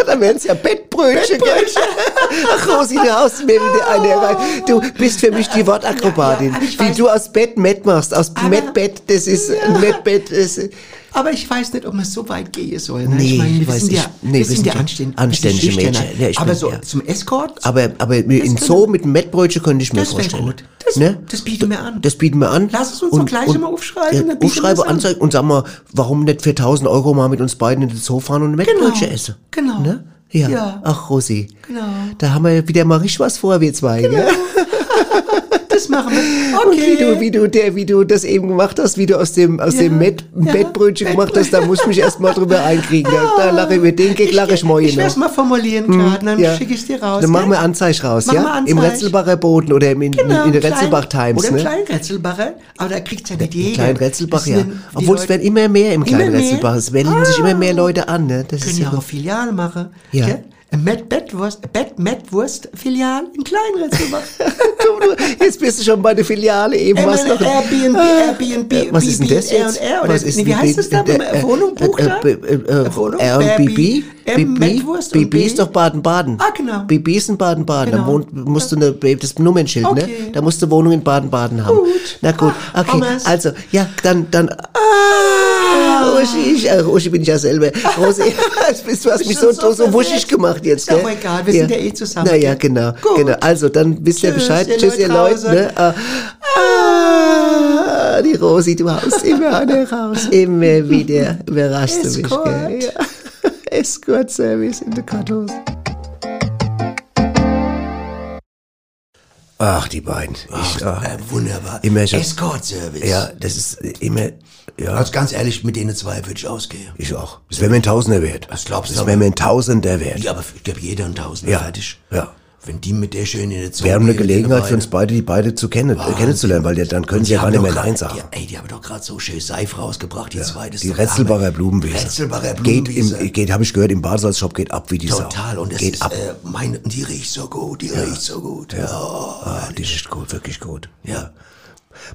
[SPEAKER 3] Dann wären es ja Bettbrötchen. Bettbrötchen. Ach, Rosi, du haust mir wieder eine rein. Du bist für mich die Wortakrobatin. Wie du aus Bett Mett machst. Aus Mettbett, das ist ein Mettbett. das ist-
[SPEAKER 7] Aber ich weiß nicht, ob man so weit gehen soll. Ne?
[SPEAKER 3] Nee,
[SPEAKER 7] ich meine, wir
[SPEAKER 3] weiß
[SPEAKER 7] sind
[SPEAKER 3] ich-
[SPEAKER 7] ja,
[SPEAKER 3] nee,
[SPEAKER 7] wir sind ja anständige,
[SPEAKER 3] anständige
[SPEAKER 7] schüchterne.
[SPEAKER 3] Mädchen. Ja, ich
[SPEAKER 7] aber
[SPEAKER 3] bin-
[SPEAKER 7] so
[SPEAKER 3] ja.
[SPEAKER 7] zum Escort,
[SPEAKER 3] Aber, aber in Zoo mit einem Mettbrötchen könnte ich mir
[SPEAKER 7] das wäre
[SPEAKER 3] vorstellen.
[SPEAKER 7] gut. Das,
[SPEAKER 3] Ne?
[SPEAKER 7] das bieten wir an.
[SPEAKER 3] Das bieten wir an.
[SPEAKER 7] Lass es uns doch gleich mal aufschreiben, dann bieten wir
[SPEAKER 3] aufschreibe,
[SPEAKER 7] das an.
[SPEAKER 3] anzeigen und sag mal, warum nicht für 1000 Euro mal mit uns beiden in den Zoo fahren und ein Mettbrötchen essen?
[SPEAKER 7] Genau.
[SPEAKER 3] Ne? Ja.
[SPEAKER 7] Ja.
[SPEAKER 3] Ach, Rosi.
[SPEAKER 7] Genau.
[SPEAKER 3] Da haben wir wieder mal richtig was vor, wir zwei. Gell?
[SPEAKER 7] Das machen wir.
[SPEAKER 3] Und wie du, wie du, der, wie du das eben gemacht hast, wie du aus dem, aus dem Met, Bettbrötchen gemacht hast, da muss ich mich erstmal drüber einkriegen. Da, da lache ich mir den Gag, lache ich morgen
[SPEAKER 7] Oh. Ich werde es mal formulieren gerade, dann
[SPEAKER 3] ja.
[SPEAKER 7] schicke ich dir raus. ne?
[SPEAKER 3] Dann machen wir
[SPEAKER 7] gell?
[SPEAKER 3] Anzeig raus,
[SPEAKER 7] Machen
[SPEAKER 3] ja?
[SPEAKER 7] wir Anzeig.
[SPEAKER 3] Im Retzelbacher Boden oder im, in, in der Retzelbach Times,
[SPEAKER 7] Genau, Oder im
[SPEAKER 3] ne?
[SPEAKER 7] kleinen Retzelbacher, aber da kriegt ja nicht jeder.
[SPEAKER 3] Klein Retzelbach,
[SPEAKER 7] Das
[SPEAKER 3] ja.
[SPEAKER 7] sind die
[SPEAKER 3] Obwohl es
[SPEAKER 7] Leute-
[SPEAKER 3] werden immer mehr im
[SPEAKER 7] Immer
[SPEAKER 3] kleinen
[SPEAKER 7] mehr? Ah. Genau.
[SPEAKER 3] Retzelbach. Es werden sich immer mehr Leute an, ne? Das
[SPEAKER 7] können
[SPEAKER 3] ist
[SPEAKER 7] ja
[SPEAKER 3] ja
[SPEAKER 7] auch Filial machen.
[SPEAKER 3] Ja.
[SPEAKER 7] gell? Ein Met- Bettwurst, Bet Mettwurst Filial in kleinen Retzelbach.
[SPEAKER 3] Jetzt bist du schon bei der Filiale eben
[SPEAKER 7] Äh,
[SPEAKER 3] was
[SPEAKER 7] meine
[SPEAKER 3] noch.
[SPEAKER 7] Airbnb, Airbnb,
[SPEAKER 3] Äh, was ist denn das
[SPEAKER 7] B&R
[SPEAKER 3] jetzt?
[SPEAKER 7] oder-
[SPEAKER 3] was ist
[SPEAKER 7] nee, wie
[SPEAKER 3] denn
[SPEAKER 7] heißt das da, wenn man
[SPEAKER 3] äh,
[SPEAKER 7] Wohnung bucht
[SPEAKER 3] äh,
[SPEAKER 7] da?
[SPEAKER 3] äh, äh,
[SPEAKER 7] Wohnung?
[SPEAKER 3] Airbnb?
[SPEAKER 7] Airbnb, Mettwurst und
[SPEAKER 3] BB ist doch Baden-Baden.
[SPEAKER 7] Ah, genau.
[SPEAKER 3] BB ist in Baden-Baden. Da
[SPEAKER 7] Genau.
[SPEAKER 3] wohnt, musst du eine, das ist ein Nummernschild, ne?
[SPEAKER 7] Okay.
[SPEAKER 3] Da musst du Wohnung in Baden-Baden haben.
[SPEAKER 7] Gut. Ah,
[SPEAKER 3] Na gut, okay.
[SPEAKER 7] Pommes.
[SPEAKER 3] Also, ja, dann, dann, ah, Uschi, ich, ach, Uschi bin ich ja selber. Rosi, jetzt bist du hast
[SPEAKER 7] Bist
[SPEAKER 3] mich so,
[SPEAKER 7] schon so
[SPEAKER 3] so, so wuschig
[SPEAKER 7] verletzt.
[SPEAKER 3] gemacht jetzt,
[SPEAKER 7] Ist doch egal, wir sind ja eh zusammen,
[SPEAKER 3] Naja,
[SPEAKER 7] gell?
[SPEAKER 3] genau, genau. Also, dann wisst ihr
[SPEAKER 7] Tschüss,
[SPEAKER 3] Bescheid.
[SPEAKER 7] ihr
[SPEAKER 3] Tschüss,
[SPEAKER 7] Leute
[SPEAKER 3] ihr Leute,
[SPEAKER 7] draußen.
[SPEAKER 3] ne? Ah, Ah, die Rosi, du haust immer eine raus. Immer wieder überraschst du mich. Gell?
[SPEAKER 7] Escort.
[SPEAKER 3] Ja. Escort-Service in der Kartose.
[SPEAKER 14] Ach, die beiden. Ich,
[SPEAKER 3] ah.
[SPEAKER 14] ach,
[SPEAKER 2] äh, Wunderbar.
[SPEAKER 14] Immer schon-
[SPEAKER 2] Escort-Service.
[SPEAKER 14] ja, das ist
[SPEAKER 3] äh,
[SPEAKER 14] immer, ja.
[SPEAKER 2] Also ganz ehrlich, mit denen zwei würde ich ausgehen.
[SPEAKER 14] Ich auch. Das wäre mir ein Tausender wert. Was
[SPEAKER 2] glaubst du
[SPEAKER 14] Das
[SPEAKER 2] aber?
[SPEAKER 14] wäre mir ein Tausender wert.
[SPEAKER 2] Ja, aber ich glaube, jeder ein Tausender
[SPEAKER 14] Ja.
[SPEAKER 2] fertig.
[SPEAKER 14] Ja.
[SPEAKER 2] Wenn die mit der schön in der Zone
[SPEAKER 14] Wäre eine
[SPEAKER 2] gehen, die
[SPEAKER 14] Gelegenheit für
[SPEAKER 2] beiden.
[SPEAKER 14] uns beide, die beide zu kennen, äh, kennenzulernen, weil ja, dann können
[SPEAKER 2] Und
[SPEAKER 14] sie ja gar
[SPEAKER 2] haben
[SPEAKER 14] nicht
[SPEAKER 2] doch
[SPEAKER 14] mehr
[SPEAKER 2] grad-
[SPEAKER 14] Nein sagen.
[SPEAKER 2] Ja, ey, die haben doch gerade so schön Seif rausgebracht, die zwei. Das ist
[SPEAKER 14] Die
[SPEAKER 2] doch der
[SPEAKER 14] Retzelbacher
[SPEAKER 2] Hammer.
[SPEAKER 14] Blumenwiese.
[SPEAKER 2] Retzelbacher
[SPEAKER 14] Geht,
[SPEAKER 2] Blumenwiese.
[SPEAKER 14] im, geht habe ich gehört, im Badesalzshop geht ab wie die Sau.
[SPEAKER 2] äh, Total. Und das
[SPEAKER 14] geht
[SPEAKER 2] ist,
[SPEAKER 14] ab.
[SPEAKER 2] Äh, meine, die riecht so gut, die riecht so gut.
[SPEAKER 14] Ja.
[SPEAKER 2] Oh.
[SPEAKER 14] Ah, die ist gut, wirklich gut.
[SPEAKER 2] Ja.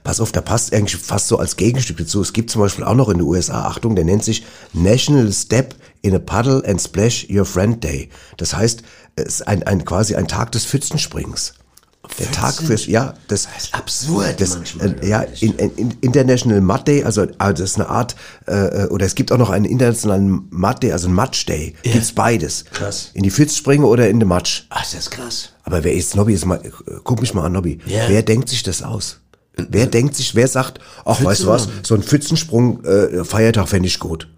[SPEAKER 14] Pass auf, da passt eigentlich fast so als Gegenstück dazu. Es gibt zum Beispiel auch noch in den USA, Achtung, der nennt sich National Step in a Puddle and Splash Your Friend Day. Das heißt, es ist ein, ein, quasi ein Tag des Pfützenspringens.
[SPEAKER 3] Der Tag fürs, ja, das, ist
[SPEAKER 2] absurd
[SPEAKER 3] das, manchmal. Äh, ja, in, in, in- International Mud Day, also, also das ist eine Art, äh, oder es gibt auch noch einen internationalen Mud Day, also einen Matsch Day. Gibt's beides.
[SPEAKER 2] Krass.
[SPEAKER 3] In die Pfütze springen oder in den Matsch.
[SPEAKER 2] Ach, das ist krass.
[SPEAKER 3] Aber wer ist Nobby? Ist mal, äh, guck mich mal an, Nobby.
[SPEAKER 2] Ja.
[SPEAKER 3] Wer denkt sich das aus? Wer denkt sich, wer sagt, ach, weißt du was, so ein Pfützensprung, äh, Feiertag fände ich gut.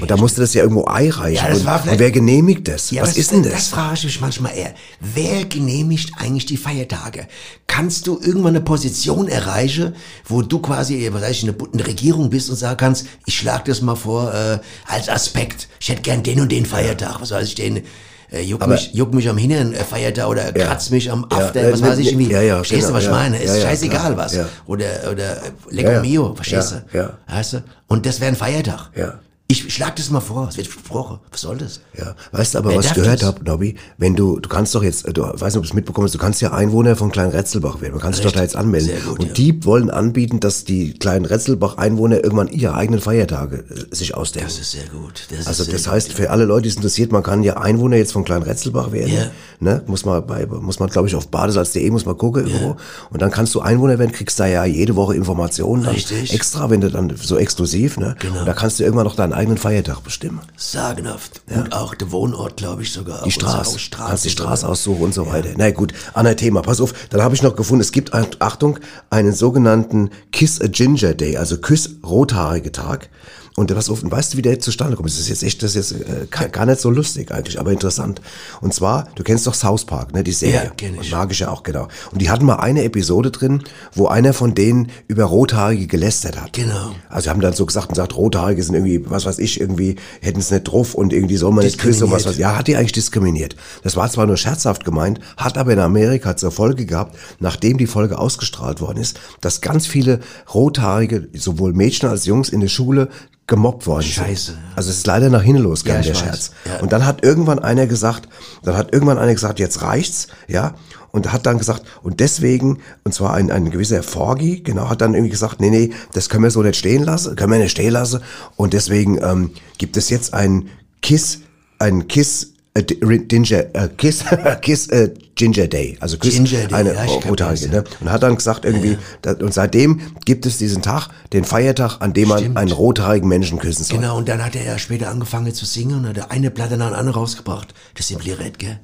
[SPEAKER 3] Und da musste das ja irgendwo einreichen.
[SPEAKER 2] Ja, das
[SPEAKER 3] Und-
[SPEAKER 2] war vielleicht-
[SPEAKER 3] und wer genehmigt das?
[SPEAKER 2] Ja,
[SPEAKER 3] was
[SPEAKER 2] aber
[SPEAKER 3] ist denn das?
[SPEAKER 2] Das frage ich mich manchmal eher. Wer genehmigt eigentlich die Feiertage? Kannst du irgendwann eine Position erreichen, wo du quasi äh, im Bereich eine, eine Regierung bist und sagen kannst, ich schlage das mal vor äh, als Aspekt. Ich hätte gern den und den Feiertag. Was weiß ich, den äh, juck,
[SPEAKER 3] Aber-
[SPEAKER 2] mich, juck mich am Hintern äh, Feiertag oder
[SPEAKER 3] Ja.
[SPEAKER 2] kratz mich am
[SPEAKER 3] Ja,
[SPEAKER 2] After.
[SPEAKER 3] äh,
[SPEAKER 2] was
[SPEAKER 3] ne-
[SPEAKER 2] weiß ich irgendwie.
[SPEAKER 3] ja, ja,
[SPEAKER 2] Verstehst
[SPEAKER 3] genau,
[SPEAKER 2] du, was
[SPEAKER 3] ja.
[SPEAKER 2] ich meine? Ist
[SPEAKER 3] Ja, ja,
[SPEAKER 2] scheißegal
[SPEAKER 3] klar,
[SPEAKER 2] was.
[SPEAKER 3] ja.
[SPEAKER 2] Oder, oder äh, Lecco
[SPEAKER 3] Ja, ja.
[SPEAKER 2] Mio, verstehst
[SPEAKER 3] Ja,
[SPEAKER 2] du?
[SPEAKER 3] ja.
[SPEAKER 2] Weißt du? Und das wäre ein Feiertag.
[SPEAKER 3] Ja.
[SPEAKER 2] Ich schlag das mal vor, es wird versprochen. Was soll das?
[SPEAKER 3] Ja, weißt du aber,
[SPEAKER 2] Wer
[SPEAKER 3] was ich
[SPEAKER 2] darf
[SPEAKER 3] gehört
[SPEAKER 2] das?
[SPEAKER 3] habe, Nobby? Wenn du, du kannst doch jetzt, äh, du weißt nicht, ob du es mitbekommen hast, du kannst ja Einwohner von Kleinretzelbach werden. Man kann sich doch da jetzt anmelden. und die wollen anbieten, dass die Kleinretzelbach-Einwohner irgendwann ihre eigenen Feiertage äh, sich ausdenken. Das ist
[SPEAKER 2] sehr gut. Das
[SPEAKER 3] also das heißt, für alle Leute, die es interessiert, man kann ja Einwohner jetzt von Kleinretzelbach werden.
[SPEAKER 2] Ja.
[SPEAKER 3] Ne? Muss man bei, muss man, glaube ich, auf badesalz.de muss man gucken irgendwo. Und dann kannst du Einwohner werden, kriegst da ja jede Woche Informationen. dann
[SPEAKER 2] Richtig.
[SPEAKER 3] Extra, wenn du dann so exklusiv, ne?
[SPEAKER 2] Genau.
[SPEAKER 3] Und da kannst du irgendwann noch deinen eigenen Feiertag bestimmen.
[SPEAKER 2] Sagenhaft. Und auch der Wohnort, glaube ich, sogar.
[SPEAKER 3] Die
[SPEAKER 2] Auch
[SPEAKER 3] Straße.
[SPEAKER 2] unsere Straße.
[SPEAKER 3] Kannst die Straße aussuchen und so weiter. Na gut, anderes Thema. Pass auf, dann habe ich noch gefunden, es gibt, Acht- Achtung, einen sogenannten Kiss a Ginger Day, also Küss rothaarige Tag. Und pass auf, und weißt du, wie der zustande kommt? Das ist jetzt echt, das ist jetzt äh, gar- gar nicht so lustig eigentlich, aber interessant. Und zwar, du kennst doch South Park, ne, die Serie.
[SPEAKER 2] Ja, kenn ich.
[SPEAKER 3] Und Magische auch, genau. Und die hatten mal eine Episode drin, wo einer von denen über Rothaarige gelästert hat.
[SPEAKER 2] Genau.
[SPEAKER 3] Also haben dann so gesagt und sagt, Rothaarige sind irgendwie, was weiß ich, irgendwie hätten es nicht drauf und irgendwie soll man nicht küssen und was weiß ich. Ja, hat die eigentlich diskriminiert. Das war zwar nur scherzhaft gemeint, hat aber in Amerika zur Folge gehabt, nachdem die Folge ausgestrahlt worden ist, dass ganz viele Rothaarige, sowohl Mädchen als Jungs in der Schule, gemobbt worden Scheiße. Sind. Also es ist leider nach hinten losgegangen,
[SPEAKER 2] Ja,
[SPEAKER 3] der
[SPEAKER 2] ich weiß.
[SPEAKER 3] Scherz.
[SPEAKER 2] Ja.
[SPEAKER 3] Und dann hat irgendwann einer gesagt, dann hat irgendwann einer gesagt, jetzt reicht's, ja. Und hat dann gesagt, und deswegen, und zwar ein, ein gewisser Forgi, genau, hat dann irgendwie gesagt, nee, nee, das können wir so nicht stehen lassen, können wir nicht stehen lassen. Und deswegen ähm, gibt es jetzt einen Kiss, einen Kiss, äh, Di- Ri- Ginger, äh, Kiss, Kiss äh, Ginger Day, also Küss,
[SPEAKER 2] Ginger Day,
[SPEAKER 3] eine
[SPEAKER 2] ja, ich glaub,
[SPEAKER 3] Rothaarige, ne? Und hat dann gesagt irgendwie, da- und seitdem gibt es diesen Tag, den Feiertag, an dem man einen rothaarigen Menschen küssen soll.
[SPEAKER 2] Genau, und dann hat er ja später angefangen zu singen und hat er eine Platte nach der anderen rausgebracht. Das Simplirett, gell?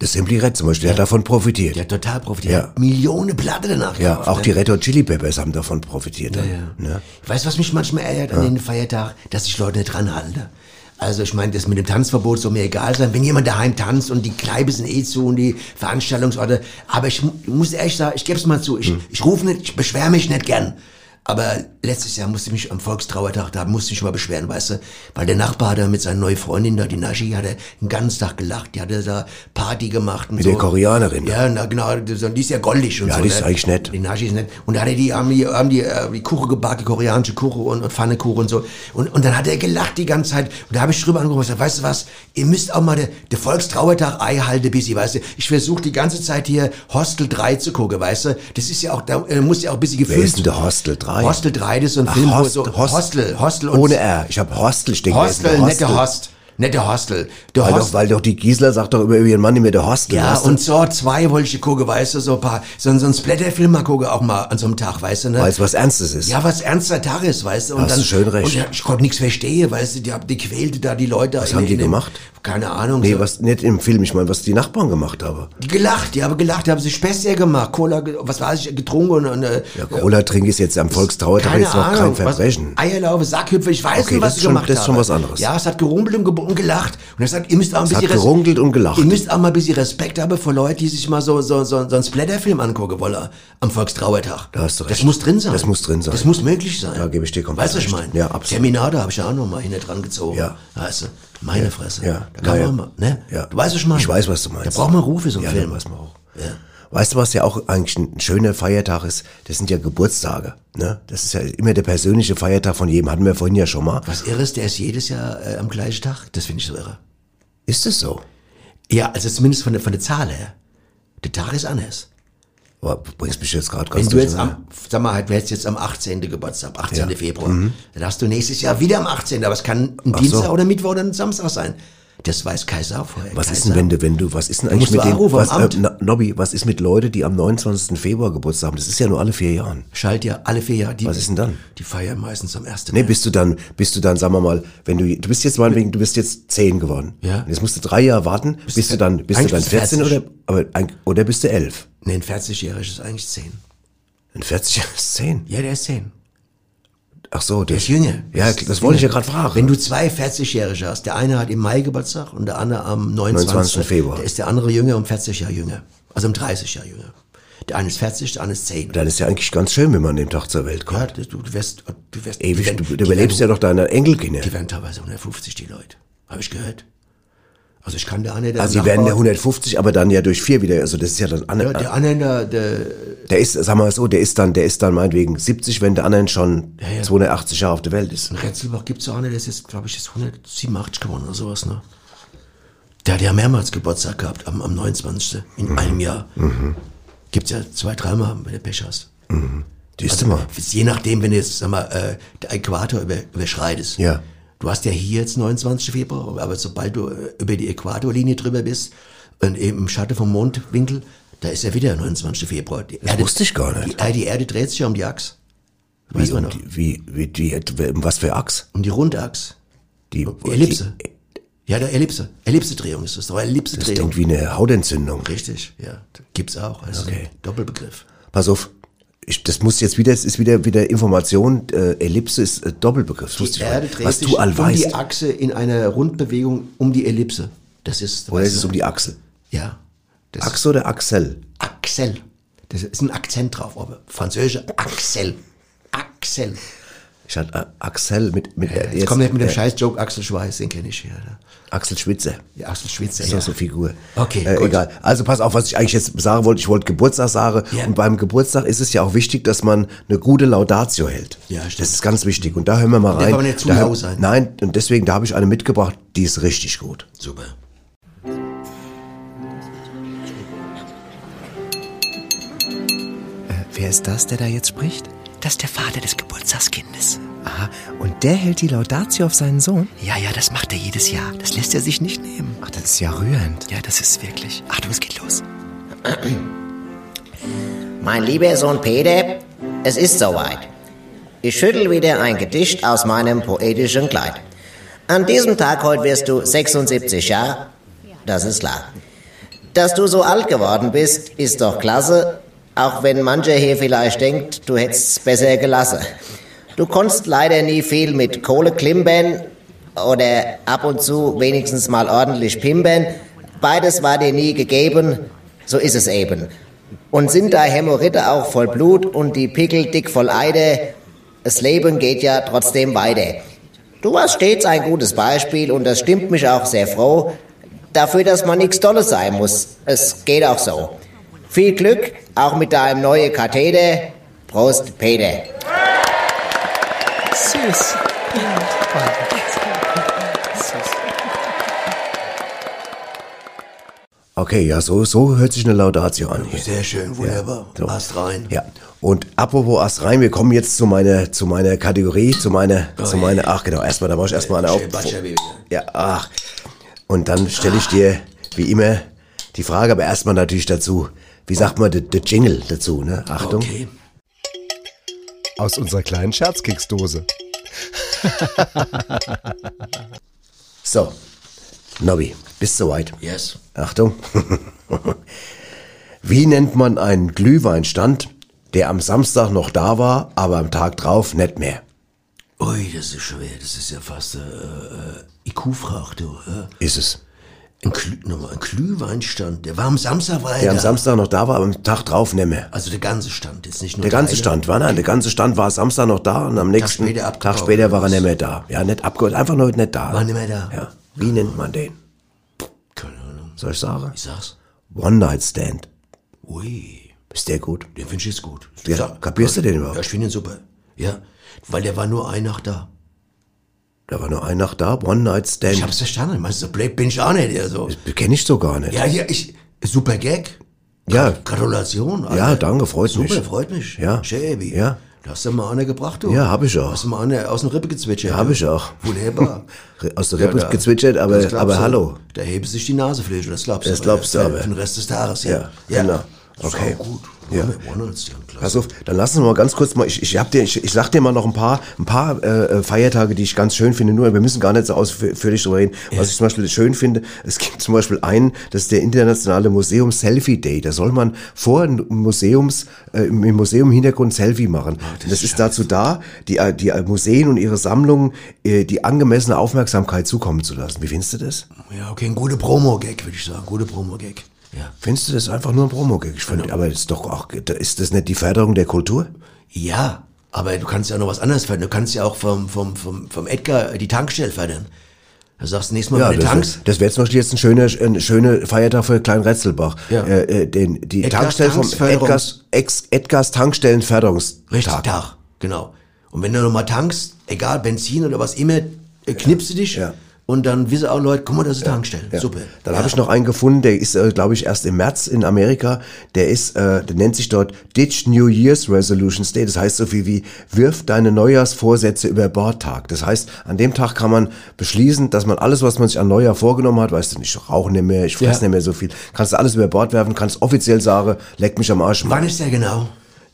[SPEAKER 3] Das Simply Red zum Beispiel, der hat davon profitiert.
[SPEAKER 2] Der hat total profitiert.
[SPEAKER 3] Ja.
[SPEAKER 2] Millionen Platte danach
[SPEAKER 3] Ja,
[SPEAKER 2] gekauft,
[SPEAKER 3] auch
[SPEAKER 2] ne?
[SPEAKER 3] die Red Hot Chili Peppers haben davon profitiert. dann, Ne?
[SPEAKER 2] Weißt du, was mich manchmal ärgert an
[SPEAKER 3] Ja.
[SPEAKER 2] den Feiertag? Dass ich Leute nicht ranhalte. Also ich meine, das mit dem Tanzverbot soll mir egal sein. Wenn jemand daheim tanzt und die Kneipe sind eh zu und die Veranstaltungsorte. Aber ich mu- muss ehrlich sagen, ich gebe es mal zu. Ich,
[SPEAKER 3] Hm.
[SPEAKER 2] ich rufe nicht, ich beschwere mich nicht gern. Aber letztes Jahr musste ich mich am Volkstrauertag, da musste ich mich mal beschweren, weißt du? Weil der Nachbar hat da mit seiner neuen Freundin da, die Naschi, hat er den ganzen Tag gelacht. Die hat da Party gemacht und
[SPEAKER 3] Mit
[SPEAKER 2] so.
[SPEAKER 3] der Koreanerin.
[SPEAKER 2] Ja, na, genau. Die ist ja goldig und
[SPEAKER 3] Ja,
[SPEAKER 2] so.
[SPEAKER 3] die ist
[SPEAKER 2] ne?
[SPEAKER 3] eigentlich nett.
[SPEAKER 2] Die Naschi ist nett. Und da hat er die, haben die, haben die, äh, die Kuche gebacken, die koreanische Kuche und, und Pfannekuchen und so. Und, und dann hat er gelacht die ganze Zeit. Und da habe ich drüber angerufen und gesagt, weißt du was, ihr müsst auch mal der de Volkstrauertag Ei halte busy, weißt du. Ich versuche die ganze Zeit hier Hostel 3 zu gucken, weißt du. Das ist ja auch, da äh, muss ja auch ein bisschen
[SPEAKER 3] Wer
[SPEAKER 2] gefüllt.
[SPEAKER 3] ist denn der Hostel 3?
[SPEAKER 2] Hostel 3, das ist so ein
[SPEAKER 3] Ach,
[SPEAKER 2] Film, wo
[SPEAKER 3] Host-
[SPEAKER 2] so
[SPEAKER 3] Host-
[SPEAKER 2] Hostel, Hostel
[SPEAKER 3] Ohne R. Ich habe Hostel stehen
[SPEAKER 2] Hostel, nette Host. Nette Hostel. Der
[SPEAKER 3] weil,
[SPEAKER 2] Host-
[SPEAKER 3] doch, weil doch die Gisela sagt doch über ihren Mann immer der Hostel.
[SPEAKER 2] Ja,
[SPEAKER 3] Hostel.
[SPEAKER 2] und Saw 2 wollte ich gucken, weißt du, so ein paar, so, so ein Splatterfilm mal gucken, auch mal an so einem Tag, weißt du, ne?
[SPEAKER 3] Weil es was Ernstes ist.
[SPEAKER 2] Ja, was ernster Tag ist, weißt du.
[SPEAKER 3] Hast du schön recht.
[SPEAKER 2] Und ja, ich konnte nichts verstehen, weißt du, die, haben- die quälte da die Leute.
[SPEAKER 3] was
[SPEAKER 2] in-
[SPEAKER 3] haben die
[SPEAKER 2] in dem-
[SPEAKER 3] gemacht?
[SPEAKER 2] Keine Ahnung.
[SPEAKER 3] Nee,
[SPEAKER 2] so.
[SPEAKER 3] was nicht im Film, ich meine, was die Nachbarn gemacht haben.
[SPEAKER 2] Die gelacht, die haben gelacht, die haben sich Späßchen gemacht, Cola, ge- was weiß ich, getrunken und, und äh,
[SPEAKER 3] Ja, Cola trinken ist jetzt am Volkstrauertag
[SPEAKER 2] keine
[SPEAKER 3] jetzt noch kein
[SPEAKER 2] Ahnung,
[SPEAKER 3] Verbrechen.
[SPEAKER 2] Was, Eierlaufe, Sackhüpfe, ich weiß
[SPEAKER 3] Okay, das
[SPEAKER 2] nicht, was
[SPEAKER 3] ist
[SPEAKER 2] ich
[SPEAKER 3] schon-
[SPEAKER 2] gemacht
[SPEAKER 3] das ist schon
[SPEAKER 2] habe.
[SPEAKER 3] was anderes.
[SPEAKER 2] Ja, es hat gerumpelt und, gebo- und gelacht. Und er sagt, ihr müsst auch ein
[SPEAKER 3] Es
[SPEAKER 2] bisschen
[SPEAKER 3] hat
[SPEAKER 2] Res-
[SPEAKER 3] gerungelt und gelacht.
[SPEAKER 2] Ihr müsst auch mal ein bisschen Respekt haben vor Leuten, die sich mal so, so, so, so einen Splatterfilm angucken wollen äh, am Volkstrauertag.
[SPEAKER 3] Da hast du recht.
[SPEAKER 2] Das muss drin sein.
[SPEAKER 3] Das muss drin sein.
[SPEAKER 2] Das muss möglich sein.
[SPEAKER 3] Da gebe ich dir komplett
[SPEAKER 2] Weißt du, was ich
[SPEAKER 3] recht.
[SPEAKER 2] meine?
[SPEAKER 3] Ja, absolut.
[SPEAKER 2] Terminade habe ich ja auch noch mal hinter dran gezogen.
[SPEAKER 3] Ja.
[SPEAKER 2] Weißt du, meine
[SPEAKER 3] Ja,
[SPEAKER 2] Fresse.
[SPEAKER 3] ja,
[SPEAKER 2] Da kann
[SPEAKER 3] naja.
[SPEAKER 2] man mal, ne?
[SPEAKER 3] Ja.
[SPEAKER 2] Du weißt, was ich meine?
[SPEAKER 3] Ich weiß, was du meinst.
[SPEAKER 2] Da braucht man Rufe, so einen
[SPEAKER 3] Ja, da
[SPEAKER 2] Film.
[SPEAKER 3] weiß man auch.
[SPEAKER 2] Ja.
[SPEAKER 3] Weißt du, was ja auch eigentlich ein schöner Feiertag ist? Das sind ja Geburtstage. Ne? Das ist ja immer der persönliche Feiertag von jedem. Hatten wir vorhin ja schon mal.
[SPEAKER 2] Was Irres, der ist jedes Jahr äh, am gleichen Tag. Das finde ich so irre.
[SPEAKER 3] Ist es so?
[SPEAKER 2] Ja, also zumindest von der, von der Zahl her. Der Tag ist anders.
[SPEAKER 3] Aber bringst mich jetzt gerade ganz
[SPEAKER 2] Wenn du jetzt
[SPEAKER 3] durcheinander.
[SPEAKER 2] am, sag mal, halt, du hättest jetzt am 18. Geburtstag, 18.
[SPEAKER 3] Ja.
[SPEAKER 2] Februar,
[SPEAKER 3] Mhm.
[SPEAKER 2] dann hast du nächstes Jahr wieder am 18. Aber es kann ein
[SPEAKER 3] Ach
[SPEAKER 2] Dienstag
[SPEAKER 3] so.
[SPEAKER 2] oder Mittwoch oder ein Samstag sein. Das weiß Kai Sau vorher.
[SPEAKER 3] Was
[SPEAKER 2] Kai
[SPEAKER 3] ist denn,
[SPEAKER 2] Sau.
[SPEAKER 3] wenn du, wenn du, was ist denn eigentlich
[SPEAKER 2] musst
[SPEAKER 3] mit
[SPEAKER 2] mal
[SPEAKER 3] den,
[SPEAKER 2] anrufen am
[SPEAKER 3] was, äh,
[SPEAKER 2] Amt.
[SPEAKER 3] Na- Nobby, was ist mit Leuten, die am 29. Februar Geburtstag haben? Das ist ja nur alle vier Jahren.
[SPEAKER 2] Schalt ja alle vier Jahre. Die,
[SPEAKER 3] Was ist denn dann?
[SPEAKER 2] Die feiern meistens am 1.
[SPEAKER 3] Nee, bist du dann, bist du dann, sagen wir mal, wenn du, du bist jetzt meinetwegen, du bist jetzt zehn geworden.
[SPEAKER 2] Ja.
[SPEAKER 3] Und Jetzt musst du drei Jahre warten, bist, du dann, bist du
[SPEAKER 2] eigentlich
[SPEAKER 3] dann
[SPEAKER 2] bist du
[SPEAKER 3] 14 oder,
[SPEAKER 2] 40.
[SPEAKER 3] aber, ein- oder bist du elf?
[SPEAKER 2] Nee, ein 40-Jähriger ist eigentlich 10.
[SPEAKER 3] Ein 40 ist zehn.
[SPEAKER 2] Ja, der ist 10.
[SPEAKER 3] Ach so,
[SPEAKER 2] Der ist jünger.
[SPEAKER 3] Ja,
[SPEAKER 2] Der
[SPEAKER 3] das
[SPEAKER 2] ist
[SPEAKER 3] wollte ich ja
[SPEAKER 2] jünger.
[SPEAKER 3] gerade fragen.
[SPEAKER 2] Wenn du zwei 40-Jährige hast, der eine hat im Mai Geburtstag und der andere am 29.
[SPEAKER 3] 29. Februar.
[SPEAKER 2] Da ist der andere jünger um 40 Jahre jünger. Also um 30 Jahre jünger. Der eine ist 40, der andere ist 10.
[SPEAKER 3] Dann ist ja eigentlich ganz schön, wenn man an dem Tag zur Welt kommt.
[SPEAKER 2] Ja, das- du, du wirst, du wirst
[SPEAKER 3] Ewig,
[SPEAKER 2] die werden-
[SPEAKER 3] du, du
[SPEAKER 2] die
[SPEAKER 3] überlebst ja
[SPEAKER 2] werden-
[SPEAKER 3] doch deine Enkelkinder.
[SPEAKER 2] Die werden teilweise 150, die Leute. Habe ich gehört. Also ich kann der eine, der
[SPEAKER 3] Also die werden ja 150, aber dann ja durch vier wieder, also das ist ja dann
[SPEAKER 2] Ja,
[SPEAKER 3] andere.
[SPEAKER 2] der andere, der, der
[SPEAKER 3] Der ist, sagen wir mal so, der ist dann, der ist dann meinetwegen 70, wenn der anderen schon
[SPEAKER 2] Ja, ja.
[SPEAKER 3] 280 Jahre auf der Welt ist.
[SPEAKER 2] in Retzelbach gibt es so einen, der ist jetzt, glaube ich, jetzt 187 geworden oder sowas, ne? Der hat ja mehrmals Geburtstag gehabt, am, am 29. in einem Jahr.
[SPEAKER 3] Mhm.
[SPEAKER 2] Gibt's ja zwei, dreimal, wenn du Pech hast.
[SPEAKER 3] Mhm. Siehst du mal.
[SPEAKER 2] Je nachdem, wenn du jetzt, sag mal, äh, der Äquator über, überschreitest.
[SPEAKER 3] Ja.
[SPEAKER 2] Du hast ja hier jetzt 29. Februar, aber sobald du äh, über die Äquatorlinie drüber bist und eben im Schatten vom Mondwinkel, da ist ja wieder 29. Februar. Die
[SPEAKER 3] Das wusste ich gar nicht.
[SPEAKER 2] Die, äh, die Erde dreht sich ja um die Achse.
[SPEAKER 3] Wie, um die, wie, wie die, um was für Achs?
[SPEAKER 2] Um die Rundachs.
[SPEAKER 3] Die
[SPEAKER 2] Ellipse. ja, der Ellipse. Ellipse-Drehung ist das. Doch
[SPEAKER 3] Das
[SPEAKER 2] Ellipse-Drehung.
[SPEAKER 3] klingt wie eine Hautentzündung.
[SPEAKER 2] Richtig, ja. Gibt's auch. Also okay. Doppelbegriff.
[SPEAKER 3] Pass auf. Ich, das muss jetzt wieder, es ist wieder, wieder Information, äh, Ellipse ist äh, Doppelbegriff. Das wusste
[SPEAKER 2] Die
[SPEAKER 3] ich gar
[SPEAKER 2] Erde
[SPEAKER 3] nicht.
[SPEAKER 2] dreht
[SPEAKER 3] was
[SPEAKER 2] sich
[SPEAKER 3] du all
[SPEAKER 2] um
[SPEAKER 3] weißt.
[SPEAKER 2] die Achse in einer Rundbewegung um die Ellipse. Das ist.
[SPEAKER 3] Oder
[SPEAKER 2] weißt
[SPEAKER 3] ist es
[SPEAKER 2] du?
[SPEAKER 3] um die Achse?
[SPEAKER 2] Ja.
[SPEAKER 3] Achse oder Axel?
[SPEAKER 2] Axel. Das ist ein Akzent drauf, aber französische Axel. Axel.
[SPEAKER 3] Ich hatte äh, Axel mit, mit,
[SPEAKER 2] Ja,
[SPEAKER 3] äh,
[SPEAKER 2] jetzt, komm nicht mit dem
[SPEAKER 3] äh,
[SPEAKER 2] Scheiß-Joke Axel Schweiß, den kenne ich ja.
[SPEAKER 3] Axel Schwitzer.
[SPEAKER 2] Ja, Axel Schwitzer.
[SPEAKER 3] Ist
[SPEAKER 2] ja.
[SPEAKER 3] doch so eine Figur.
[SPEAKER 2] Okay,
[SPEAKER 3] äh,
[SPEAKER 2] gut.
[SPEAKER 3] egal. Also pass auf, was ich eigentlich jetzt sagen wollte. Ich wollte Geburtstag sagen.
[SPEAKER 2] Ja.
[SPEAKER 3] Und beim Geburtstag ist es ja auch wichtig, dass man eine gute Laudatio hält.
[SPEAKER 2] Ja,
[SPEAKER 3] das ist ganz wichtig. Und da hören wir mal
[SPEAKER 2] Darf
[SPEAKER 3] rein.
[SPEAKER 2] aber nicht zu
[SPEAKER 3] da,
[SPEAKER 2] lau sein.
[SPEAKER 3] Nein, und deswegen, da habe ich eine mitgebracht, die ist richtig gut.
[SPEAKER 2] Super.
[SPEAKER 15] Äh, Wer ist das, der da jetzt spricht?
[SPEAKER 16] Das ist der Vater des Geburtstagskindes.
[SPEAKER 15] Aha, und der hält die Laudatio auf seinen Sohn?
[SPEAKER 16] Ja, ja, das macht er jedes Jahr. Das lässt er sich nicht nehmen.
[SPEAKER 15] Ach, das ist ja rührend.
[SPEAKER 16] Ja, das ist wirklich. Achtung, es geht los.
[SPEAKER 17] Mein lieber Sohn Peter, es ist soweit. Ich schüttel wieder ein Gedicht aus meinem poetischen Kleid. An diesem Tag heute wirst du 76 Jahre, das ist klar. Dass du so alt geworden bist, ist doch klasse, auch wenn mancher hier vielleicht denkt, du hättest's besser gelassen. Du konntest leider nie viel mit Kohle klimpern oder ab und zu wenigstens mal ordentlich pimpern. Beides war dir nie gegeben, so ist es eben. Und sind da Hämorrhoide auch voll Blut und die Pickel dick voll Eide? Das Leben geht ja trotzdem weiter. Du warst stets ein gutes Beispiel und das stimmt mich auch sehr froh, dafür, dass man nichts Tolles sein muss. Es geht auch so. Viel Glück, auch mit deinem neuen Katheter. Prost, Peter.
[SPEAKER 16] Süß.
[SPEAKER 3] Okay, ja, so, so hört sich eine Laudatio an. Hier.
[SPEAKER 2] Sehr schön, wunderbar.
[SPEAKER 3] So.
[SPEAKER 2] Ast rein.
[SPEAKER 3] Ja. Und apropos Ast rein, wir kommen jetzt zu meiner, zu meiner Kategorie, zu meiner,
[SPEAKER 2] Oh
[SPEAKER 3] zu meiner, ach genau, erstmal, da mache ich erstmal
[SPEAKER 2] Äh,
[SPEAKER 3] eine auf. Ja, ach. Und dann stelle ich dir, wie immer, die Frage, aber erstmal natürlich dazu, wie sagt man, der der Jingle dazu, ne? Achtung. Okay.
[SPEAKER 18] Aus unserer kleinen Scherzkeksdose.
[SPEAKER 3] So, Nobby, bist soweit?
[SPEAKER 2] Yes.
[SPEAKER 3] Achtung. Wie nennt man einen Glühweinstand, der am Samstag noch da war, aber am Tag drauf nicht mehr?
[SPEAKER 2] Ui, das ist schwer. Das ist ja fast äh, äh, IQ-Frage, du. Ja?
[SPEAKER 3] Ist es.
[SPEAKER 2] Ein, Glü nochmal, ein Glühweinstand. Der war am Samstag, war er
[SPEAKER 3] Der am
[SPEAKER 2] da.
[SPEAKER 3] Samstag noch da war, aber am Tag drauf nicht mehr.
[SPEAKER 2] Also der ganze Stand, jetzt nicht nur
[SPEAKER 3] Der ganze
[SPEAKER 2] Teile.
[SPEAKER 3] Stand war, nein, der ganze Stand war Samstag noch da und am nächsten
[SPEAKER 2] später
[SPEAKER 3] Tag später,
[SPEAKER 2] abgehauen,
[SPEAKER 3] war er nicht mehr da. Ja, nicht abgeholt, einfach nur nicht da.
[SPEAKER 2] War nicht mehr da.
[SPEAKER 3] Ja. Wie nennt man den? Keine Ahnung. Soll ich sagen?
[SPEAKER 2] Ich sag's.
[SPEAKER 3] One-Night-Stand.
[SPEAKER 2] Ui.
[SPEAKER 3] Ist der gut?
[SPEAKER 2] Den finde ich jetzt gut.
[SPEAKER 3] Ja, kapierst du den überhaupt?
[SPEAKER 2] Ja, ich finde den super. Ja, weil der war nur eine Nacht da.
[SPEAKER 3] Da war nur eine Nacht da, One-Night-Stand.
[SPEAKER 2] Ich hab's verstanden. Meinst du, so blöd bin ich auch nicht. Also.
[SPEAKER 3] Das kenne ich so gar nicht.
[SPEAKER 2] Ja, ja, ich. Super Gag.
[SPEAKER 3] Ja.
[SPEAKER 2] Gratulation. Alter.
[SPEAKER 3] Ja, danke, freut mich.
[SPEAKER 2] Super, freut mich.
[SPEAKER 3] Ja.
[SPEAKER 2] Schäbi.
[SPEAKER 3] Ja.
[SPEAKER 2] Du hast ja mal eine gebracht, du.
[SPEAKER 3] Ja, hab ich auch.
[SPEAKER 2] Hast du mal eine aus der Rippe gezwitschert.
[SPEAKER 3] Ja, hab ich auch.
[SPEAKER 2] Wunderbar.
[SPEAKER 3] Aus der Rippe gezwitschert, aber-
[SPEAKER 2] das glaubst
[SPEAKER 3] aber
[SPEAKER 2] du.
[SPEAKER 3] hallo.
[SPEAKER 2] Da hebt sich die Nasefläche, das glaubst du.
[SPEAKER 3] Das glaubst du
[SPEAKER 2] ja,
[SPEAKER 3] aber.
[SPEAKER 2] Für den Rest des Tages, ja.
[SPEAKER 3] Ja, genau.
[SPEAKER 2] Das ist
[SPEAKER 3] Okay.
[SPEAKER 2] auch gut.
[SPEAKER 3] Ja.
[SPEAKER 2] Haben wir One-Nights, die haben Klasse.
[SPEAKER 3] Pass auf, dann lass uns mal ganz kurz mal, ich, ich, hab dir, ich, ich sag dir mal noch ein paar, ein paar äh, Feiertage, die ich ganz schön finde, nur wir müssen gar nicht so ausführlich drüber reden. Was ich zum Beispiel schön finde, es gibt zum Beispiel einen, das ist der internationale Museum-Selfie-Day. Da soll man vor dem Museums, äh, im im Museum im Hintergrund ein Selfie
[SPEAKER 2] Ah,
[SPEAKER 3] machen. Und das ist dazu da, die, äh, die äh, Museen und ihre Sammlungen äh, die angemessene Aufmerksamkeit zukommen zu lassen. Wie findest du das?
[SPEAKER 2] Ja, okay, ein guter Promo-Gag, würde ich sagen. Gute Promo-Gag.
[SPEAKER 3] Ja. Findest du das einfach nur ein Promo-Gag? Ich finde, aber ist doch auch, ist das nicht die Förderung der Kultur?
[SPEAKER 2] Ja, aber du kannst ja auch noch was anderes fördern. Du kannst ja auch vom, vom, vom, vom Edgar die Tankstelle fördern. Da sagst du nächstes Mal
[SPEAKER 3] Ja,
[SPEAKER 2] meine
[SPEAKER 3] das
[SPEAKER 2] Tanks.
[SPEAKER 3] wär- das wäre zum Beispiel jetzt ein schöner, ein schöner Feiertag für Klein Retzelbach.
[SPEAKER 2] Ja.
[SPEAKER 3] Äh, äh, den, die
[SPEAKER 2] Edgars
[SPEAKER 3] Tankstelle vom
[SPEAKER 2] Tanksförderungs-
[SPEAKER 3] Edgars, Ex, Edgars Tankstellenförderungstag.
[SPEAKER 2] Richtig, Tag, genau. Und wenn du nochmal tankst, egal, Benzin oder was immer, äh, knipst du dich und dann wissen auch Leute, guck mal, das ist Tankstelle.
[SPEAKER 3] Ja.
[SPEAKER 2] Super.
[SPEAKER 3] Dann habe ich noch einen gefunden, der ist, äh, glaube ich, erst im März in Amerika. Der ist, äh, der nennt sich dort Ditch New Year's Resolutions Day. Das heißt so viel wie Wirf deine Neujahrsvorsätze über Bord Tag. Das heißt, an dem Tag kann man beschließen, dass man alles, was man sich an Neujahr vorgenommen hat, weißt du, ich rauche nicht mehr, ich fresse
[SPEAKER 2] Ja.
[SPEAKER 3] nicht mehr so viel, kannst du alles über Bord werfen, kannst offiziell sagen, leck mich am Arsch.
[SPEAKER 2] Wann ist der genau?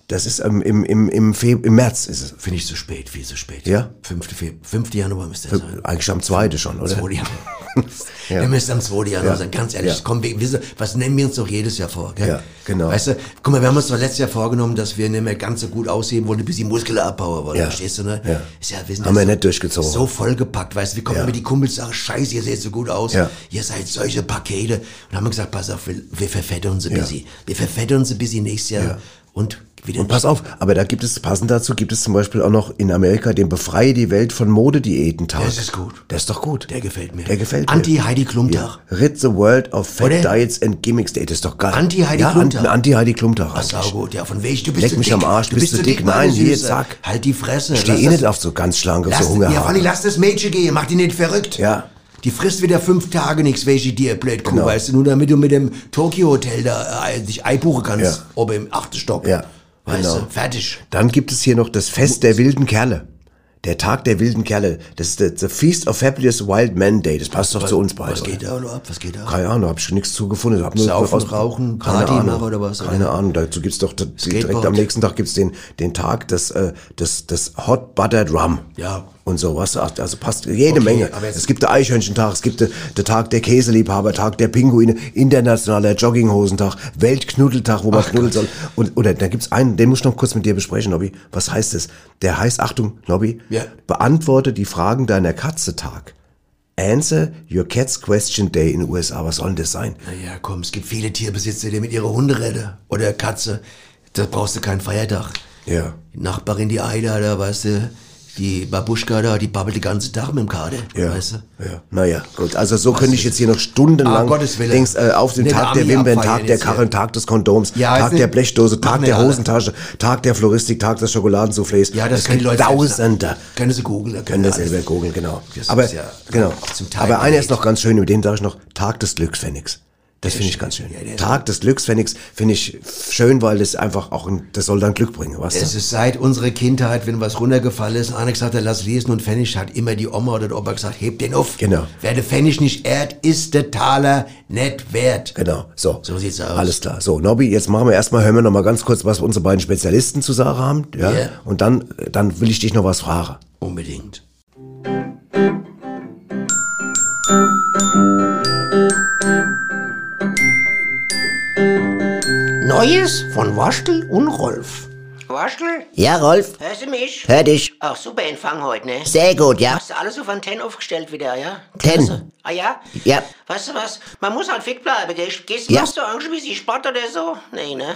[SPEAKER 3] Das ist ähm, im, im, im, Fe im März ist es.
[SPEAKER 2] Finde ich zu spät, viel zu spät.
[SPEAKER 3] Ja?
[SPEAKER 2] 5. Fe- 5. Januar müsste er sein.
[SPEAKER 3] Eigentlich am zweiten schon, oder?
[SPEAKER 2] 2. Januar. Der müsste am 2. Januar
[SPEAKER 3] Ja.
[SPEAKER 2] sein, ganz ehrlich.
[SPEAKER 3] Ja.
[SPEAKER 2] Komm, wir, wissen, was nehmen wir uns doch jedes Jahr vor? Gell?
[SPEAKER 3] Ja, genau.
[SPEAKER 2] Weißt du, guck mal, wir haben uns doch letztes Jahr vorgenommen, dass wir nicht mehr ganz so gut aussehen wollten, bis die Muskeln abbauen wollen.
[SPEAKER 3] Ja.
[SPEAKER 2] Verstehst du, ne?
[SPEAKER 3] Ja.
[SPEAKER 2] Ist ja, wir sind
[SPEAKER 3] Haben
[SPEAKER 2] ja
[SPEAKER 3] wir
[SPEAKER 2] so-
[SPEAKER 3] nicht durchgezogen.
[SPEAKER 2] So vollgepackt, weißt du, wir kommen
[SPEAKER 3] Ja.
[SPEAKER 2] mit die Kumpels sagen, scheiße, ihr seht so gut aus.
[SPEAKER 3] Ja.
[SPEAKER 2] Ihr seid solche Pakete. Und haben wir gesagt, pass auf, wir, wir verfetten uns ein
[SPEAKER 3] Ja.
[SPEAKER 2] bisschen. Wir verfetten uns ein bisschen nächstes Jahr. Und wieder
[SPEAKER 3] Und pass auf, aber da gibt es, passend dazu, gibt es zum Beispiel auch noch in Amerika den Befreie die Welt von Modediätentag.
[SPEAKER 2] Das ist gut.
[SPEAKER 3] Der ist doch gut.
[SPEAKER 2] Der gefällt mir.
[SPEAKER 3] Der gefällt mir.
[SPEAKER 2] Anti-Heidi Klum-Tag.
[SPEAKER 3] Ja. Rid the world of fat
[SPEAKER 2] Oder?
[SPEAKER 3] diets and gimmicks. Day. Das ist doch geil.
[SPEAKER 2] Anti-Heidi
[SPEAKER 3] ja,
[SPEAKER 2] Klum-Tag.
[SPEAKER 3] An- Anti-Heidi Klumtag.
[SPEAKER 2] Ach, sau gut, ja, von wegen, du bist
[SPEAKER 3] Leck
[SPEAKER 2] zu
[SPEAKER 3] mich
[SPEAKER 2] dick.
[SPEAKER 3] am Arsch,
[SPEAKER 2] Du
[SPEAKER 3] bist,
[SPEAKER 2] bist
[SPEAKER 3] du
[SPEAKER 2] zu
[SPEAKER 3] dick?
[SPEAKER 2] dick, meine
[SPEAKER 3] Nein, hier,
[SPEAKER 2] Süße.
[SPEAKER 3] zack.
[SPEAKER 2] Halt die Fresse.
[SPEAKER 3] Steh
[SPEAKER 2] Lass
[SPEAKER 3] eh
[SPEAKER 2] das-
[SPEAKER 3] nicht auf so ganz schlanke, auf
[SPEAKER 2] Lass,
[SPEAKER 3] so Hunger
[SPEAKER 2] ja, Fanny, lass das Mädchen gehen, mach die nicht verrückt.
[SPEAKER 3] Ja.
[SPEAKER 2] Die frisst wieder fünf Tage nichts, welche dir blöd Kuh,
[SPEAKER 3] Genau.
[SPEAKER 2] weißt du, nur damit du mit dem Tokyo Hotel da äh, dich einbuchen kannst,
[SPEAKER 3] Ja.
[SPEAKER 2] ob im achten Stock.
[SPEAKER 3] Ja,
[SPEAKER 2] Weißt
[SPEAKER 3] genau.
[SPEAKER 2] du, fertig.
[SPEAKER 3] Dann gibt es hier noch das Fest der wilden Kerle. Der Tag der wilden Kerle. Das ist der the Feast of Fabulous Wild Man Day. Das passt doch zu uns beide.
[SPEAKER 2] Was
[SPEAKER 3] oder?
[SPEAKER 2] geht da nur ab? Was geht da ab?
[SPEAKER 3] Keine Ahnung, hab ich nichts zugefunden. Hab nur
[SPEAKER 2] Saufen,
[SPEAKER 3] aus-
[SPEAKER 2] rauchen,
[SPEAKER 3] keine
[SPEAKER 2] Party
[SPEAKER 3] Ahnung.
[SPEAKER 2] machen oder was, oder?
[SPEAKER 3] Keine Ahnung, dazu gibt's doch d- direkt
[SPEAKER 2] Skateboard.
[SPEAKER 3] am nächsten Tag gibt's den, den Tag des, äh, des, des Hot Buttered Rum.
[SPEAKER 2] Ja.
[SPEAKER 3] Und sowas. Ach, Also passt jede
[SPEAKER 2] Okay,
[SPEAKER 3] Menge.
[SPEAKER 2] aber jetzt-
[SPEAKER 3] Es gibt den Eichhörnchentag, es gibt den, den Tag der Käseliebhaber, Tag der Pinguine, internationaler Jogginghosentag, Weltknuddeltag, wo man knuddeln soll. Und, oder da gibt's einen, den muss ich noch kurz mit dir besprechen, Nobby. Was heißt es? Der heißt, Achtung, Nobby,
[SPEAKER 2] Ja.
[SPEAKER 3] beantworte die Fragen deiner Katze Tag. Answer Your Cat's Question Day in den USA. Was soll denn das sein?
[SPEAKER 2] Naja, komm, es gibt viele Tierbesitzer, die mit ihrer Hunde retten oder Katze. Da brauchst du keinen Feiertag.
[SPEAKER 3] Ja.
[SPEAKER 2] Die Nachbarin, die Eider, da, weißt du, die Babuschka da, die babbelt den ganzen Tag mit dem Kader,
[SPEAKER 3] Ja.
[SPEAKER 2] weißt du.
[SPEAKER 3] ja. Naja, gut. Also so könnte ich jetzt hier noch stundenlang
[SPEAKER 2] Ah, Gottes Willen.
[SPEAKER 3] denkst, äh, auf den
[SPEAKER 2] Nicht
[SPEAKER 3] Tag der
[SPEAKER 2] Ami
[SPEAKER 3] Wimpern,
[SPEAKER 2] abfeiern
[SPEAKER 3] Tag der
[SPEAKER 2] jetzt hier.
[SPEAKER 3] Karren, Tag des Kondoms,
[SPEAKER 2] Ja,
[SPEAKER 3] Tag
[SPEAKER 2] ist
[SPEAKER 3] der
[SPEAKER 2] nicht-
[SPEAKER 3] Blechdose,
[SPEAKER 2] Machen
[SPEAKER 3] Tag
[SPEAKER 2] wir
[SPEAKER 3] der
[SPEAKER 2] alle.
[SPEAKER 3] Hosentasche, Tag der Floristik, Tag des Schokoladensoufflés.
[SPEAKER 2] Ja, das
[SPEAKER 3] Es
[SPEAKER 2] können die
[SPEAKER 3] gibt
[SPEAKER 2] Leute selbst
[SPEAKER 3] Tausende.
[SPEAKER 2] Können sie googeln. da
[SPEAKER 3] Können das
[SPEAKER 2] alles.
[SPEAKER 3] selber googeln, genau.
[SPEAKER 2] Das
[SPEAKER 3] Aber,
[SPEAKER 2] ist ja
[SPEAKER 3] genau.
[SPEAKER 2] zum Teil
[SPEAKER 3] Aber einer
[SPEAKER 2] belegt.
[SPEAKER 3] ist noch ganz schön, über den sage ich noch, Tag des Glückspfennigs. Das
[SPEAKER 2] Der
[SPEAKER 3] finde ich
[SPEAKER 2] ist-
[SPEAKER 3] ganz schön.
[SPEAKER 2] ja, der ist-
[SPEAKER 3] Tag des Glückspfennigs finde ich schön, weil das einfach auch, ein, das soll dann Glück bringen, weißt du?
[SPEAKER 2] Es ist seit unserer Kindheit, wenn was runtergefallen ist, Alex hat er lass lesen und Pfennig hat immer die Oma oder der Opa gesagt, heb den auf.
[SPEAKER 3] Genau.
[SPEAKER 2] Wer den Pfennig nicht ehrt, ist der Taler nicht wert.
[SPEAKER 3] Genau, so.
[SPEAKER 2] So sieht's aus.
[SPEAKER 3] Alles klar. So, Nobby, jetzt machen wir erstmal, hören wir noch mal ganz kurz, was unsere beiden Spezialisten zu sagen haben. Ja.
[SPEAKER 2] Ja.
[SPEAKER 3] Und dann, dann will ich dich noch was fragen.
[SPEAKER 2] Unbedingt.
[SPEAKER 7] Neues von Waschtel und Rolf.
[SPEAKER 6] Waschel?
[SPEAKER 17] Ja, Rolf,
[SPEAKER 7] Hörst du mich?
[SPEAKER 17] hör dich.
[SPEAKER 7] Ach, super Empfang heute, ne?
[SPEAKER 17] Sehr gut, ja.
[SPEAKER 7] Hast du alles auf Antennen aufgestellt wieder, ja?
[SPEAKER 17] Ten.
[SPEAKER 7] Ah ja?
[SPEAKER 17] Ja,
[SPEAKER 7] Weißt du was? Man muss halt fit bleiben, gell? Gehst
[SPEAKER 17] Ja.
[SPEAKER 7] machst du irgendwie ein bisschen Sport oder so? Nee, ne?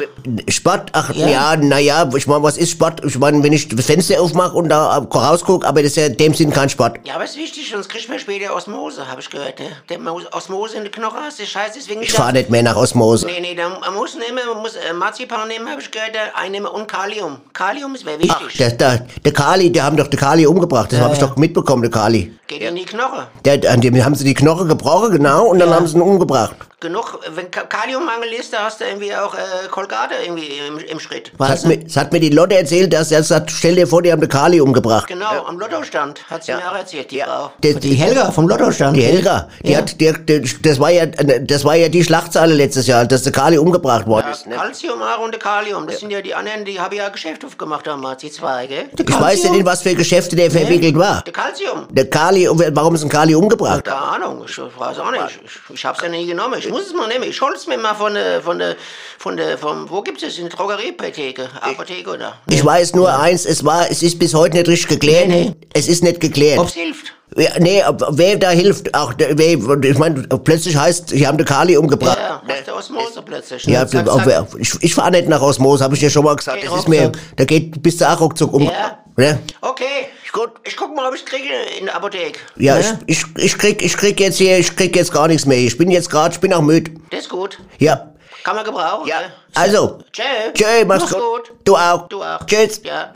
[SPEAKER 17] Sport, ach
[SPEAKER 7] Ja.
[SPEAKER 17] ja, naja, ich meine, was ist Sport? Ich meine, wenn ich das Fenster aufmache und da äh, rausgucke, aber das ist ja in dem Sinn kein Sport.
[SPEAKER 7] Ja, aber ist wichtig, sonst kriegt man später Osmose, habe ich gehört, ne? Der Mo- Osmose in den Knochen hast, ist scheiße, deswegen...
[SPEAKER 17] Ich fahre nicht mehr nach Osmose.
[SPEAKER 7] Nee, nee, ne? da man muss nehmen, man muss äh, Marzipan nehmen, habe ich gehört, äh, einnehmen und Kalium. Kalium ist wäre wichtig.
[SPEAKER 17] Der, der, der Kali, die haben doch den Kali umgebracht, das
[SPEAKER 7] Ja,
[SPEAKER 17] habe ich
[SPEAKER 7] ja.
[SPEAKER 17] doch mitbekommen, der Kali.
[SPEAKER 7] Geht in die Knochen.
[SPEAKER 17] Der, an dem haben sie die Knochen gebrochen, genau, und dann haben sie ihn umgebracht.
[SPEAKER 7] genug, wenn Ka- Kaliummangel ist, da hast du irgendwie auch äh, Kolgate irgendwie im, im Schritt.
[SPEAKER 17] Es hat, mir, es hat mir die Lotte erzählt, dass er sagt, stell dir vor, die haben eine Kali umgebracht.
[SPEAKER 7] Genau, am Lottostand hat sie mir auch erzählt, die Frau.
[SPEAKER 17] Die, die
[SPEAKER 7] Helga vom Lottostand.
[SPEAKER 17] Die Helga, die
[SPEAKER 7] Ja.
[SPEAKER 17] hat, die, die, das war ja, das war ja die Schlachtzeile letztes Jahr, dass der Kali umgebracht worden ist. ne?
[SPEAKER 7] Calcium, Aro und Kalium, das sind ja die anderen, die habe ich ja Geschäft aufgemacht damals, die zwei, gell?
[SPEAKER 17] Ich weiß nicht, in was für Geschäfte der verwickelt war.
[SPEAKER 7] Der Calcium.
[SPEAKER 17] Der Kali, warum ist ein Kali umgebracht?
[SPEAKER 7] Keine Ahnung, ich weiß auch nicht. Ich, ich hab's ja nie genommen. Ich muss es mal nehmen. Ich hol's mir mal von der, von der, von der, vom, wo gibt's das? In der Drogerieapotheke? Apotheke, oder?
[SPEAKER 17] Ich weiß nur eins, es war, es ist bis heute nicht richtig geklärt. Es ist nicht geklärt.
[SPEAKER 7] Ob's hilft.
[SPEAKER 17] Ja, nee, ob- wer da hilft, auch der, wer, ich meine, plötzlich heißt, sie haben den Kali umgebracht.
[SPEAKER 7] Ja, aus der Osmose plötzlich. ne?
[SPEAKER 17] Ja,
[SPEAKER 7] Zack,
[SPEAKER 17] ob-
[SPEAKER 7] zack.
[SPEAKER 17] ich, ich fahre nicht nach Osmos, habe ich dir schon mal gesagt.
[SPEAKER 7] Geht
[SPEAKER 17] das ist mir,
[SPEAKER 7] ruckzuck.
[SPEAKER 17] da geht bis zur ruckzuck um.
[SPEAKER 7] Ja.
[SPEAKER 17] Ne?
[SPEAKER 7] Okay, ich guck, ich guck mal, ob ich's kriege in der Apotheke.
[SPEAKER 17] Ja, Ich, ich, ich, krieg, ich krieg jetzt hier, ich krieg jetzt gar nichts mehr. Ich bin jetzt gerade, ich bin auch müde.
[SPEAKER 7] Das ist gut.
[SPEAKER 17] Ja,
[SPEAKER 7] Kann man gebrauchen. ne? Ja.
[SPEAKER 17] also.
[SPEAKER 7] Tschö.
[SPEAKER 17] Tschö, mach's gut. Du auch.
[SPEAKER 7] Du auch.
[SPEAKER 17] Tschüss.
[SPEAKER 7] Ja.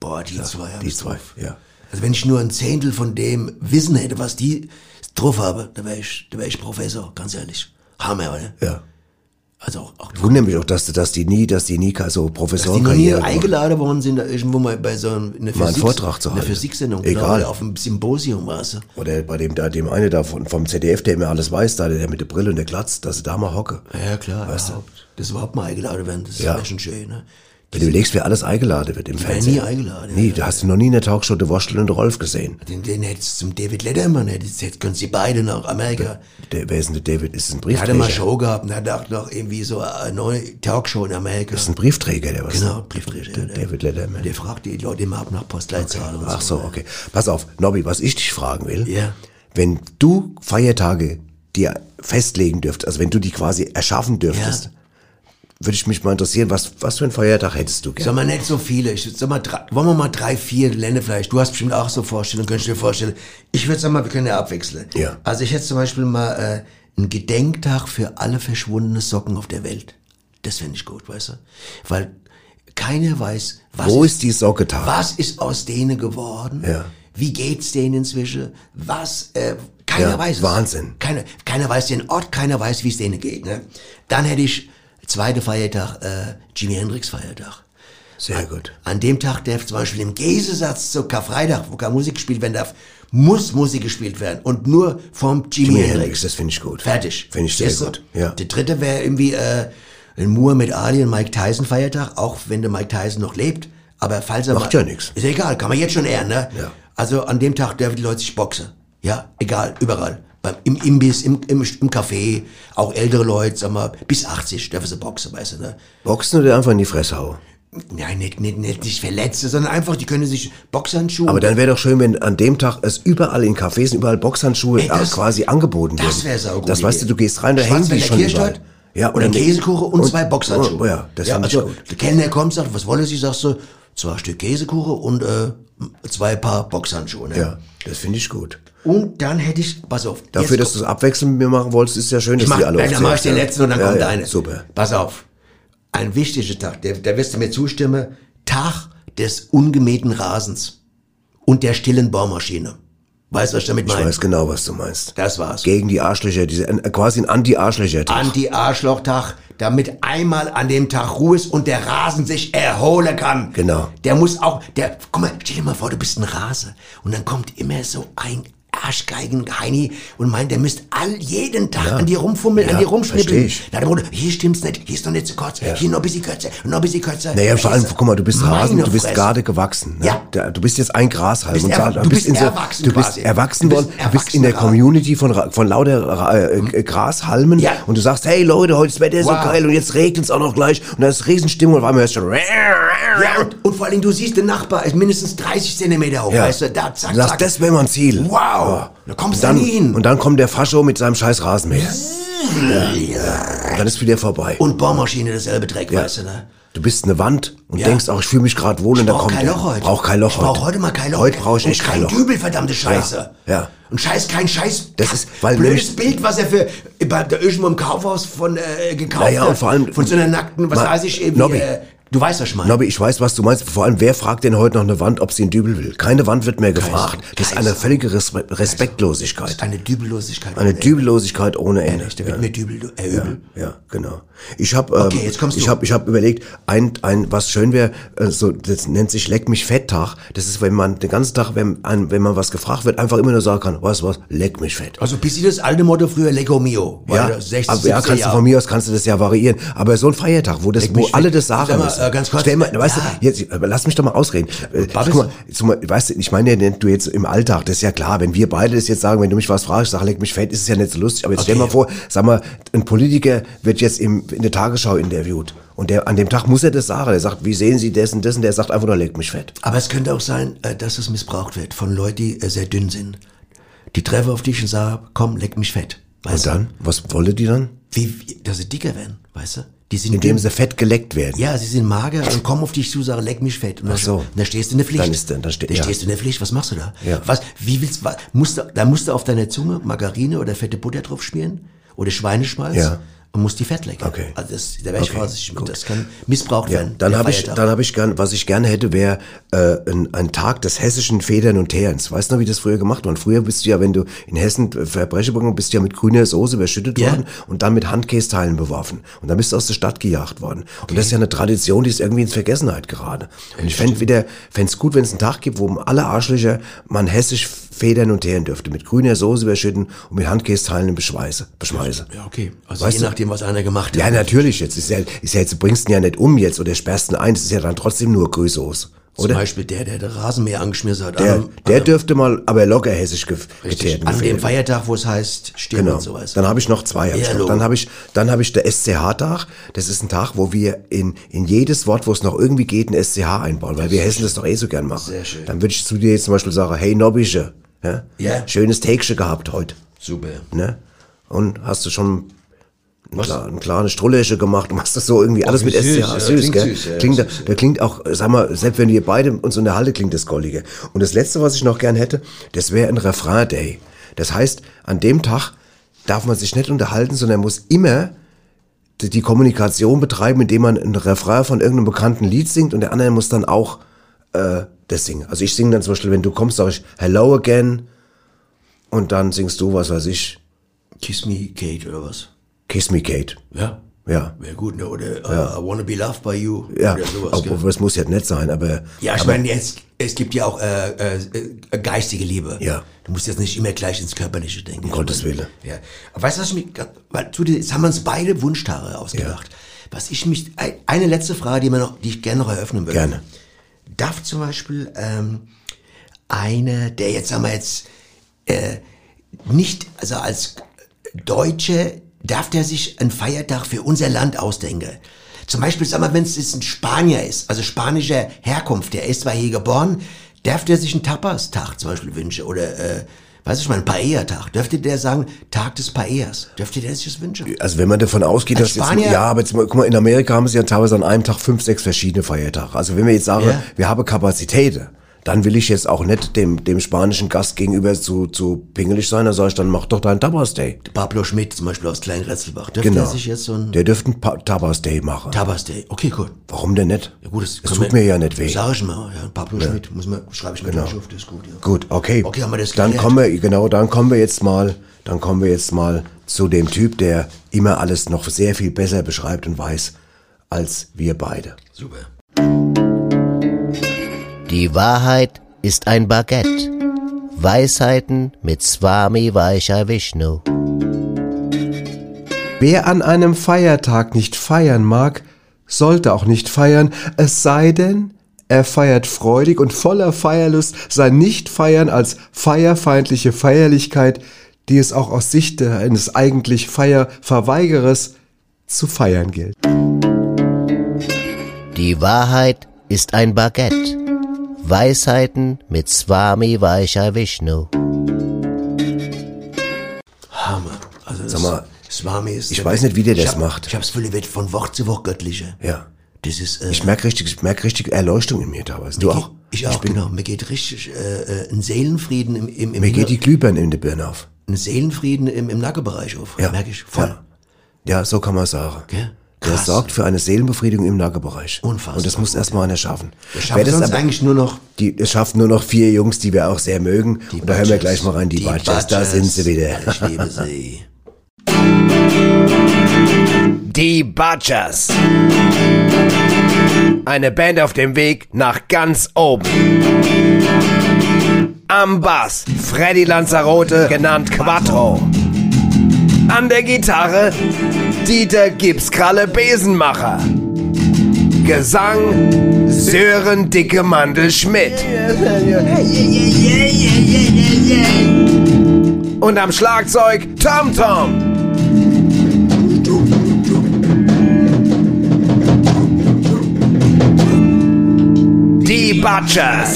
[SPEAKER 2] Boah, die zwei haben
[SPEAKER 3] Die zwei, ja.
[SPEAKER 2] Also wenn ich nur ein Zehntel von dem Wissen hätte, was die drauf haben, da wäre ich, da wär ich Professor, ganz ehrlich. Hammer, oder?
[SPEAKER 3] Ja.
[SPEAKER 2] Also auch, auch
[SPEAKER 3] Ich wundere mich auch, dass, dass die nie, dass die nie so
[SPEAKER 2] dass die noch nie
[SPEAKER 3] Professorenkarriere machen.
[SPEAKER 2] eingeladen worden sind, da irgendwo mal bei so einem einer
[SPEAKER 3] Mal einen Vortrag zu
[SPEAKER 2] einer
[SPEAKER 3] halten.
[SPEAKER 2] Physiksendung, Genau,
[SPEAKER 3] Egal.
[SPEAKER 2] oder auf einem Symposium war es.
[SPEAKER 3] Oder bei dem, da, dem eine da von, vom ZDF, der immer alles weiß, da, der mit der Brille und der Glatz, dass sie da mal hocke.
[SPEAKER 2] Ja, klar,
[SPEAKER 3] Weißt du?
[SPEAKER 2] überhaupt. Das überhaupt mal eingeladen werden, das
[SPEAKER 3] Ja.
[SPEAKER 2] wäre schon schön. Ne?
[SPEAKER 3] Wenn du überlegst, wer alles eingeladen wird im
[SPEAKER 2] Die
[SPEAKER 3] Fernsehen.
[SPEAKER 2] werden nie eingeladen,
[SPEAKER 3] Nee, da hast du noch nie in der Talkshow der Waschel und Rolf gesehen.
[SPEAKER 2] Den, den hättest du zum David Letterman, hättest, jetzt können sie beide nach Amerika.
[SPEAKER 3] Der, wer ist denn der David? Ist das ein
[SPEAKER 2] Der
[SPEAKER 3] Briefträger?
[SPEAKER 2] hatte mal Show gehabt und hat auch noch irgendwie so eine neue Talkshow in Amerika.
[SPEAKER 3] Ist ein Briefträger, der was?
[SPEAKER 2] Genau, Briefträger. Der,
[SPEAKER 3] David Letterman.
[SPEAKER 2] Der fragt die Leute immer ab nach Postleitzahlen und
[SPEAKER 3] Ach
[SPEAKER 2] Genau, so.
[SPEAKER 3] so, okay. Pass auf, Nobby, was ich dich fragen will.
[SPEAKER 2] Ja.
[SPEAKER 3] Wenn du Feiertage dir festlegen dürftest, also wenn du die quasi erschaffen dürftest, würde ich mich mal interessieren, was, was für einen Feiertag hättest du
[SPEAKER 2] Sag
[SPEAKER 3] gerne?
[SPEAKER 2] mal, nicht so viele. Ich, sag mal, drei, wollen wir mal drei, vier Länder vielleicht. Du hast bestimmt auch so Vorstellungen, könntest du dir vorstellen. Ich würde sagen mal, wir können ja abwechseln.
[SPEAKER 3] Ja.
[SPEAKER 2] Also ich hätte zum Beispiel mal äh, einen Gedenktag für alle verschwundene Socken auf der Welt. Das fände ich gut, weißt du? Weil keiner weiß, was
[SPEAKER 3] Wo ist die Socke Tag?
[SPEAKER 2] was ist aus denen geworden?
[SPEAKER 3] Ja.
[SPEAKER 2] Wie geht's denen inzwischen? Was? Äh, keiner
[SPEAKER 3] Ja,
[SPEAKER 2] weiß es.
[SPEAKER 3] Wahnsinn.
[SPEAKER 2] Keiner, keiner weiß den Ort, keiner weiß, wie es denen geht. Ne? Dann hätte ich zweite Feiertag, äh, Jimi Hendrix Feiertag.
[SPEAKER 3] Sehr gut.
[SPEAKER 2] An dem Tag, der zum Beispiel im Gegensatz zu Karfreitag, wo keine Musik gespielt werden darf, muss Musik gespielt werden und nur vom Jimi,
[SPEAKER 3] Jimi
[SPEAKER 2] Hendrix.
[SPEAKER 3] Hendrix, das finde ich gut.
[SPEAKER 2] Fertig.
[SPEAKER 3] Finde ich sehr
[SPEAKER 2] Siehst du?
[SPEAKER 3] gut. Ja.
[SPEAKER 2] Der dritte wäre irgendwie äh, ein Muhammad Ali und Mike Tyson Feiertag, auch wenn der Mike Tyson noch lebt. Aber falls er
[SPEAKER 3] Macht
[SPEAKER 2] mal-
[SPEAKER 3] ja nix.
[SPEAKER 2] Ist ja egal, kann man jetzt schon ehren, ne?
[SPEAKER 3] Ja.
[SPEAKER 2] Also an dem Tag dürfen die Leute sich boxen. Ja, egal, überall. Beim, Im Imbiss, im, im, im Café, auch ältere Leute, sag mal, bis 80 dürfen sie boxen, weißt du, ne?
[SPEAKER 3] Boxen oder einfach in die Fresse hauen?
[SPEAKER 2] Nein, nicht, nicht, nicht, nicht verletzte, sondern einfach, die können sich Boxhandschuhe.
[SPEAKER 3] Aber dann wäre doch schön, wenn an dem Tag es überall in Cafés, und überall Boxhandschuhe
[SPEAKER 2] Ey, das-
[SPEAKER 3] äh, quasi angeboten
[SPEAKER 2] das
[SPEAKER 3] würden.
[SPEAKER 2] wär saugut.
[SPEAKER 3] Das weißt du, du gehst rein, da hängen die schon überall.
[SPEAKER 2] Kirchstadt. Ja, oder Käsekuchen und, zwei Boxhandschuhe.
[SPEAKER 3] Oh, ja, das finde ich
[SPEAKER 2] also,
[SPEAKER 3] gut.
[SPEAKER 2] Der Kellner kommt, sagt, was wollen Sie? Sagst du, zwei Stück Käsekuchen und äh, zwei Paar Boxhandschuhe. Ne?
[SPEAKER 3] Ja, das finde ich gut.
[SPEAKER 2] Und dann hätte ich, pass auf.
[SPEAKER 3] Dafür, dass du es abwechselnd mit mir machen wolltest, ist ja schön, dass
[SPEAKER 2] ich mach,
[SPEAKER 3] die alle
[SPEAKER 2] nein, dann mach ich
[SPEAKER 3] aufzählst,
[SPEAKER 2] den
[SPEAKER 3] ja.
[SPEAKER 2] letzten und dann
[SPEAKER 3] ja,
[SPEAKER 2] kommt
[SPEAKER 3] ja,
[SPEAKER 2] deine.
[SPEAKER 3] Super.
[SPEAKER 2] Pass auf. Ein wichtiger Tag, der, der wirst du mir zustimmen. Tag des ungemähten Rasens und der stillen Baumaschine. Weißt du, was ich damit
[SPEAKER 3] Ich
[SPEAKER 2] meine?
[SPEAKER 3] weiß genau, was du meinst.
[SPEAKER 2] Das war's.
[SPEAKER 3] Gegen die Arschlöcher, diese, äh, quasi ein Anti-Arschlöcher-Tag.
[SPEAKER 2] Anti-Arschloch-Tag, damit einmal an dem Tag Ruhe ist und der Rasen sich erholen kann.
[SPEAKER 3] Genau.
[SPEAKER 2] Der muss auch, der, guck mal, stell dir mal vor, du bist ein Rase und dann kommt immer so ein Arschgeigen Heini und meint, der müsste all jeden Tag an dir rumfummeln,
[SPEAKER 3] Ja,
[SPEAKER 2] an dir rumschnippeln.
[SPEAKER 3] versteh ich.
[SPEAKER 2] Na, der Bruder, hier stimmt's nicht, hier ist noch nicht zu kurz, hier noch ein bisschen kürzer, noch ein bisschen kürzer.
[SPEAKER 3] Naja, vor allem,
[SPEAKER 2] Verstehst
[SPEAKER 3] guck mal, du bist
[SPEAKER 2] Meine
[SPEAKER 3] Rasen, du bist
[SPEAKER 2] Fresse.
[SPEAKER 3] gerade gewachsen. Ne?
[SPEAKER 2] Ja.
[SPEAKER 3] Da, du bist jetzt ein Grashalm.
[SPEAKER 2] Du bist
[SPEAKER 3] und
[SPEAKER 2] er-
[SPEAKER 3] da-
[SPEAKER 2] du bist
[SPEAKER 3] in so,
[SPEAKER 2] erwachsen
[SPEAKER 3] du bist
[SPEAKER 2] quasi.
[SPEAKER 3] erwachsen
[SPEAKER 2] Du
[SPEAKER 3] worden,
[SPEAKER 2] bist
[SPEAKER 3] du bist in der
[SPEAKER 2] erwachsener Hm.
[SPEAKER 3] Community von, Ra- von lauter äh, äh, Grashalmen
[SPEAKER 2] Ja.
[SPEAKER 3] und du sagst, hey Leute, heute ist das Wetter
[SPEAKER 2] Wow.
[SPEAKER 3] so geil und jetzt regnet's auch noch gleich und da ist Riesenstimmung und auf einmal hörst du schon,
[SPEAKER 2] Ja, und, und vor allem, du siehst, der Nachbar ist mindestens 30 Zentimeter hoch, weißt du, da, zack,
[SPEAKER 3] und sagst,
[SPEAKER 2] zack.
[SPEAKER 3] das wäre mein Ziel.
[SPEAKER 2] Wow,
[SPEAKER 3] Ja.
[SPEAKER 2] da kommst
[SPEAKER 3] Und dann,
[SPEAKER 2] du nie hin.
[SPEAKER 3] Und dann kommt der Fascho mit seinem scheiß Rasenmäher. Und dann ist wieder vorbei.
[SPEAKER 2] Und Baumaschine dasselbe Dreck,
[SPEAKER 3] Ja.
[SPEAKER 2] weißt du, ne?
[SPEAKER 3] Du bist eine Wand und
[SPEAKER 2] Ja.
[SPEAKER 3] denkst auch, ich fühle mich gerade wohl und
[SPEAKER 2] Ich
[SPEAKER 3] dann
[SPEAKER 2] brauch
[SPEAKER 3] kommt
[SPEAKER 2] kein
[SPEAKER 3] der.
[SPEAKER 2] Loch heute.
[SPEAKER 3] Brauch kein Loch
[SPEAKER 2] Ich
[SPEAKER 3] heute.
[SPEAKER 2] brauch heute mal kein Loch.
[SPEAKER 3] Heute brauche ich
[SPEAKER 2] Und
[SPEAKER 3] echt kein
[SPEAKER 2] kein
[SPEAKER 3] Loch.
[SPEAKER 2] Dübel, verdammte Scheiße.
[SPEAKER 3] Ja. ja.
[SPEAKER 2] Und scheiß kein Scheiß.
[SPEAKER 3] Das ist, weil
[SPEAKER 2] blödes
[SPEAKER 3] nämlich-
[SPEAKER 2] Bild, was er für bei, da irgendwo im Kaufhaus von äh, gekauft
[SPEAKER 3] Naja,
[SPEAKER 2] hat.
[SPEAKER 3] und vor allem-
[SPEAKER 2] von so einer nackten, was
[SPEAKER 3] Ma-
[SPEAKER 2] weiß ich, irgendwie,
[SPEAKER 3] Nobby.
[SPEAKER 2] äh,
[SPEAKER 3] Du weißt, was ich meine. Nobby, ich weiß, was du meinst. Vor allem, wer fragt denn heute noch eine Wand, ob sie einen Dübel will? Keine Wand wird mehr gefragt. das ist eine völlige Respe Respektlosigkeit.
[SPEAKER 2] Eine Dübellosigkeit.
[SPEAKER 3] Eine Dübellosigkeit ohne Ende. Ja.
[SPEAKER 2] Mit Dübel, äh,
[SPEAKER 3] Ja,
[SPEAKER 2] Übel.
[SPEAKER 3] ja, genau. Ich habe ähm,
[SPEAKER 2] Okay, jetzt kommst
[SPEAKER 3] ich
[SPEAKER 2] du.
[SPEAKER 3] hab, ich hab überlegt, ein, ein, was schön wäre, äh, so, das nennt sich Leck mich Fetttag. Das ist, wenn man den ganzen Tag, wenn, ein, wenn man was gefragt wird, einfach immer nur sagen kann, was, was, leck mich fett.
[SPEAKER 2] Also bis sie das alte Motto früher Lego Mio.
[SPEAKER 3] Ja,
[SPEAKER 2] das 60,
[SPEAKER 3] aber ja,
[SPEAKER 2] 70er
[SPEAKER 3] kannst du
[SPEAKER 2] Jahre.
[SPEAKER 3] von mir aus kannst du das ja variieren. Aber so ein Feiertag, wo das,
[SPEAKER 2] Leg
[SPEAKER 3] wo
[SPEAKER 2] mich
[SPEAKER 3] alle
[SPEAKER 2] weg.
[SPEAKER 3] das sagen
[SPEAKER 2] Sag mal,
[SPEAKER 3] müssen.
[SPEAKER 2] äh, ganz kurz.
[SPEAKER 3] Stell mal, weißt du, jetzt, aber lass mich doch mal ausreden. Äh, guck mal, guck mal, weißt du, ich meine, ja nicht, du jetzt im Alltag, das ist ja klar, wenn wir beide das jetzt sagen, wenn du mich was fragst, sag, leg mich fett, ist es ja nicht so lustig. Aber jetzt stell mal vor, sag mal, ein Politiker wird jetzt im, in der Tagesschau interviewt. Und der, an dem Tag muss er das sagen. Er sagt, wie sehen Sie das und das? Und der sagt einfach nur, leg mich fett.
[SPEAKER 2] Aber es könnte auch sein, äh, dass es missbraucht wird von Leuten, die äh, sehr dünn sind. Die treffen auf dich und sagen, komm, leck mich fett.
[SPEAKER 3] und dann? Was wollen die dann?
[SPEAKER 2] Wie, wie, dass sie dicker werden, weißt du? Die sind
[SPEAKER 3] Indem
[SPEAKER 2] dünn.
[SPEAKER 3] sie fett geleckt werden.
[SPEAKER 2] Ja, sie sind mager und kommen auf dich zu, sagen, leck mich fett. Und dann,
[SPEAKER 3] Ach so.
[SPEAKER 2] und dann stehst du in der Pflicht.
[SPEAKER 3] Dann ist dann- dann ste- ja.
[SPEAKER 2] stehst du in der Pflicht. Was machst du da?
[SPEAKER 3] Ja.
[SPEAKER 2] Was, wie willst, was, musst du, da musst du auf deiner Zunge Margarine oder fette Butter drauf schmieren oder Schweineschmalz
[SPEAKER 3] Ja.
[SPEAKER 2] und musst die fett lecken.
[SPEAKER 3] Okay.
[SPEAKER 2] Also das, da wäre ich
[SPEAKER 3] Okay,
[SPEAKER 2] vorsichtig mit. Das kann missbraucht
[SPEAKER 3] Ja,
[SPEAKER 2] werden.
[SPEAKER 3] dann
[SPEAKER 2] der
[SPEAKER 3] habe ich,
[SPEAKER 2] Feiertag.
[SPEAKER 3] dann habe ich gern, was ich gerne hätte, wäre äh, ein, ein Tag des hessischen Federn und Teerns. Weißt du noch, wie das früher gemacht wurde? Früher bist du ja, wenn du in Hessen äh, Verbrechen begangen bist, du ja mit grüner Soße überschüttet
[SPEAKER 2] Ja.
[SPEAKER 3] worden und dann mit Handkästeilen beworfen. Und dann bist du aus der Stadt gejagt worden. Und das ist ja eine Tradition, die ist irgendwie ins Vergessenheit gerade. Und ich fände wieder, fänd's gut, wenn es einen Tag gibt, wo um alle Arschlöcher man hessisch federn und teeren dürfte. Mit grüner Soße überschütten und mit Handkästeilen beschweiße, beschmeiße.
[SPEAKER 2] Ja, okay. Also
[SPEAKER 3] Weißt
[SPEAKER 2] je
[SPEAKER 3] du-
[SPEAKER 2] nachdem, was einer gemacht hat.
[SPEAKER 3] Ja, natürlich. Jetzt ist ja, ist ja jetzt, du bringst ihn ja nicht um jetzt oder sperrst ihn ein. Es ist ja dann trotzdem nur Grüßos.
[SPEAKER 2] Zum
[SPEAKER 3] Oder?
[SPEAKER 2] Beispiel der, der, der Rasenmäher angeschmissen hat.
[SPEAKER 3] Der,
[SPEAKER 2] an,
[SPEAKER 3] der dürfte mal, aber locker hessisch ge- geteert.
[SPEAKER 2] einem, an dem
[SPEAKER 3] gefedert.
[SPEAKER 2] Feiertag, wo es heißt, stehen
[SPEAKER 3] Genau.
[SPEAKER 2] und sowas.
[SPEAKER 3] Dann habe ich noch zwei. Hab ich
[SPEAKER 2] Ja,
[SPEAKER 3] noch.
[SPEAKER 2] Logo.
[SPEAKER 3] Dann habe ich, dann habe ich der SCH-Tag. Das ist ein Tag, wo wir in, in jedes Wort, wo es noch irgendwie geht, ein SCH einbauen, weil wir Hessen das doch eh so gern machen.
[SPEAKER 2] Sehr schön.
[SPEAKER 3] Dann würde ich zu dir jetzt zum Beispiel sagen, hey Nobbische, ja?
[SPEAKER 2] Ja.
[SPEAKER 3] schönes Tägsche gehabt heute.
[SPEAKER 2] Super.
[SPEAKER 3] Ne? Und hast du schon ein, kla ein kleines Strullersche gemacht und machst das so irgendwie alles
[SPEAKER 2] wie
[SPEAKER 3] mit
[SPEAKER 2] süß,
[SPEAKER 3] SCH.
[SPEAKER 2] ja,
[SPEAKER 3] süß,
[SPEAKER 2] klingt
[SPEAKER 3] gell?
[SPEAKER 2] süß, ja,
[SPEAKER 3] klingt, da, da klingt auch, sag mal, selbst wenn wir beide uns unterhalten, klingt das goldige. Und das Letzte, was ich noch gern hätte, das wäre ein Refrain-Day. Das heißt, an dem Tag darf man sich nicht unterhalten, sondern muss immer die- die Kommunikation betreiben, indem man ein Refrain von irgendeinem bekannten Lied singt und der andere muss dann auch äh, das singen. Also ich singe dann zum Beispiel, wenn du kommst, sage ich Hello again und dann singst du, was weiß ich,
[SPEAKER 2] Kiss me Kate oder was?
[SPEAKER 3] Kiss me Kate.
[SPEAKER 2] Ja.
[SPEAKER 3] Ja.
[SPEAKER 2] Wäre gut, ne? Oder äh,
[SPEAKER 3] Ja.
[SPEAKER 2] I wanna be loved by you.
[SPEAKER 3] Ja,
[SPEAKER 2] Oder sowas,
[SPEAKER 3] obwohl
[SPEAKER 2] gell?
[SPEAKER 3] es muss ja nicht sein, aber.
[SPEAKER 2] Ja, ich
[SPEAKER 3] aber-
[SPEAKER 2] meine, jetzt, es gibt ja auch äh, äh, äh, geistige Liebe.
[SPEAKER 3] Ja.
[SPEAKER 2] Du musst jetzt nicht immer gleich ins Körperliche denken.
[SPEAKER 3] Um Gottes Willen.
[SPEAKER 2] Ja. Aber weißt du, was ich mir, grad- weil zu dir, jetzt haben wir uns beide Wunschhaare ausgedacht. Was ich mich, ein- eine letzte Frage, die, mir noch, die ich gerne noch eröffnen würde.
[SPEAKER 3] Gerne.
[SPEAKER 2] Darf zum Beispiel ähm, einer, der jetzt, sagen wir jetzt, äh, nicht, also als Deutsche, darf der sich einen Feiertag für unser Land ausdenken? Zum Beispiel, sag mal, wenn es jetzt ein Spanier ist, also spanischer Herkunft, der ist zwar hier geboren, darf der sich einen Tapas-Tag zum Beispiel wünschen oder, äh, weiß ich mal, einen Paella-Tag? Dürfte der sagen, Tag des Paellas? Dürfte der sich das wünschen?
[SPEAKER 3] Also wenn man davon ausgeht,
[SPEAKER 2] Als
[SPEAKER 3] dass jetzt,
[SPEAKER 2] Spanier-
[SPEAKER 3] ja, aber jetzt, mal- guck mal, in Amerika haben sie ja teilweise an einem Tag fünf, sechs verschiedene Feiertage. Also wenn wir jetzt sagen,
[SPEAKER 2] Ja.
[SPEAKER 3] wir haben Kapazitäten, dann will ich jetzt auch nicht dem, dem spanischen Gast gegenüber zu, zu pingelig sein, dann sage ich, dann mach doch deinen Tapas Day.
[SPEAKER 2] Pablo Schmidt zum Beispiel aus Klein-Retzelbach, dürfte
[SPEAKER 3] Genau.
[SPEAKER 2] der sich jetzt so einen
[SPEAKER 3] Der dürfte einen Pa- Tapas Day machen.
[SPEAKER 2] Tapas Day, okay, gut.
[SPEAKER 3] Warum denn nicht?
[SPEAKER 2] Ja gut, das,
[SPEAKER 3] Es
[SPEAKER 2] kann
[SPEAKER 3] tut
[SPEAKER 2] man-
[SPEAKER 3] mir ja nicht weh.
[SPEAKER 2] Sag ich mal, ja, Pablo
[SPEAKER 3] Ja. Genau.
[SPEAKER 2] Schmidt, muss man, schreibe ich mir gleich auf, das ist gut, ja.
[SPEAKER 3] Gut, okay.
[SPEAKER 2] Okay, haben wir das
[SPEAKER 3] dann
[SPEAKER 2] geklärt.
[SPEAKER 3] kommen wir, genau, dann kommen wir jetzt mal, dann kommen wir jetzt mal zu dem Typ, der immer alles noch sehr viel besser beschreibt und weiß als wir beide.
[SPEAKER 2] Super.
[SPEAKER 17] Die Wahrheit ist ein Baguette. Weisheiten mit Swami Vaishya Vishnu.
[SPEAKER 19] Wer an einem Feiertag nicht feiern mag, sollte auch nicht feiern, es sei denn, er feiert freudig und voller Feierlust sein Nichtfeiern als feierfeindliche Feierlichkeit, die es auch aus Sicht eines eigentlich Feierverweigerers zu feiern gilt.
[SPEAKER 17] Die Wahrheit ist ein Baguette. Weisheiten mit Swami Vaishya Vishnu.
[SPEAKER 2] Hammer. Also
[SPEAKER 3] Sag mal,
[SPEAKER 2] das Swami ist
[SPEAKER 3] ich weiß nicht, wie der das macht.
[SPEAKER 2] Ich hab's völlig wird von Wort zu Wort göttlicher.
[SPEAKER 3] Ja.
[SPEAKER 2] Das ist, äh,
[SPEAKER 3] ich merke richtig, ich merke richtig Erleuchtung in mir teilweise. Du
[SPEAKER 2] mir
[SPEAKER 3] auch?
[SPEAKER 2] geht- Ich auch, genau. Mir geht richtig äh, äh, ein Seelenfrieden im, im, im
[SPEAKER 3] Mir geht die Glühbirne in die Birne auf.
[SPEAKER 2] ein Seelenfrieden im, im Nackenbereich auf.
[SPEAKER 3] Ja.
[SPEAKER 2] Merke ich voll.
[SPEAKER 3] Ja, so kann man sagen.
[SPEAKER 2] Gell?
[SPEAKER 3] Der sorgt für eine Seelenbefriedigung im Nackenbereich.
[SPEAKER 2] Unfassbar
[SPEAKER 3] Und das muss erstmal einer schaffen.
[SPEAKER 2] Wir schaffen sonst eigentlich
[SPEAKER 3] nur noch. Die, es schaffen nur noch vier Jungs, die wir auch sehr mögen. Und da hören wir
[SPEAKER 2] Budgets.
[SPEAKER 3] gleich mal rein, die,
[SPEAKER 2] Die
[SPEAKER 3] die Da
[SPEAKER 2] Budgets.
[SPEAKER 3] sind sie wieder.
[SPEAKER 2] Ich liebe sie.
[SPEAKER 20] Die Butchers. Eine Band auf dem Weg nach ganz oben. Am Bass Freddy Lanzarote, genannt Quattro. An der Gitarre Dieter Gipskralle Besenmacher. Gesang Sören Dicke Mandel Schmidt. Und am Schlagzeug Tom Tom. Die Butchers.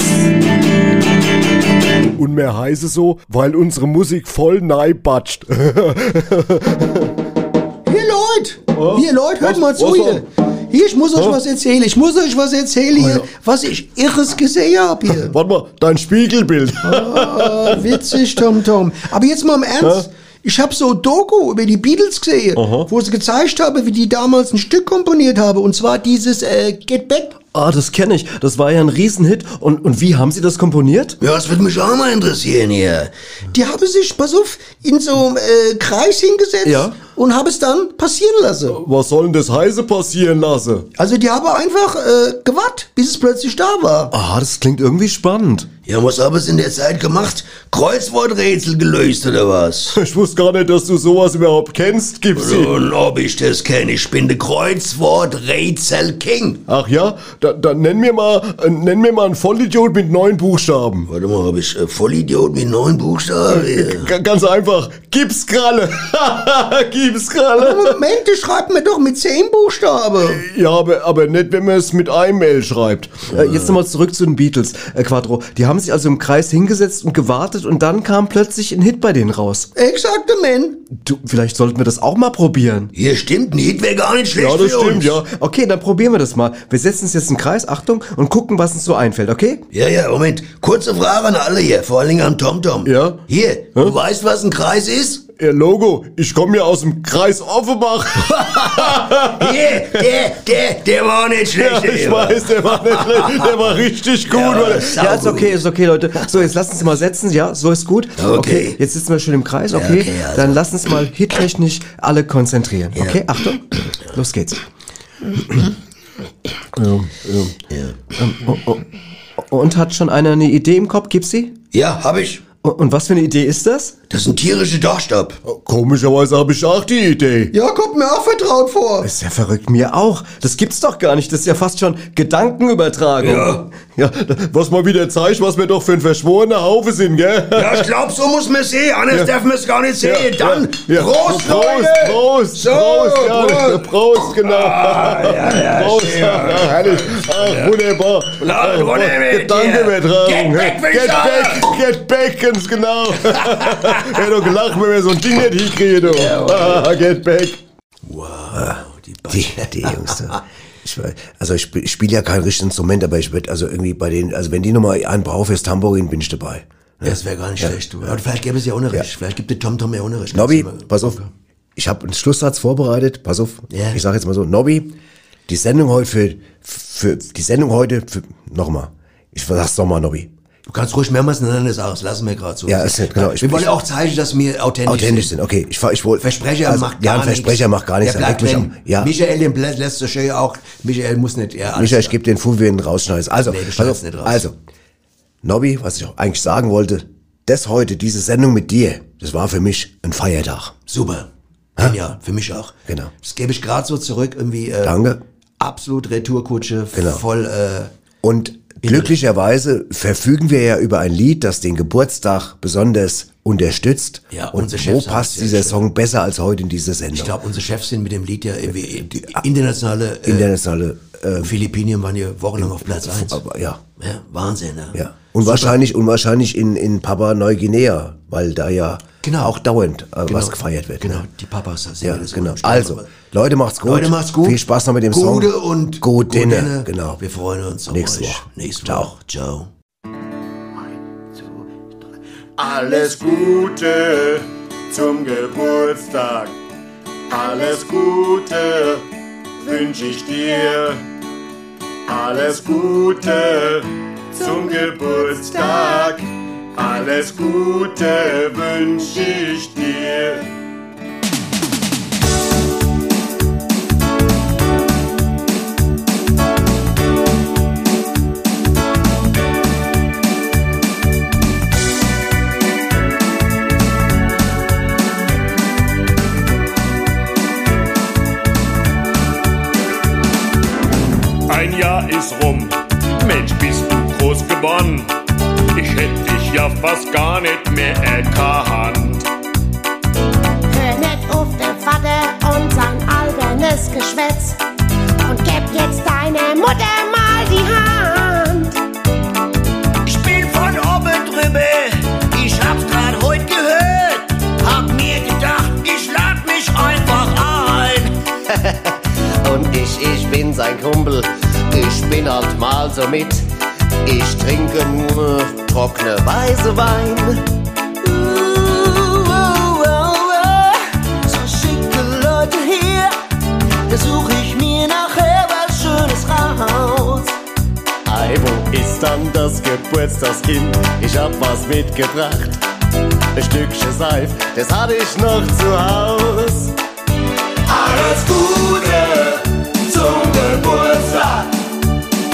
[SPEAKER 19] Und mehr heiße so, weil unsere Musik voll neibatscht.
[SPEAKER 7] Hier Leute, hier Leute, hört mal zu hier. Hier, ich muss euch was erzählen, ich muss euch was erzählen hier, was ich Irres gesehen habe hier.
[SPEAKER 19] Warte mal, dein Spiegelbild.
[SPEAKER 7] Ah, witzig, Tom Tom. Aber jetzt mal im Ernst. Ich habe so Doku über die Beatles gesehen, wo sie gezeigt haben, wie die damals ein Stück komponiert haben. Und zwar dieses äh, Get Back.
[SPEAKER 21] Ah, das kenne ich. Das war ja ein Riesenhit. Und, und wie haben Sie das komponiert?
[SPEAKER 2] Ja, das würde mich auch mal interessieren hier.
[SPEAKER 7] Die haben sich, pass auf, in so einem äh, Kreis hingesetzt
[SPEAKER 19] Ja.
[SPEAKER 7] und haben es dann passieren lassen.
[SPEAKER 19] Was soll denn das heiße passieren lassen?
[SPEAKER 7] Also die haben einfach äh, gewartet, bis es plötzlich da war.
[SPEAKER 21] Ah, das klingt irgendwie spannend.
[SPEAKER 2] Ja, was haben sie in der Zeit gemacht? Kreuzworträtsel gelöst oder was?
[SPEAKER 19] Ich wusste gar nicht, dass du sowas überhaupt kennst, Gipsy.
[SPEAKER 2] Und ob ich das kenne, ich bin der Kreuzworträtsel King.
[SPEAKER 19] Ach ja, Da- dann nenn mir mal, äh, nenn mir mal einen Vollidiot mit neun Buchstaben.
[SPEAKER 2] Warte mal, hab ich äh, Vollidiot mit neun Buchstaben?
[SPEAKER 19] Ganz einfach, Gipskralle. Gipskralle.
[SPEAKER 7] Moment, das schreibt mir doch mit zehn Buchstaben.
[SPEAKER 2] Äh.
[SPEAKER 19] Ja, aber, aber nicht, wenn man es mit einem L schreibt.
[SPEAKER 21] Äh, jetzt nochmal zurück zu den Beatles, äh, Quattro. Die haben sich also im Kreis hingesetzt und gewartet und dann kam plötzlich ein Hit bei denen raus. Äh,
[SPEAKER 7] Exaktamente.
[SPEAKER 21] Du, vielleicht sollten wir das auch mal probieren.
[SPEAKER 2] Hier stimmt, ein Hit wäre gar nicht schlecht
[SPEAKER 21] Ja, das
[SPEAKER 2] für
[SPEAKER 19] Äh,
[SPEAKER 21] stimmt,
[SPEAKER 2] uns.
[SPEAKER 21] ja. Okay, dann probieren wir das mal. Wir setzen uns jetzt in den Kreis, Achtung, und gucken, was uns so einfällt, okay?
[SPEAKER 2] Ja, ja, Moment. Kurze Frage an alle hier, vor allen Dingen an TomTom. Ja? Hier, du weißt, was ein Kreis ist?
[SPEAKER 19] Ja, Logo, ich komme ja aus dem Kreis Offenbach.
[SPEAKER 2] Hier, der, der, der war nicht schlecht.
[SPEAKER 19] Ja, ich weiß, der war nicht schlecht, der war richtig gut.
[SPEAKER 21] Ja, ist okay, ist okay, Leute. So, jetzt lasst uns mal setzen, ja, so ist gut.
[SPEAKER 2] Okay.
[SPEAKER 21] jetzt sitzen wir schön im Kreis,
[SPEAKER 2] Ja,
[SPEAKER 21] okay?
[SPEAKER 2] okay, also.
[SPEAKER 21] Dann lasst uns mal hittechnisch alle konzentrieren, okay? Achtung, los geht's. Ähm, oh, oh. Und hat schon einer eine Idee im Kopf, Gipsy?
[SPEAKER 2] Ja, hab ich.
[SPEAKER 21] Und und was für eine Idee ist das?
[SPEAKER 2] Das ist ein tierischer Dachstab.
[SPEAKER 19] Komischerweise habe ich auch die Idee.
[SPEAKER 7] Ja, kommt mir auch vertraut vor.
[SPEAKER 21] Ist ja verrückt, mir auch. Das gibt's doch gar nicht. Das ist ja fast schon Gedankenübertragung.
[SPEAKER 19] Ja.
[SPEAKER 21] ja
[SPEAKER 19] Was mal wieder zeigt, was wir doch für ein verschworener Haufe sind, gell?
[SPEAKER 2] Ja, ich glaub, so muss man sehen. Anders
[SPEAKER 19] Ja.
[SPEAKER 2] darf man es gar nicht
[SPEAKER 19] Ja,
[SPEAKER 2] sehen.
[SPEAKER 19] ja,
[SPEAKER 2] Dann
[SPEAKER 19] ja.
[SPEAKER 2] Prost,
[SPEAKER 19] Prost,
[SPEAKER 2] Leute.
[SPEAKER 19] Prost,
[SPEAKER 2] So,
[SPEAKER 19] Prost, ja,
[SPEAKER 2] Prost. Ah,
[SPEAKER 19] Prost, genau. Prost, ja, herrlich. Ach, wunderbar. Ah,
[SPEAKER 2] Laut,
[SPEAKER 19] Ach,
[SPEAKER 2] wunderbar.
[SPEAKER 19] Gedankenübertragung.
[SPEAKER 2] Get back, wenn
[SPEAKER 19] Get
[SPEAKER 2] ich
[SPEAKER 19] back, get back, ganz genau. Hätte doch gelacht, wenn wir so ein Ding nicht hinkriegen, du. Ah, Get back.
[SPEAKER 3] Die, die Jungs da. Ich, weiß- also ich spiele spiel ja kein richtiges Instrument, aber ich würde also irgendwie bei denen, also wenn die nochmal einen brauchen fürs Tambourin, bin ich dabei.
[SPEAKER 2] Ja, Das wäre gar nicht
[SPEAKER 3] Ja.
[SPEAKER 2] schlecht. Ja, und vielleicht gäbe es ja Unrecht. Vielleicht gibt der TomTom ja Unrecht.
[SPEAKER 3] Nobby, pass auf. Ich habe einen Schlusssatz vorbereitet. Pass auf.
[SPEAKER 2] Ja.
[SPEAKER 3] Ich sage jetzt mal so, Nobby, die Sendung heute für, für die Sendung heute für nochmal. Ich sag's nochmal, Nobby.
[SPEAKER 2] Du kannst ruhig mehrmals ineinander sagen. Das lassen wir gerade so.
[SPEAKER 3] Ja, ist nicht, genau. Ich-
[SPEAKER 2] wir wollen
[SPEAKER 3] ich-
[SPEAKER 2] ja auch zeigen, dass wir authentisch,
[SPEAKER 3] Authentisch sind, okay. Ich, fahr- ich wohl,
[SPEAKER 2] Versprecher
[SPEAKER 3] also,
[SPEAKER 2] macht
[SPEAKER 3] ja,
[SPEAKER 2] gar
[SPEAKER 3] ein Versprecher
[SPEAKER 2] nichts.
[SPEAKER 3] macht gar nichts.
[SPEAKER 2] Der
[SPEAKER 3] er
[SPEAKER 2] bleibt
[SPEAKER 3] legt mich
[SPEAKER 2] drin.
[SPEAKER 3] am- ja.
[SPEAKER 2] Michael, den blä- lässt so schön auch. Michael muss nicht. Ja, alles
[SPEAKER 3] Micha, ich gebe den Fuhl, wir ihn rausschneidest. Also,
[SPEAKER 2] Nee, du
[SPEAKER 3] pass
[SPEAKER 2] schneidest
[SPEAKER 3] auf,
[SPEAKER 2] nicht raus.
[SPEAKER 3] also, Nobby, was ich auch eigentlich sagen wollte, das heute, diese Sendung mit dir, das war für mich ein Feiertag.
[SPEAKER 2] Super. Genial. Für mich auch.
[SPEAKER 3] Genau.
[SPEAKER 2] Das gebe ich gerade so zurück. Irgendwie. Äh,
[SPEAKER 3] Danke.
[SPEAKER 2] Absolut Retourkutsche.
[SPEAKER 3] Genau.
[SPEAKER 2] Voll. Äh,
[SPEAKER 3] Und glücklicherweise verfügen wir ja über ein Lied, das den Geburtstag besonders unterstützt.
[SPEAKER 2] Ja,
[SPEAKER 3] und
[SPEAKER 2] unser Chef
[SPEAKER 3] wo
[SPEAKER 2] sagt
[SPEAKER 3] passt
[SPEAKER 2] es
[SPEAKER 3] dieser Song besser als heute in dieser Sendung?
[SPEAKER 2] ich glaube, unsere Chefs sind mit dem Lied ja
[SPEAKER 3] Äh,
[SPEAKER 2] irgendwie die internationale. Äh,
[SPEAKER 3] Internationale. Äh,
[SPEAKER 2] Philippinen waren ja wochenlang auf Platz 1.
[SPEAKER 3] aber, ja.
[SPEAKER 2] ja Wahnsinn, ne?
[SPEAKER 3] ja. Und wahrscheinlich, und wahrscheinlich in, in Papua Neuguinea, weil da ja
[SPEAKER 2] Genau.
[SPEAKER 3] auch dauernd äh,
[SPEAKER 2] Genau.
[SPEAKER 3] was gefeiert wird.
[SPEAKER 2] Genau, die Papas sind
[SPEAKER 3] Ja,
[SPEAKER 2] das
[SPEAKER 3] genau.
[SPEAKER 2] gut.
[SPEAKER 3] Also, Leute, macht's gut.
[SPEAKER 2] Leute, macht's gut.
[SPEAKER 3] Viel Spaß noch mit dem Song.
[SPEAKER 2] Gute und
[SPEAKER 3] Gute Dinne.
[SPEAKER 2] Dinne.
[SPEAKER 3] Genau.
[SPEAKER 2] Wir freuen uns auf
[SPEAKER 3] Nächste
[SPEAKER 2] euch.
[SPEAKER 3] Woche.
[SPEAKER 2] Nächste
[SPEAKER 3] Ciao.
[SPEAKER 2] Woche. Ciao.
[SPEAKER 22] Alles Gute zum Geburtstag. Alles Gute
[SPEAKER 23] wünsche ich dir alles Gute zum Geburtstag. Alles Gute wünsche ich dir. Ein Jahr ist rum, Mensch, bist du groß geworden. Ich hätte dich ja fast gar nicht mehr erkannt.
[SPEAKER 6] Hör nicht auf der Vater und sein albernes Geschwätz und gib jetzt deiner Mutter mal die Hand.
[SPEAKER 17] Ich bin von oben drüber, ich hab's grad heute gehört. Hab mir gedacht, ich lad mich einfach ein.
[SPEAKER 24] Und ich, ich bin sein Kumpel, ich bin halt mal so mit. Ich trinke nur trockene Weise Wein.
[SPEAKER 17] Oh, oh, oh. So schicke Leute hier, da such ich mir nachher was Schönes raus.
[SPEAKER 25] Ei, wo ist dann das Geburtstagskind? Ich hab was mitgebracht. Ein Stückchen Seif, das hatte ich noch zu Haus.
[SPEAKER 23] Alles Gute zum Geburtstag.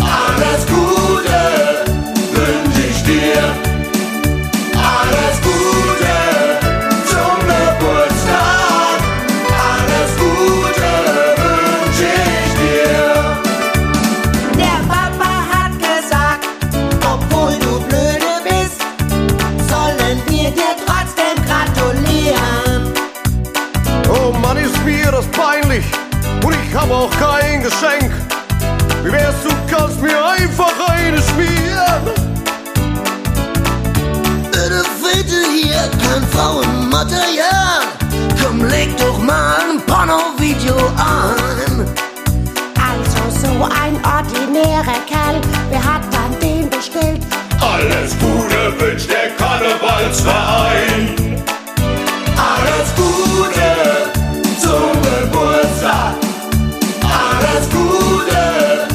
[SPEAKER 23] Alles Gute wünsche ich dir. Alles Gute zum Geburtstag. Alles Gute wünsche ich dir.
[SPEAKER 17] Der Papa hat gesagt, obwohl du blöde bist, sollen wir dir trotzdem gratulieren.
[SPEAKER 3] Oh Mann, ist mir das peinlich und ich hab auch kein Geschenk. Wie wär's, du kannst mir einfach eine schmieren?
[SPEAKER 17] Bitte, bitte hier, kein Frauenmaterial. Komm, leg doch mal ein Porno-Video an.
[SPEAKER 6] Also so ein ordinärer Kerl, wer hat dann den bestellt?
[SPEAKER 23] Alles Gute wünscht der Karnevalsverein. Alles Gute zum Geburtstag. Alles Gute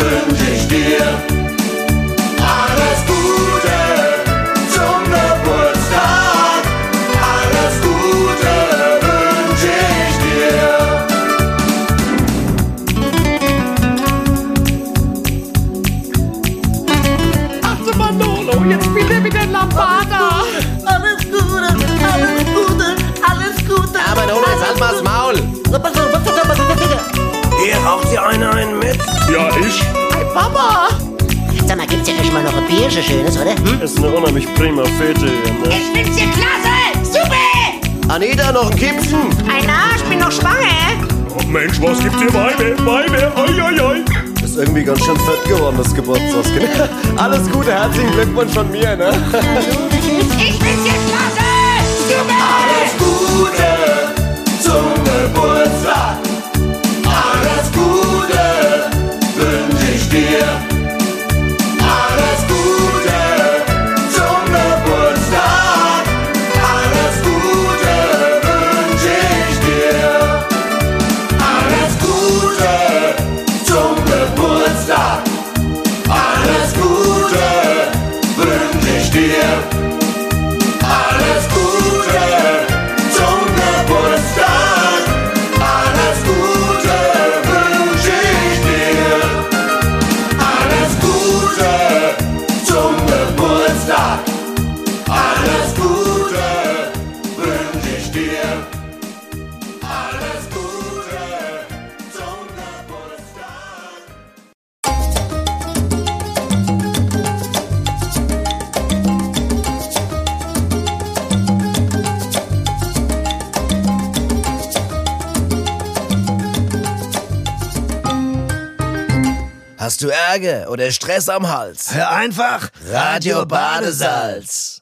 [SPEAKER 23] wünsche ich dir. Alles Gute zum Geburtstag. Alles Gute wünsche ich dir.
[SPEAKER 17] Achte Manolo, jetzt bitte wieder Lambada. Alles Gute, alles Gute, alles Gute.
[SPEAKER 25] Aber Manolo, jetzt halt mal das Maul. Hier raucht dir einer einen mit.
[SPEAKER 26] Ja, ich.
[SPEAKER 17] Hey, Papa.
[SPEAKER 27] Sag mal, gibt's ja nicht mal noch ein Bierchen schönes, oder? Hm?
[SPEAKER 3] Ist eine unheimlich prima Fete hier, ne?
[SPEAKER 17] Ich find's hier klasse. Super.
[SPEAKER 25] Anita, noch ein Kipfen.
[SPEAKER 6] Ein Arsch, bin noch schwanger.
[SPEAKER 26] Oh Mensch, was gibt's hier? Weibe, Weibe, oi, oi, oi.
[SPEAKER 25] Ist irgendwie ganz schön fett geworden, das Geburtstagskind. Alles Gute, herzlichen Glückwunsch von mir, ne?
[SPEAKER 17] Ich find's hier klasse.
[SPEAKER 23] Alles Gute zum Geburtstag. Alles Gute wünsche ich dir. Alles Gute zum Geburtstag. Alles Gute wünsche ich dir. Alles Gute zum Geburtstag. Alles Gute wünsche ich dir. Alles Gute zum Geburtstag. Alles Gute wünsche ich dir. Alles Gute zum Geburtstag. Alles Gute wünsche ich dir. Alles Gute zum Geburtstag.
[SPEAKER 28] Hast du Ärger oder Stress am Hals? Hör einfach Radio Badesalz.